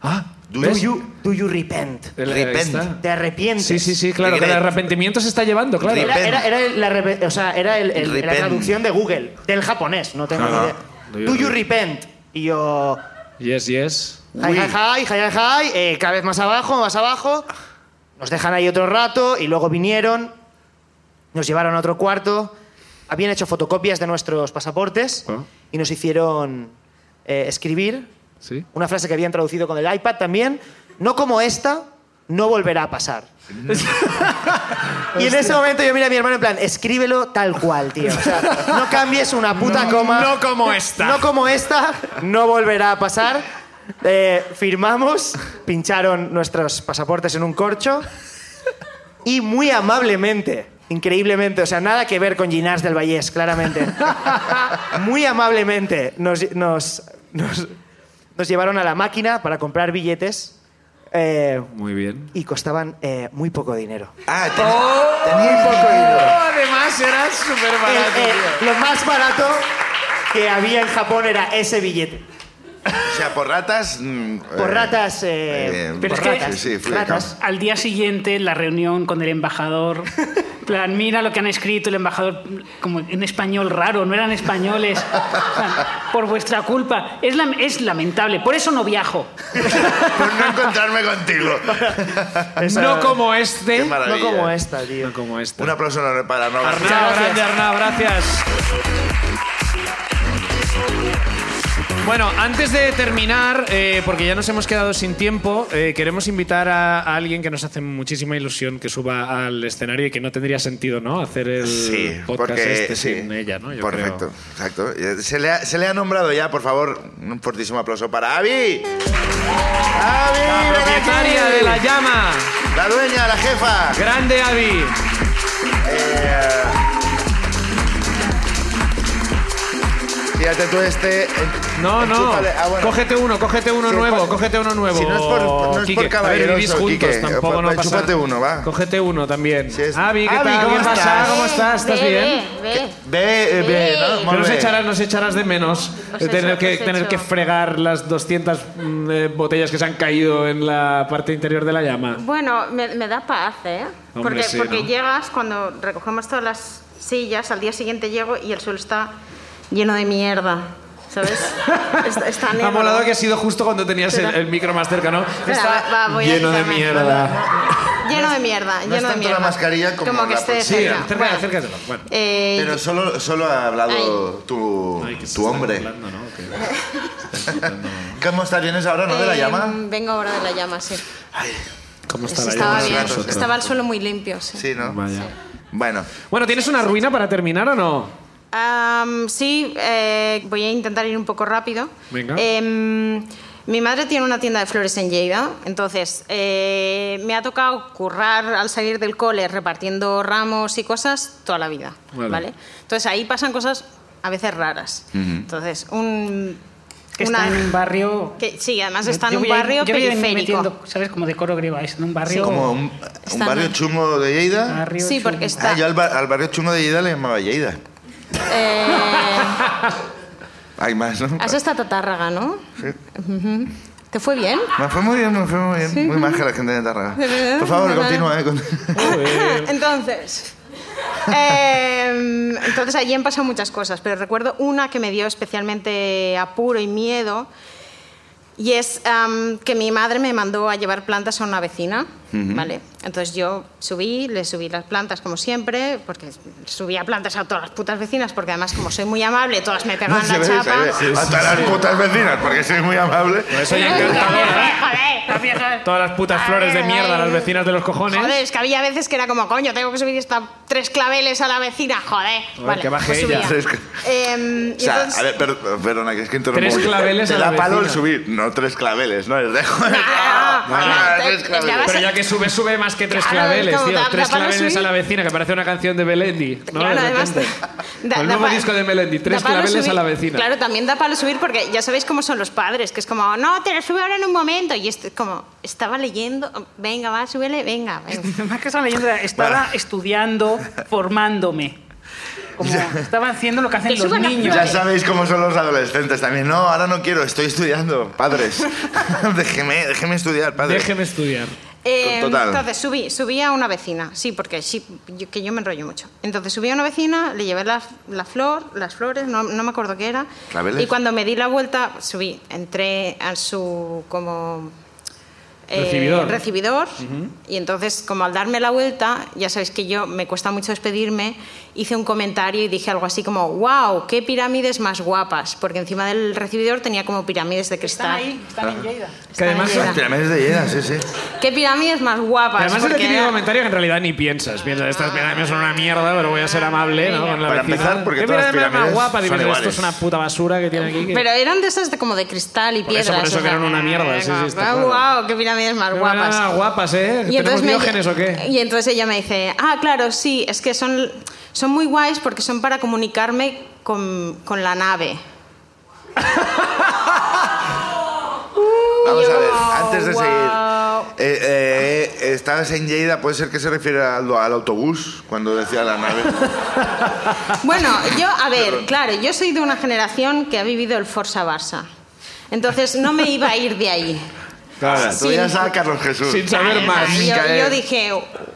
Speaker 1: Ah,
Speaker 6: Do
Speaker 1: ¿ves?
Speaker 6: you, do you repent?
Speaker 1: El- ahí
Speaker 2: Repent.
Speaker 1: está.
Speaker 6: ¿Te arrepientes?
Speaker 1: Sí, sí, sí, claro, que el arrepentimiento se está llevando, claro.
Speaker 6: Era, era- era el- la, re- o sea, era el- el- la
Speaker 2: Repent.
Speaker 6: traducción de Google, del japonés, no tengo ni
Speaker 1: Ajá.
Speaker 6: idea.
Speaker 1: Do you
Speaker 6: Do you
Speaker 1: re-
Speaker 6: repent? Y yo...
Speaker 1: Yes, yes.
Speaker 6: Hi, hi, hi, hi, hi, hi, eh, cada vez más abajo, más abajo. Nos dejan ahí otro rato y luego vinieron, nos llevaron a otro cuarto, habían hecho fotocopias de nuestros pasaportes
Speaker 1: Ah.
Speaker 6: y nos hicieron eh, escribir
Speaker 1: Sí.
Speaker 6: una frase que habían traducido con el iPad también, no como esta, no volverá a pasar. y en ese momento yo miré a mi hermano en plan, escríbelo tal cual, tío. O sea, no cambies una puta coma.
Speaker 1: no como esta.
Speaker 6: No como esta, no volverá a pasar. Eh, firmamos, pincharon nuestros pasaportes en un corcho y muy amablemente, increíblemente, o sea, nada que ver con Ginás del Vallés, claramente. muy amablemente nos, nos, nos, nos llevaron a la máquina para comprar billetes eh,
Speaker 1: Muy bien.
Speaker 6: y costaban eh, muy poco dinero.
Speaker 2: Ah, tenía, tenía poco dinero.
Speaker 1: además era súper
Speaker 6: El-
Speaker 1: barato,
Speaker 6: eh, lo más barato que había en Japón era ese billete.
Speaker 2: O sea, por ratas. mm,
Speaker 6: Por
Speaker 2: eh,
Speaker 6: ratas, eh,
Speaker 2: eh,
Speaker 6: pero
Speaker 3: es
Speaker 6: por
Speaker 3: que-
Speaker 6: ratas,
Speaker 2: Sí, sí, fui de
Speaker 6: ratas.
Speaker 3: Al día siguiente, la reunión con el embajador. en plan, mira lo que han escrito el embajador, como en español raro, no eran españoles. O sea, por vuestra culpa. Es, lam- es lamentable, por eso no viajo.
Speaker 2: campo. Por no encontrarme contigo.
Speaker 6: Esa-
Speaker 1: No como este.
Speaker 2: Qué maravilla.
Speaker 6: no como esta, tío.
Speaker 1: No como este.
Speaker 2: Un aplauso enorme para Nova.
Speaker 1: Arnau, grande Arnau, gracias. Bueno, antes de terminar, eh, porque ya nos hemos quedado sin tiempo, eh, queremos invitar a, a alguien que nos hace muchísima ilusión que suba al escenario y que no tendría sentido, ¿no? Hacer el
Speaker 2: Sí,
Speaker 1: podcast
Speaker 2: porque
Speaker 1: este
Speaker 2: sí.
Speaker 1: sin ella, ¿no? Yo
Speaker 2: Perfecto,
Speaker 1: creo.
Speaker 2: exacto. Eh, Se le, ha, se le ha nombrado ya, por favor, un fortísimo aplauso para Avi. Avi,
Speaker 1: La
Speaker 2: ven
Speaker 1: propietaria
Speaker 2: aquí.
Speaker 1: de la llama,
Speaker 2: La dueña, la jefa.
Speaker 1: grande Avi.
Speaker 2: Fíjate tú este. en-
Speaker 1: No, no.
Speaker 2: enchúfale- ah, bueno.
Speaker 1: Cógete uno, cógete uno
Speaker 2: Si es
Speaker 1: nuevo,
Speaker 2: por-
Speaker 1: cógete uno nuevo.
Speaker 2: si no es por- no es por
Speaker 1: Quique. A ver,
Speaker 2: caballeroso,
Speaker 1: vivís juntos,
Speaker 2: Quique.
Speaker 1: tampoco
Speaker 2: Pues
Speaker 1: no pasa
Speaker 2: chúpate uno, va.
Speaker 1: Cógete uno también.
Speaker 2: Si es-
Speaker 1: Avi, ¿qué
Speaker 2: Avi,
Speaker 1: tal?
Speaker 2: ¿cómo
Speaker 1: ¿Qué
Speaker 2: estás?
Speaker 1: pasa? ¿Cómo estás? ¿Estás
Speaker 8: Ve,
Speaker 1: bien?
Speaker 8: Ve, ve.
Speaker 2: Ve, eh, ve, ¿no?
Speaker 8: Sí.
Speaker 1: Que
Speaker 2: Molt
Speaker 1: nos
Speaker 2: bé.
Speaker 1: echarás, nos echarás de menos
Speaker 8: Os
Speaker 1: de
Speaker 8: he
Speaker 1: tener,
Speaker 8: hecho-
Speaker 1: que,
Speaker 8: os he
Speaker 1: tener
Speaker 8: hecho.
Speaker 1: que fregar las 200 mm, eh, botellas que se han caído en la parte interior de la llama.
Speaker 8: Bueno, me, me da paz, ¿eh?
Speaker 1: Hombre,
Speaker 8: porque
Speaker 1: sí,
Speaker 8: porque
Speaker 1: ¿no?
Speaker 8: llegas, cuando recogemos todas las sillas, al día siguiente llego y el suelo está lleno de mierda. ¿Sabes? está, está negro.
Speaker 1: Ha molado que ha sido justo cuando tenías el,
Speaker 8: Espera.
Speaker 1: el micro más cerca, ¿no?
Speaker 8: Espera, va- va, voy a
Speaker 1: lleno de
Speaker 8: quitarme.
Speaker 1: mierda.
Speaker 8: Lleno de mierda,
Speaker 2: No es
Speaker 8: lleno de
Speaker 2: tanto la
Speaker 8: mierda.
Speaker 2: mascarilla como
Speaker 8: que
Speaker 2: la
Speaker 8: esté
Speaker 2: pol-
Speaker 1: Sí,
Speaker 8: cerca.
Speaker 1: acércate,
Speaker 8: Bueno,
Speaker 1: acércatelo. Bueno.
Speaker 8: eh,
Speaker 2: Pero solo, solo ha hablado tu,
Speaker 1: que se está
Speaker 2: tu hombre.
Speaker 1: acoplando, ¿no? Que-
Speaker 2: ¿Cómo estás? ¿Vienes ahora, no? ¿De la
Speaker 8: eh,
Speaker 2: llama?
Speaker 8: Vengo ahora de la llama, sí.
Speaker 1: ¿Cómo
Speaker 8: Eso
Speaker 1: estará
Speaker 8: estaba
Speaker 1: yo?
Speaker 8: bien.
Speaker 2: vosotros.
Speaker 8: Estaba el suelo muy limpio, sí.
Speaker 2: Sí, ¿no?
Speaker 1: Vaya.
Speaker 2: Bueno,
Speaker 1: Bueno, ¿tienes una ruina para terminar o no?
Speaker 8: Am, sí, eh, voy a intentar ir un poco rápido.
Speaker 1: Venga.
Speaker 8: Em, mi madre tiene una tienda de flores en Lleida, entonces eh, me ha tocado currar al salir del cole repartiendo ramos y cosas toda la vida,
Speaker 1: Vale.
Speaker 8: ¿vale? Entonces ahí pasan cosas a veces raras. Entonces, un...
Speaker 3: Está en un barrio...
Speaker 8: que- sí, además está en
Speaker 3: Yo
Speaker 8: un
Speaker 3: voy a ir-
Speaker 8: barrio
Speaker 3: yo voy a ir
Speaker 8: periférico.
Speaker 3: metiendo, ¿Sabes? Como de coro griego, es en un barrio...
Speaker 2: como un, un
Speaker 8: Están-
Speaker 2: barrio chungo de Lleida.
Speaker 3: barrio
Speaker 8: Sí,
Speaker 3: chulo.
Speaker 8: porque está...
Speaker 2: Ah, yo al, ba- al barrio chungo de Lleida le llamaba Lleida.
Speaker 8: eh,
Speaker 2: Hay más, ¿no?
Speaker 8: has estado a Tatárraga, ¿no? Sí. ¿Te fue bien?
Speaker 2: Me fue muy bien, me fue muy bien. Muy maja la gente de Tarraga.
Speaker 8: ¿De verdad?
Speaker 2: Por favor,
Speaker 8: Vale.
Speaker 2: continúa. eh, con-
Speaker 8: entonces. em, entonces allí han pasado muchas cosas, pero recuerdo una que me dio especialmente apuro y miedo, y es am, que mi madre me mandó a llevar plantas a una vecina, ¿vale? Entonces yo subí, le subí las plantas como siempre, porque subía plantas a todas las putas vecinas, porque además como soy muy amable, todas me pegaban
Speaker 2: Se
Speaker 8: la
Speaker 2: ve, se
Speaker 8: chapa.
Speaker 2: ve. Hasta las putas vecinas, porque soy muy amable.
Speaker 1: Soy encantadora. Todas las putas flores de mierda, las vecinas de los cojones.
Speaker 8: Joder, es que había veces que era como, coño, tengo que subir estas tres claveles a la vecina, joder. pues
Speaker 1: Joder, que baje ella.
Speaker 8: subía.
Speaker 2: Tres-
Speaker 8: Em,
Speaker 2: O
Speaker 8: y
Speaker 2: sea,
Speaker 8: entonces-
Speaker 2: a ver, per- perdona, que es que interrumpo.
Speaker 1: Tres
Speaker 2: mucho.
Speaker 1: claveles
Speaker 2: Te
Speaker 1: a
Speaker 2: da
Speaker 1: la
Speaker 2: palo el
Speaker 1: vecina.
Speaker 2: subir. No, tres claveles, no, es de joder.
Speaker 8: Ah,
Speaker 2: Ah,
Speaker 8: no,
Speaker 2: tres
Speaker 8: es que
Speaker 2: claveles.
Speaker 8: vas
Speaker 1: Pero ya que sube, sube más que tres
Speaker 8: Claro,
Speaker 1: claveles,
Speaker 8: como
Speaker 1: tío.
Speaker 8: da-
Speaker 1: Tres
Speaker 8: da para
Speaker 1: claveles a
Speaker 8: subir.
Speaker 1: la vecina, que parece una canción de Melendi. ¿no?
Speaker 8: Claro,
Speaker 1: De
Speaker 8: además.
Speaker 1: repente. Con el
Speaker 8: da- da
Speaker 1: nuevo
Speaker 8: pa-
Speaker 1: disco de Melendi, tres
Speaker 8: da palo
Speaker 1: claveles a
Speaker 8: subir.
Speaker 1: la vecina.
Speaker 8: Claro, también da palo subir porque ya sabéis cómo son los padres, que es como, no, te lo sube ahora en un momento. Y es como, estaba leyendo, venga, va, súbele, venga, venga.
Speaker 3: Más que esa leyenda, estaba
Speaker 2: Vale.
Speaker 3: estudiando, formándome. Como estaba haciendo lo que hacen
Speaker 8: Que
Speaker 3: los
Speaker 8: suban las
Speaker 3: niños.
Speaker 2: Ya sabéis cómo son los adolescentes también. No, ahora no quiero, estoy estudiando. Padres, déjeme, déjeme estudiar, padres.
Speaker 1: Déjeme estudiar.
Speaker 8: Eh,
Speaker 2: Total.
Speaker 8: Entonces subí, subí a una vecina, sí, porque sí, yo- que yo me enrollo mucho. Entonces subí a una vecina, le llevé la, la flor, las flores, no, no me acuerdo qué era.
Speaker 2: ¿Claveles?
Speaker 8: Y cuando me di la vuelta, subí, entré a su como eh,
Speaker 1: Recibidor.
Speaker 8: recibidor, y entonces como al darme la vuelta, ya sabéis que yo me cuesta mucho despedirme, hice un comentario y dije algo así como, wow, qué pirámides más guapas, porque encima del recibidor tenía como pirámides de
Speaker 3: Están
Speaker 8: cristal.
Speaker 3: ahí, están en Lleida.
Speaker 1: Que además, este
Speaker 8: Está
Speaker 2: Las pirámides de Lleida, sí, sí.
Speaker 8: ¿Qué pirámides más guapas?
Speaker 1: además es el
Speaker 8: Pues Porque
Speaker 1: típico
Speaker 8: era-
Speaker 1: comentario que en realidad ni piensas. Piensas, estas pirámides son una mierda, pero voy a ser amable, ¿no? Con la
Speaker 2: Para
Speaker 1: vecina.
Speaker 2: empezar, porque
Speaker 1: ¿Qué
Speaker 2: todas las
Speaker 1: pirámide más
Speaker 2: pirámides
Speaker 1: guapa?
Speaker 2: son
Speaker 1: Dices, esto
Speaker 2: iguales.
Speaker 1: es una puta basura que tiene aquí. que-
Speaker 8: Pero eran de esas de, como de cristal y
Speaker 1: Por eso,
Speaker 8: piedras.
Speaker 1: por eso
Speaker 8: o
Speaker 1: que
Speaker 8: sea,
Speaker 1: eran una mierda, sí, sí, está
Speaker 8: ah,
Speaker 1: claro.
Speaker 8: guau, qué pirámides más
Speaker 1: Pero
Speaker 8: guapas.
Speaker 1: nada, guapas, ¿eh?
Speaker 8: Y
Speaker 1: ¿Tenemos
Speaker 8: entonces me-
Speaker 1: diógenes o qué?
Speaker 8: Y entonces ella me dice, ah, claro, sí, es que son, son muy guays porque son para comunicarme con, con la nave.
Speaker 2: Vamos a
Speaker 8: yo
Speaker 2: ver,
Speaker 8: como,
Speaker 2: antes de
Speaker 8: wow.
Speaker 2: seguir. Eh, eh, estabas en Lleida, puede ser que se refiere al, al autobús cuando decía la nave.
Speaker 8: Bueno, yo, a ver, claro, yo soy de una generación que ha vivido el Forza Barça. Entonces no me iba a ir de ahí.
Speaker 2: Claro, tú
Speaker 8: Sin-
Speaker 2: ya sabes Carlos Jesús.
Speaker 1: Sin saber más.
Speaker 8: Yo,
Speaker 2: Micael.
Speaker 8: yo dije,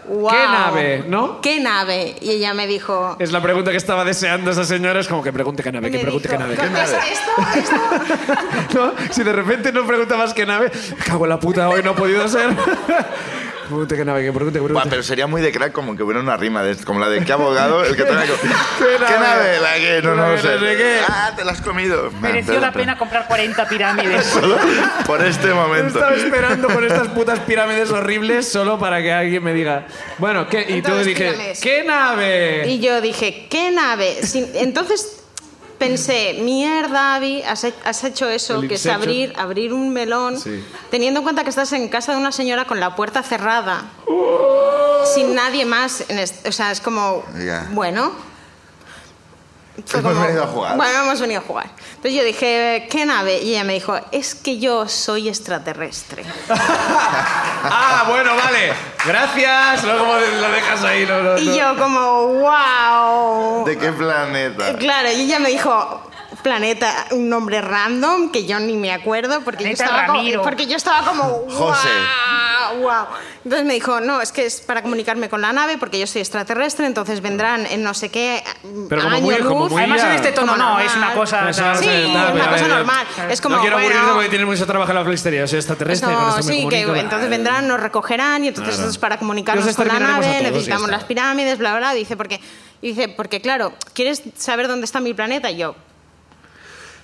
Speaker 8: wow.
Speaker 1: nave, no?
Speaker 8: ¿Qué nave? Y ella me dijo,
Speaker 1: Es la pregunta que estaba deseando esa señora. Es como que pregunte qué nave, que
Speaker 8: me
Speaker 1: pregunte qué
Speaker 8: dijo,
Speaker 1: nave.
Speaker 8: "¿Qué es esto? ¿Esto?
Speaker 1: ¿No? Si de repente no pregunta más que nave, cago en la puta, hoy no ha podido ser. pregunte qué nave, que pregunte, que
Speaker 2: Buah,
Speaker 1: pregunte.
Speaker 2: pero sería muy de crack como que hubiera una rima de, como la de qué abogado, el que trae. ¿Qué,
Speaker 1: nave?
Speaker 2: nave? La que no,
Speaker 1: La
Speaker 2: no
Speaker 1: que
Speaker 2: sé.
Speaker 1: no sé qué.
Speaker 2: Ah, te la has comido.
Speaker 3: Mereció la
Speaker 2: Perdón,
Speaker 3: pena comprar 40 pirámides.
Speaker 2: perdón. Por este momento.
Speaker 1: Estaba esperando con estas putas pirámides horribles solo para que alguien me diga, bueno, ¿qué? Y tú
Speaker 8: Entonces,
Speaker 1: dije,
Speaker 8: pirámides.
Speaker 1: ¿qué nave?
Speaker 8: Y yo dije, ¿qué nave? Sin- entonces pensé, mierda, Abby, has, he- has hecho eso,
Speaker 1: El
Speaker 8: que es
Speaker 1: Inception.
Speaker 8: abrir, abrir un melón,
Speaker 1: Sí.
Speaker 8: teniendo en cuenta que estás en casa de una señora con la puerta cerrada,
Speaker 1: ¡Oh!
Speaker 8: sin nadie más. en est- o sea, es como,
Speaker 2: Ya.
Speaker 8: bueno. Fue
Speaker 2: Hemos venido a jugar.
Speaker 8: Bueno, hemos venido a jugar. Entonces yo dije, ¿qué nave? Y ella me dijo, es que yo soy extraterrestre.
Speaker 1: Ah, bueno, vale. Gracias. Luego lo dejas ahí. No, Ah, no, no.
Speaker 8: Y yo como, wow.
Speaker 2: ¿De qué planeta?
Speaker 8: Eh, Claro, y ella me dijo planeta, un nombre random que yo ni me acuerdo porque, yo
Speaker 3: Planeta
Speaker 8: estaba,
Speaker 3: Ramiro.
Speaker 8: como, porque yo estaba como
Speaker 2: José.
Speaker 8: "Guau, guau". Entonces me dijo, no, es que es para comunicarme con la nave porque yo soy extraterrestre, entonces vendrán en no sé qué
Speaker 1: Pero como
Speaker 8: año
Speaker 1: muy- como
Speaker 8: luz.
Speaker 1: muy
Speaker 3: Además, en
Speaker 1: ya.
Speaker 3: este tono
Speaker 8: Como
Speaker 3: no,
Speaker 8: normal.
Speaker 3: es una cosa.
Speaker 1: Eso no
Speaker 8: Sí,
Speaker 1: sé,
Speaker 8: es
Speaker 1: nada,
Speaker 8: una
Speaker 1: pero,
Speaker 8: cosa
Speaker 1: a ver, eh,
Speaker 8: normal. Es como,
Speaker 1: no quiero
Speaker 8: bueno-
Speaker 1: aburrirte porque tienes mucho trabajo en la floristería. Soy
Speaker 8: Es
Speaker 1: extraterrestre. con
Speaker 8: como,
Speaker 1: esto me
Speaker 8: Pues sí, que
Speaker 1: comunico.
Speaker 8: entonces vendrán, nos recogerán y entonces
Speaker 1: Claro.
Speaker 8: esto es para comunicarnos
Speaker 1: Entonces
Speaker 8: con la
Speaker 1: terminaremos a
Speaker 8: nave,
Speaker 1: todos y ya
Speaker 8: necesitamos
Speaker 1: está.
Speaker 8: las pirámides, bla, bla, bla. Dice, porque, y dice, porque claro, ¿quieres saber dónde está mi planeta? Y yo,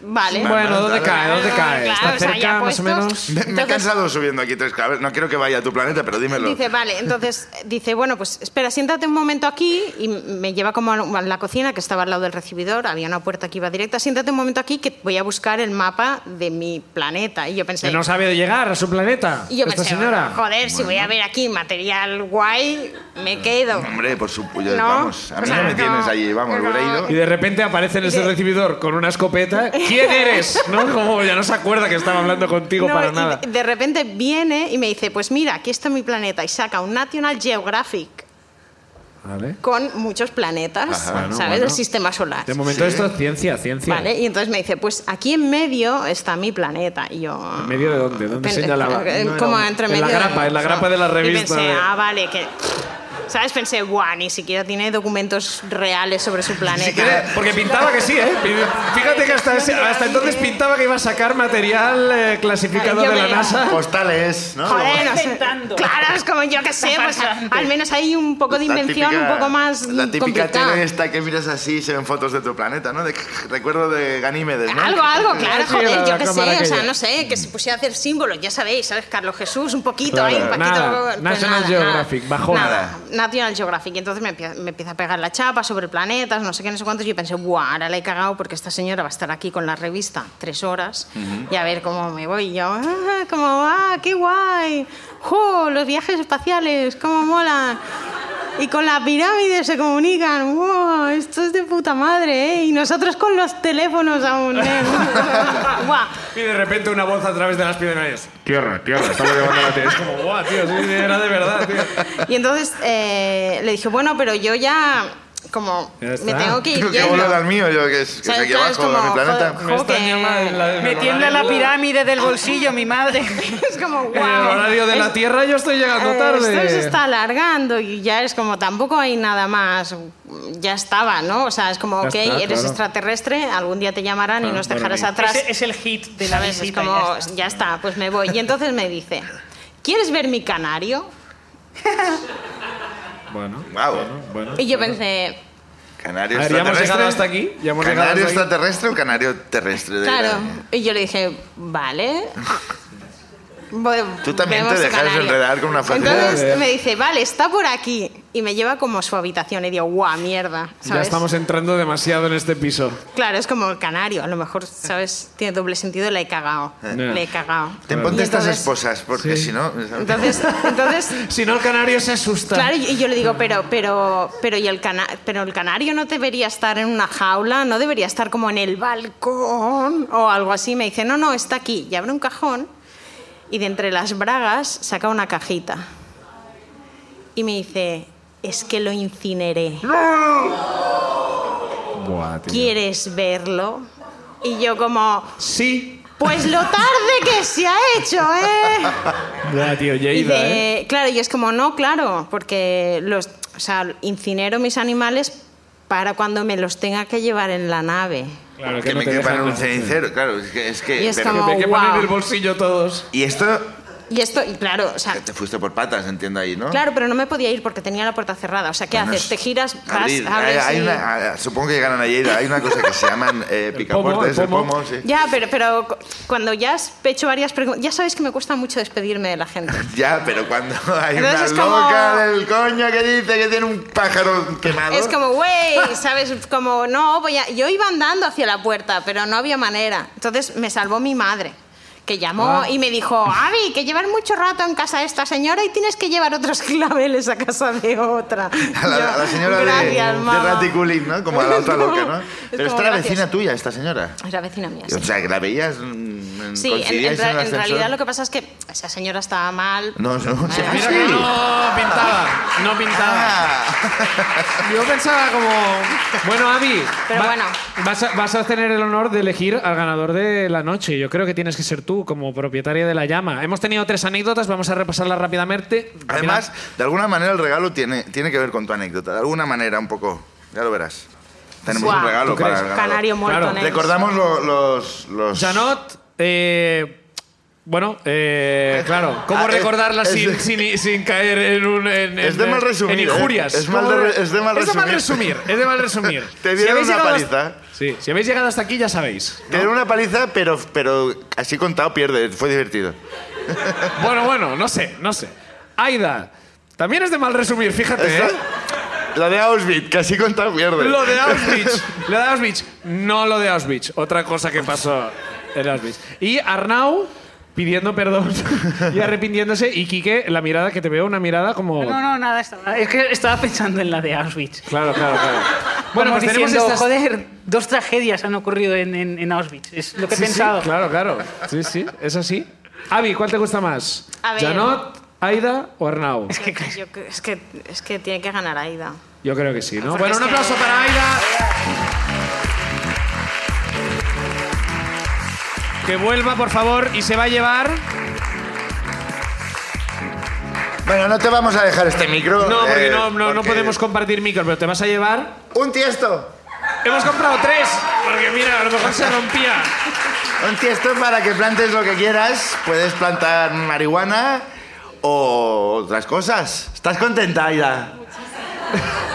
Speaker 8: Vale.
Speaker 1: Bueno, ¿dónde cae? ¿Dónde cae?
Speaker 8: Claro,
Speaker 1: ¿Está
Speaker 8: o sea,
Speaker 1: cerca,
Speaker 8: ya
Speaker 1: más o menos?
Speaker 8: puestos.
Speaker 2: Me, me he
Speaker 8: Entonces-
Speaker 2: cansado subiendo aquí tres cabezas. No quiero que vaya a tu planeta, pero dímelo.
Speaker 8: Dice, vale, entonces eh, dice, bueno, pues espera, siéntate un momento aquí y m- me lleva como a la- a la cocina que estaba al lado del recibidor, había una puerta que iba directa, siéntate un momento aquí que voy a buscar el mapa de mi planeta. Y yo pensé,
Speaker 1: Que no sabe de llegar a su planeta.
Speaker 8: y yo
Speaker 1: esta
Speaker 8: pensé
Speaker 1: señora.
Speaker 8: joder, si voy a ver aquí material guay, me quedo.
Speaker 2: Hombre, por supuesto,
Speaker 8: No,
Speaker 2: vamos. A
Speaker 8: o
Speaker 2: mí
Speaker 8: sea,
Speaker 2: no me
Speaker 8: no,
Speaker 2: tienes allí, vamos,
Speaker 8: no.
Speaker 2: hubiera ido.
Speaker 1: Y de repente aparece en ese recibidor con una escopeta. ¿Quién eres? ¿No? Como ya no se acuerda que estaba hablando contigo
Speaker 8: No,
Speaker 1: para
Speaker 8: y
Speaker 1: nada.
Speaker 8: de- de repente viene y me dice, pues mira, aquí está mi planeta y saca un National Geographic
Speaker 1: Vale.
Speaker 8: con muchos planetas,
Speaker 2: Ajá,
Speaker 8: ¿sabes?
Speaker 1: bueno, bueno.
Speaker 8: Del sistema solar.
Speaker 1: De momento esto es ciencia, ciencia.
Speaker 8: Vale, y entonces me dice, pues aquí en medio está mi planeta. Y yo...
Speaker 1: ¿En medio de dónde? ¿Dónde
Speaker 8: Pen-
Speaker 1: señalaba?
Speaker 8: eh,
Speaker 1: No era
Speaker 8: Como
Speaker 1: un-
Speaker 8: entre
Speaker 1: en
Speaker 8: medio
Speaker 1: la
Speaker 8: de-
Speaker 1: grapa, en la grapa de la revista
Speaker 8: Y pensé,
Speaker 1: de-
Speaker 8: ah, vale, que... ¿Sabes? Pensé, guau, ni siquiera tiene documentos reales sobre su planeta.
Speaker 1: Siquiera- Porque pintaba que sí, ¿eh? Fíjate que hasta, ese- hasta entonces pintaba que iba a sacar material eh, clasificado
Speaker 8: Yo
Speaker 1: de la
Speaker 8: me-
Speaker 1: NASA.
Speaker 2: Postales, ¿no?
Speaker 8: Joder, no sé.
Speaker 3: inventando.
Speaker 8: Claro, es como yo que sé, pues
Speaker 3: farsante.
Speaker 8: al menos hay un poco de invención
Speaker 2: típica-
Speaker 8: un poco más
Speaker 2: La típica
Speaker 8: complicada.
Speaker 2: tele este, esta que miras así y se ven fotos de tu planeta, ¿no? De- recuerdo de Ganímedes, ¿no?
Speaker 8: Algo, algo, claro,
Speaker 1: Sí,
Speaker 8: joder,
Speaker 1: la- la
Speaker 8: yo qué sé,
Speaker 1: cámara
Speaker 8: o sea,
Speaker 1: aquella.
Speaker 8: no sé, que se pusiera a hacer símbolos, ya sabéis, ¿sabes? Carlos Jesús, un poquito
Speaker 1: Claro,
Speaker 8: ahí, un poquito.
Speaker 1: nada, National Geographic, bajón.
Speaker 8: Nada, National Geographic. Y entonces me empieza, me empieza a pegar la chapa sobre planetas, no sé qué, no sé cuántos. Y yo pensé, guau, ahora la he cagado porque esta señora va a estar aquí con la revista tres horas y a ver cómo me voy. Y yo, ah, como, ah, qué guay, jo, los viajes espaciales, cómo molan. Y con la pirámide se comunican. ¡Wow! Esto es de puta madre, ¿eh? Y nosotros con los teléfonos aún. ¿eh? ¡Guau!
Speaker 1: Y de repente una voz a través de las piedras.
Speaker 2: Tierra, tierra, estamos llevando la tele.
Speaker 1: Es como, guau, tío, sí, sí, era de verdad, tío.
Speaker 8: Y entonces eh, le dije, bueno, pero yo ya como
Speaker 1: Ya
Speaker 8: me
Speaker 1: está.
Speaker 8: tengo que ir
Speaker 2: Creo que
Speaker 8: yendo".
Speaker 2: boludo al mío, yo que es, que es
Speaker 8: ¿Sabes?
Speaker 2: aquí
Speaker 8: Claro, es
Speaker 2: abajo de mi
Speaker 8: como,
Speaker 2: planeta.
Speaker 8: joder.
Speaker 1: Me extraña la- la-
Speaker 3: Me
Speaker 1: el
Speaker 3: tiembla la
Speaker 1: horario-
Speaker 3: pirámide del bolsillo, mi madre.
Speaker 8: es como, wow.
Speaker 1: El horario de la Tierra yo estoy llegando
Speaker 8: eh, Esto se
Speaker 1: tarde.
Speaker 8: está alargando y ya es como, tampoco hay nada más. Ya estaba, ¿no? O sea, es como,
Speaker 1: Ya
Speaker 8: ok,
Speaker 1: está,
Speaker 8: eres
Speaker 1: claro.
Speaker 8: extraterrestre, algún día te llamarán y
Speaker 1: Ah,
Speaker 8: nos
Speaker 1: bueno,
Speaker 8: dejarás
Speaker 1: bien.
Speaker 8: atrás.
Speaker 3: Ese es el hit de la
Speaker 8: ¿Sabes? Es
Speaker 3: visita.
Speaker 8: como,
Speaker 3: ya está.
Speaker 8: ya está. pues me voy. Y entonces me dice, ¿quieres ver mi canario?
Speaker 1: Bueno,
Speaker 2: Guau.
Speaker 1: bueno.
Speaker 8: Y yo pensé,
Speaker 2: ¿Canario
Speaker 1: A ver, ¿ya hemos
Speaker 2: extraterrestre?
Speaker 1: llegado hasta aquí? ¿Ya hemos llegado
Speaker 2: ¿Canario
Speaker 1: hasta aquí?
Speaker 2: extraterrestre o canario terrestre? de
Speaker 8: claro.
Speaker 2: Irán?
Speaker 8: Y yo le dije, vale. Voy-
Speaker 2: Tú también te
Speaker 8: vemos
Speaker 2: dejas
Speaker 8: canario.
Speaker 2: enredar con una facilidad.
Speaker 8: Entonces me dice, vale, está por aquí. Y me lleva como a su habitación y digo, guau, mierda.
Speaker 1: Ya
Speaker 8: ¿sabes?
Speaker 1: estamos entrando demasiado en este piso.
Speaker 8: Claro, es como el canario. A lo mejor, ¿sabes? Tiene doble sentido, la he cagado.
Speaker 1: No.
Speaker 8: Le he cagado.
Speaker 2: Te
Speaker 1: Claro.
Speaker 2: ponte
Speaker 8: Y
Speaker 2: estas
Speaker 8: entonces-
Speaker 2: esposas, porque
Speaker 1: Sí.
Speaker 2: si no...
Speaker 8: Entonces, entonces
Speaker 1: Si no, el canario se asusta.
Speaker 8: Claro, y yo le digo, pero, pero, pero, ¿y el cana pero el canario no debería estar en una jaula, no debería estar como en el balcón o algo así. Me dice, no, no, está aquí. Y abre un cajón y de entre las bragas saca una cajita. Y me dice, es que lo incineré.
Speaker 1: Buah, tío.
Speaker 8: ¿Quieres verlo? Y yo como,
Speaker 1: Sí.
Speaker 8: pues lo tarde que se ha hecho, ¿eh?
Speaker 1: Buah, tío,
Speaker 8: Y
Speaker 1: Lleida, ¿eh?
Speaker 8: de- Claro, y es como, no, claro, porque los, o sea, incinero mis animales para cuando me los tenga que llevar en la nave.
Speaker 1: Claro,
Speaker 2: que
Speaker 1: no
Speaker 2: me
Speaker 1: te
Speaker 2: quepan en
Speaker 1: dejan
Speaker 2: un
Speaker 1: hacer.
Speaker 2: cenicero, claro. Es que... Es que
Speaker 8: Y es
Speaker 2: pero-
Speaker 8: como-
Speaker 1: Me quepan
Speaker 8: Guau.
Speaker 1: en el bolsillo todos.
Speaker 2: y esto...
Speaker 8: Y esto, y claro, o sea,
Speaker 2: Te fuiste por patas, entiendo ahí, ¿no?
Speaker 8: claro, pero no me podía ir porque tenía la puerta cerrada. O sea, ¿qué
Speaker 2: Bueno,
Speaker 8: haces?
Speaker 2: es-
Speaker 8: Te giras, vas,
Speaker 2: Abrir.
Speaker 8: abres
Speaker 2: Hay- hay
Speaker 8: y-
Speaker 2: una- ah, supongo que llegaron a Lleida. Hay una cosa que se llaman eh, picaportes,
Speaker 1: pomo, el
Speaker 2: el
Speaker 1: pomo.
Speaker 2: pomo, sí.
Speaker 8: Ya, pero, pero cu- cuando ya has hecho varias preguntas, ya sabes que me cuesta mucho despedirme de la gente.
Speaker 2: Ya, pero cuando hay
Speaker 8: Entonces es
Speaker 2: una
Speaker 8: como-
Speaker 2: loca del coño que dice que tiene un pájaro quemado.
Speaker 8: Es como, güey, ¿sabes? Como, no, voy a... Yo iba andando hacia la puerta, pero no había manera. Entonces me salvó mi madre, que llamó
Speaker 1: Ah.
Speaker 8: y me dijo, Avi, que llevas mucho rato en casa de esta señora y tienes que llevar otros claveles a casa de otra.
Speaker 2: A la,
Speaker 8: Yo,
Speaker 2: a la señora de,
Speaker 8: "Gracias,
Speaker 2: de
Speaker 8: mamá".
Speaker 2: Raticulín, ¿no? Como a la otra loca, ¿no?
Speaker 8: Es
Speaker 2: Pero
Speaker 8: como,
Speaker 2: esta era
Speaker 8: "Gracias".
Speaker 2: vecina tuya, esta señora.
Speaker 8: Era vecina mía.
Speaker 2: O
Speaker 8: Sí,
Speaker 2: sea, que la veías. mm, en-
Speaker 8: Sí, en,
Speaker 2: coincidíais
Speaker 8: en ra-
Speaker 2: el
Speaker 8: en
Speaker 2: ascensor.
Speaker 8: realidad Ah, lo que pasa es que esa señora estaba mal.
Speaker 2: No, no, sí,
Speaker 8: Vale.
Speaker 1: Mira
Speaker 2: Ah, sí.
Speaker 1: que no pintaba. No pintaba.
Speaker 2: Ah,
Speaker 1: Yo pensaba como... Bueno, Abby,
Speaker 8: Pero bueno.
Speaker 1: Vas, a, vas a tener el honor de elegir al ganador de la noche. Yo creo que tienes que ser tú como propietaria de la llama. Hemos tenido tres anécdotas, vamos a repasarlas rápidamente.
Speaker 2: Además, de alguna manera el regalo tiene, tiene que ver con tu anécdota. De alguna manera, un poco. Ya lo verás. Tenemos
Speaker 8: Guau.
Speaker 2: un regalo
Speaker 1: ¿Tú
Speaker 2: para
Speaker 1: crees?
Speaker 2: el ganador.
Speaker 8: Canario muerto.
Speaker 1: Claro.
Speaker 8: nena.
Speaker 2: Recordamos lo- los. los
Speaker 1: Janot, eh, Bueno, eh, claro. ¿Cómo
Speaker 2: Ah, es-
Speaker 1: recordarla
Speaker 2: es
Speaker 1: sin,
Speaker 2: de-
Speaker 1: sin- sin caer en un. en-
Speaker 2: Es
Speaker 1: en-
Speaker 2: de mal resumir,
Speaker 1: En injurias.
Speaker 2: ¿eh? Es mal de-
Speaker 1: ¿Cómo re-
Speaker 2: es de mal resumir.
Speaker 1: resumir, Es de mal resumir.
Speaker 2: Te dieron
Speaker 1: habéis
Speaker 2: una
Speaker 1: llegado hasta-
Speaker 2: paliza.
Speaker 1: sí, si habéis llegado hasta aquí, ya sabéis.
Speaker 2: Te dieron una paliza, pero, pero así contado pierde. Fue divertido.
Speaker 1: Bueno, bueno, no sé, no sé. Aida, también es de mal resumir, fíjate, ¿eh?
Speaker 2: Lo de Auschwitz, que así contado pierde.
Speaker 1: Lo de Auschwitz. Lo de Auschwitz. No lo de Auschwitz. Otra cosa que pasó en Auschwitz. Y Arnau pidiendo perdón y arrepintiéndose. Y Quique, la mirada que te veo, una mirada como...
Speaker 3: No, no, nada, estaba, es que estaba pensando en la de Auschwitz.
Speaker 1: Claro, claro, claro.
Speaker 3: Bueno,
Speaker 1: pues tenemos
Speaker 3: diciendo,
Speaker 1: estas-
Speaker 3: joder, dos tragedias han ocurrido en, en- en Auschwitz. Es lo que he
Speaker 1: Sí, sí,
Speaker 3: pensado.
Speaker 1: claro, claro. Sí, sí, es así. Avi, ¿cuál te gusta más?
Speaker 8: A ver.
Speaker 1: ¿Janot, Aida o Arnau?
Speaker 8: Es que, yo cre- es, que, es que tiene que ganar Aida.
Speaker 1: Yo creo que sí, ¿no?
Speaker 8: Porque
Speaker 1: Bueno,
Speaker 8: es
Speaker 1: un
Speaker 8: que-
Speaker 1: aplauso para Aida. Que vuelva, por favor, y se va a llevar...
Speaker 2: Bueno, no te vamos a dejar este micro.
Speaker 1: No, porque
Speaker 2: eh,
Speaker 1: no, no, no
Speaker 2: porque-
Speaker 1: podemos compartir micro, pero te vas a llevar...
Speaker 2: Un tiesto.
Speaker 1: Hemos comprado tres, porque mira, a lo mejor se rompía.
Speaker 2: Un tiesto para que plantes lo que quieras. Puedes plantar marihuana o otras cosas. ¿Estás contenta, Aida?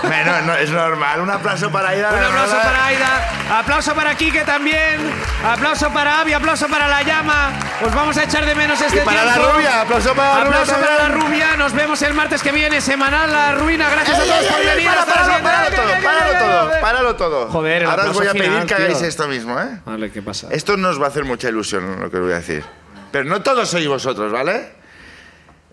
Speaker 2: Bueno, no, es normal. Un aplauso para Aida.
Speaker 1: Un
Speaker 2: la
Speaker 1: aplauso
Speaker 2: verdad.
Speaker 1: para Aida, aplauso para Quique también, aplauso para Avi, aplauso para La Llama. Os vamos a echar de menos este
Speaker 2: Y para la
Speaker 1: tiempo.
Speaker 2: rubia. Aplauso para la rubia.
Speaker 1: Aplauso para la
Speaker 2: también.
Speaker 1: rubia. Nos vemos el martes que viene, semanal La Ruina. Gracias
Speaker 2: Ey,
Speaker 1: a todos
Speaker 2: ey,
Speaker 1: por
Speaker 2: ey,
Speaker 1: venir.
Speaker 2: para,
Speaker 1: Hasta la
Speaker 2: para,
Speaker 1: siguiente.
Speaker 2: páralo todo, páralo todo, páralo todo.
Speaker 1: Joder, el
Speaker 2: Ahora os voy a
Speaker 1: aplauso
Speaker 2: pedir
Speaker 1: final,
Speaker 2: que hagáis
Speaker 1: tío.
Speaker 2: esto mismo, ¿eh?
Speaker 1: Vale, ¿qué pasa?
Speaker 2: Esto nos va a hacer mucha ilusión lo que os voy a decir. Pero no todos sois vosotros, ¿vale?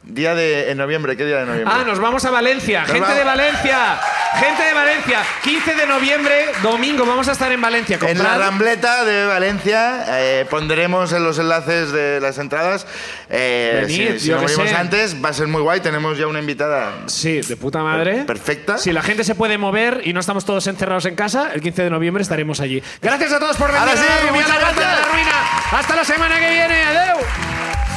Speaker 2: Día de... En noviembre, ¿qué día de noviembre?
Speaker 1: Ah, nos vamos a Valencia.
Speaker 2: Nos
Speaker 1: Gente
Speaker 2: vamos.
Speaker 1: de Valencia. Gente de Valencia. 15 de noviembre, domingo. Vamos a estar en Valencia.
Speaker 2: En la
Speaker 1: Comprad-
Speaker 2: Rambleta de Valencia eh, pondremos en los enlaces de las entradas. Eh,
Speaker 1: Venid,
Speaker 2: si si
Speaker 1: yo
Speaker 2: no
Speaker 1: que
Speaker 2: venimos
Speaker 1: sé.
Speaker 2: antes, va a ser muy guay. Tenemos ya una invitada.
Speaker 1: Sí, de puta madre.
Speaker 2: Perfecta.
Speaker 1: Si la gente se puede mover y no estamos todos encerrados en casa, el 15 de noviembre estaremos allí. Gracias a todos por venir.
Speaker 2: Ahora sí,
Speaker 1: a la Rubia,
Speaker 2: muchas
Speaker 1: la Vuelta de
Speaker 2: gracias.
Speaker 1: la ruina. Hasta la semana que viene. Adeu.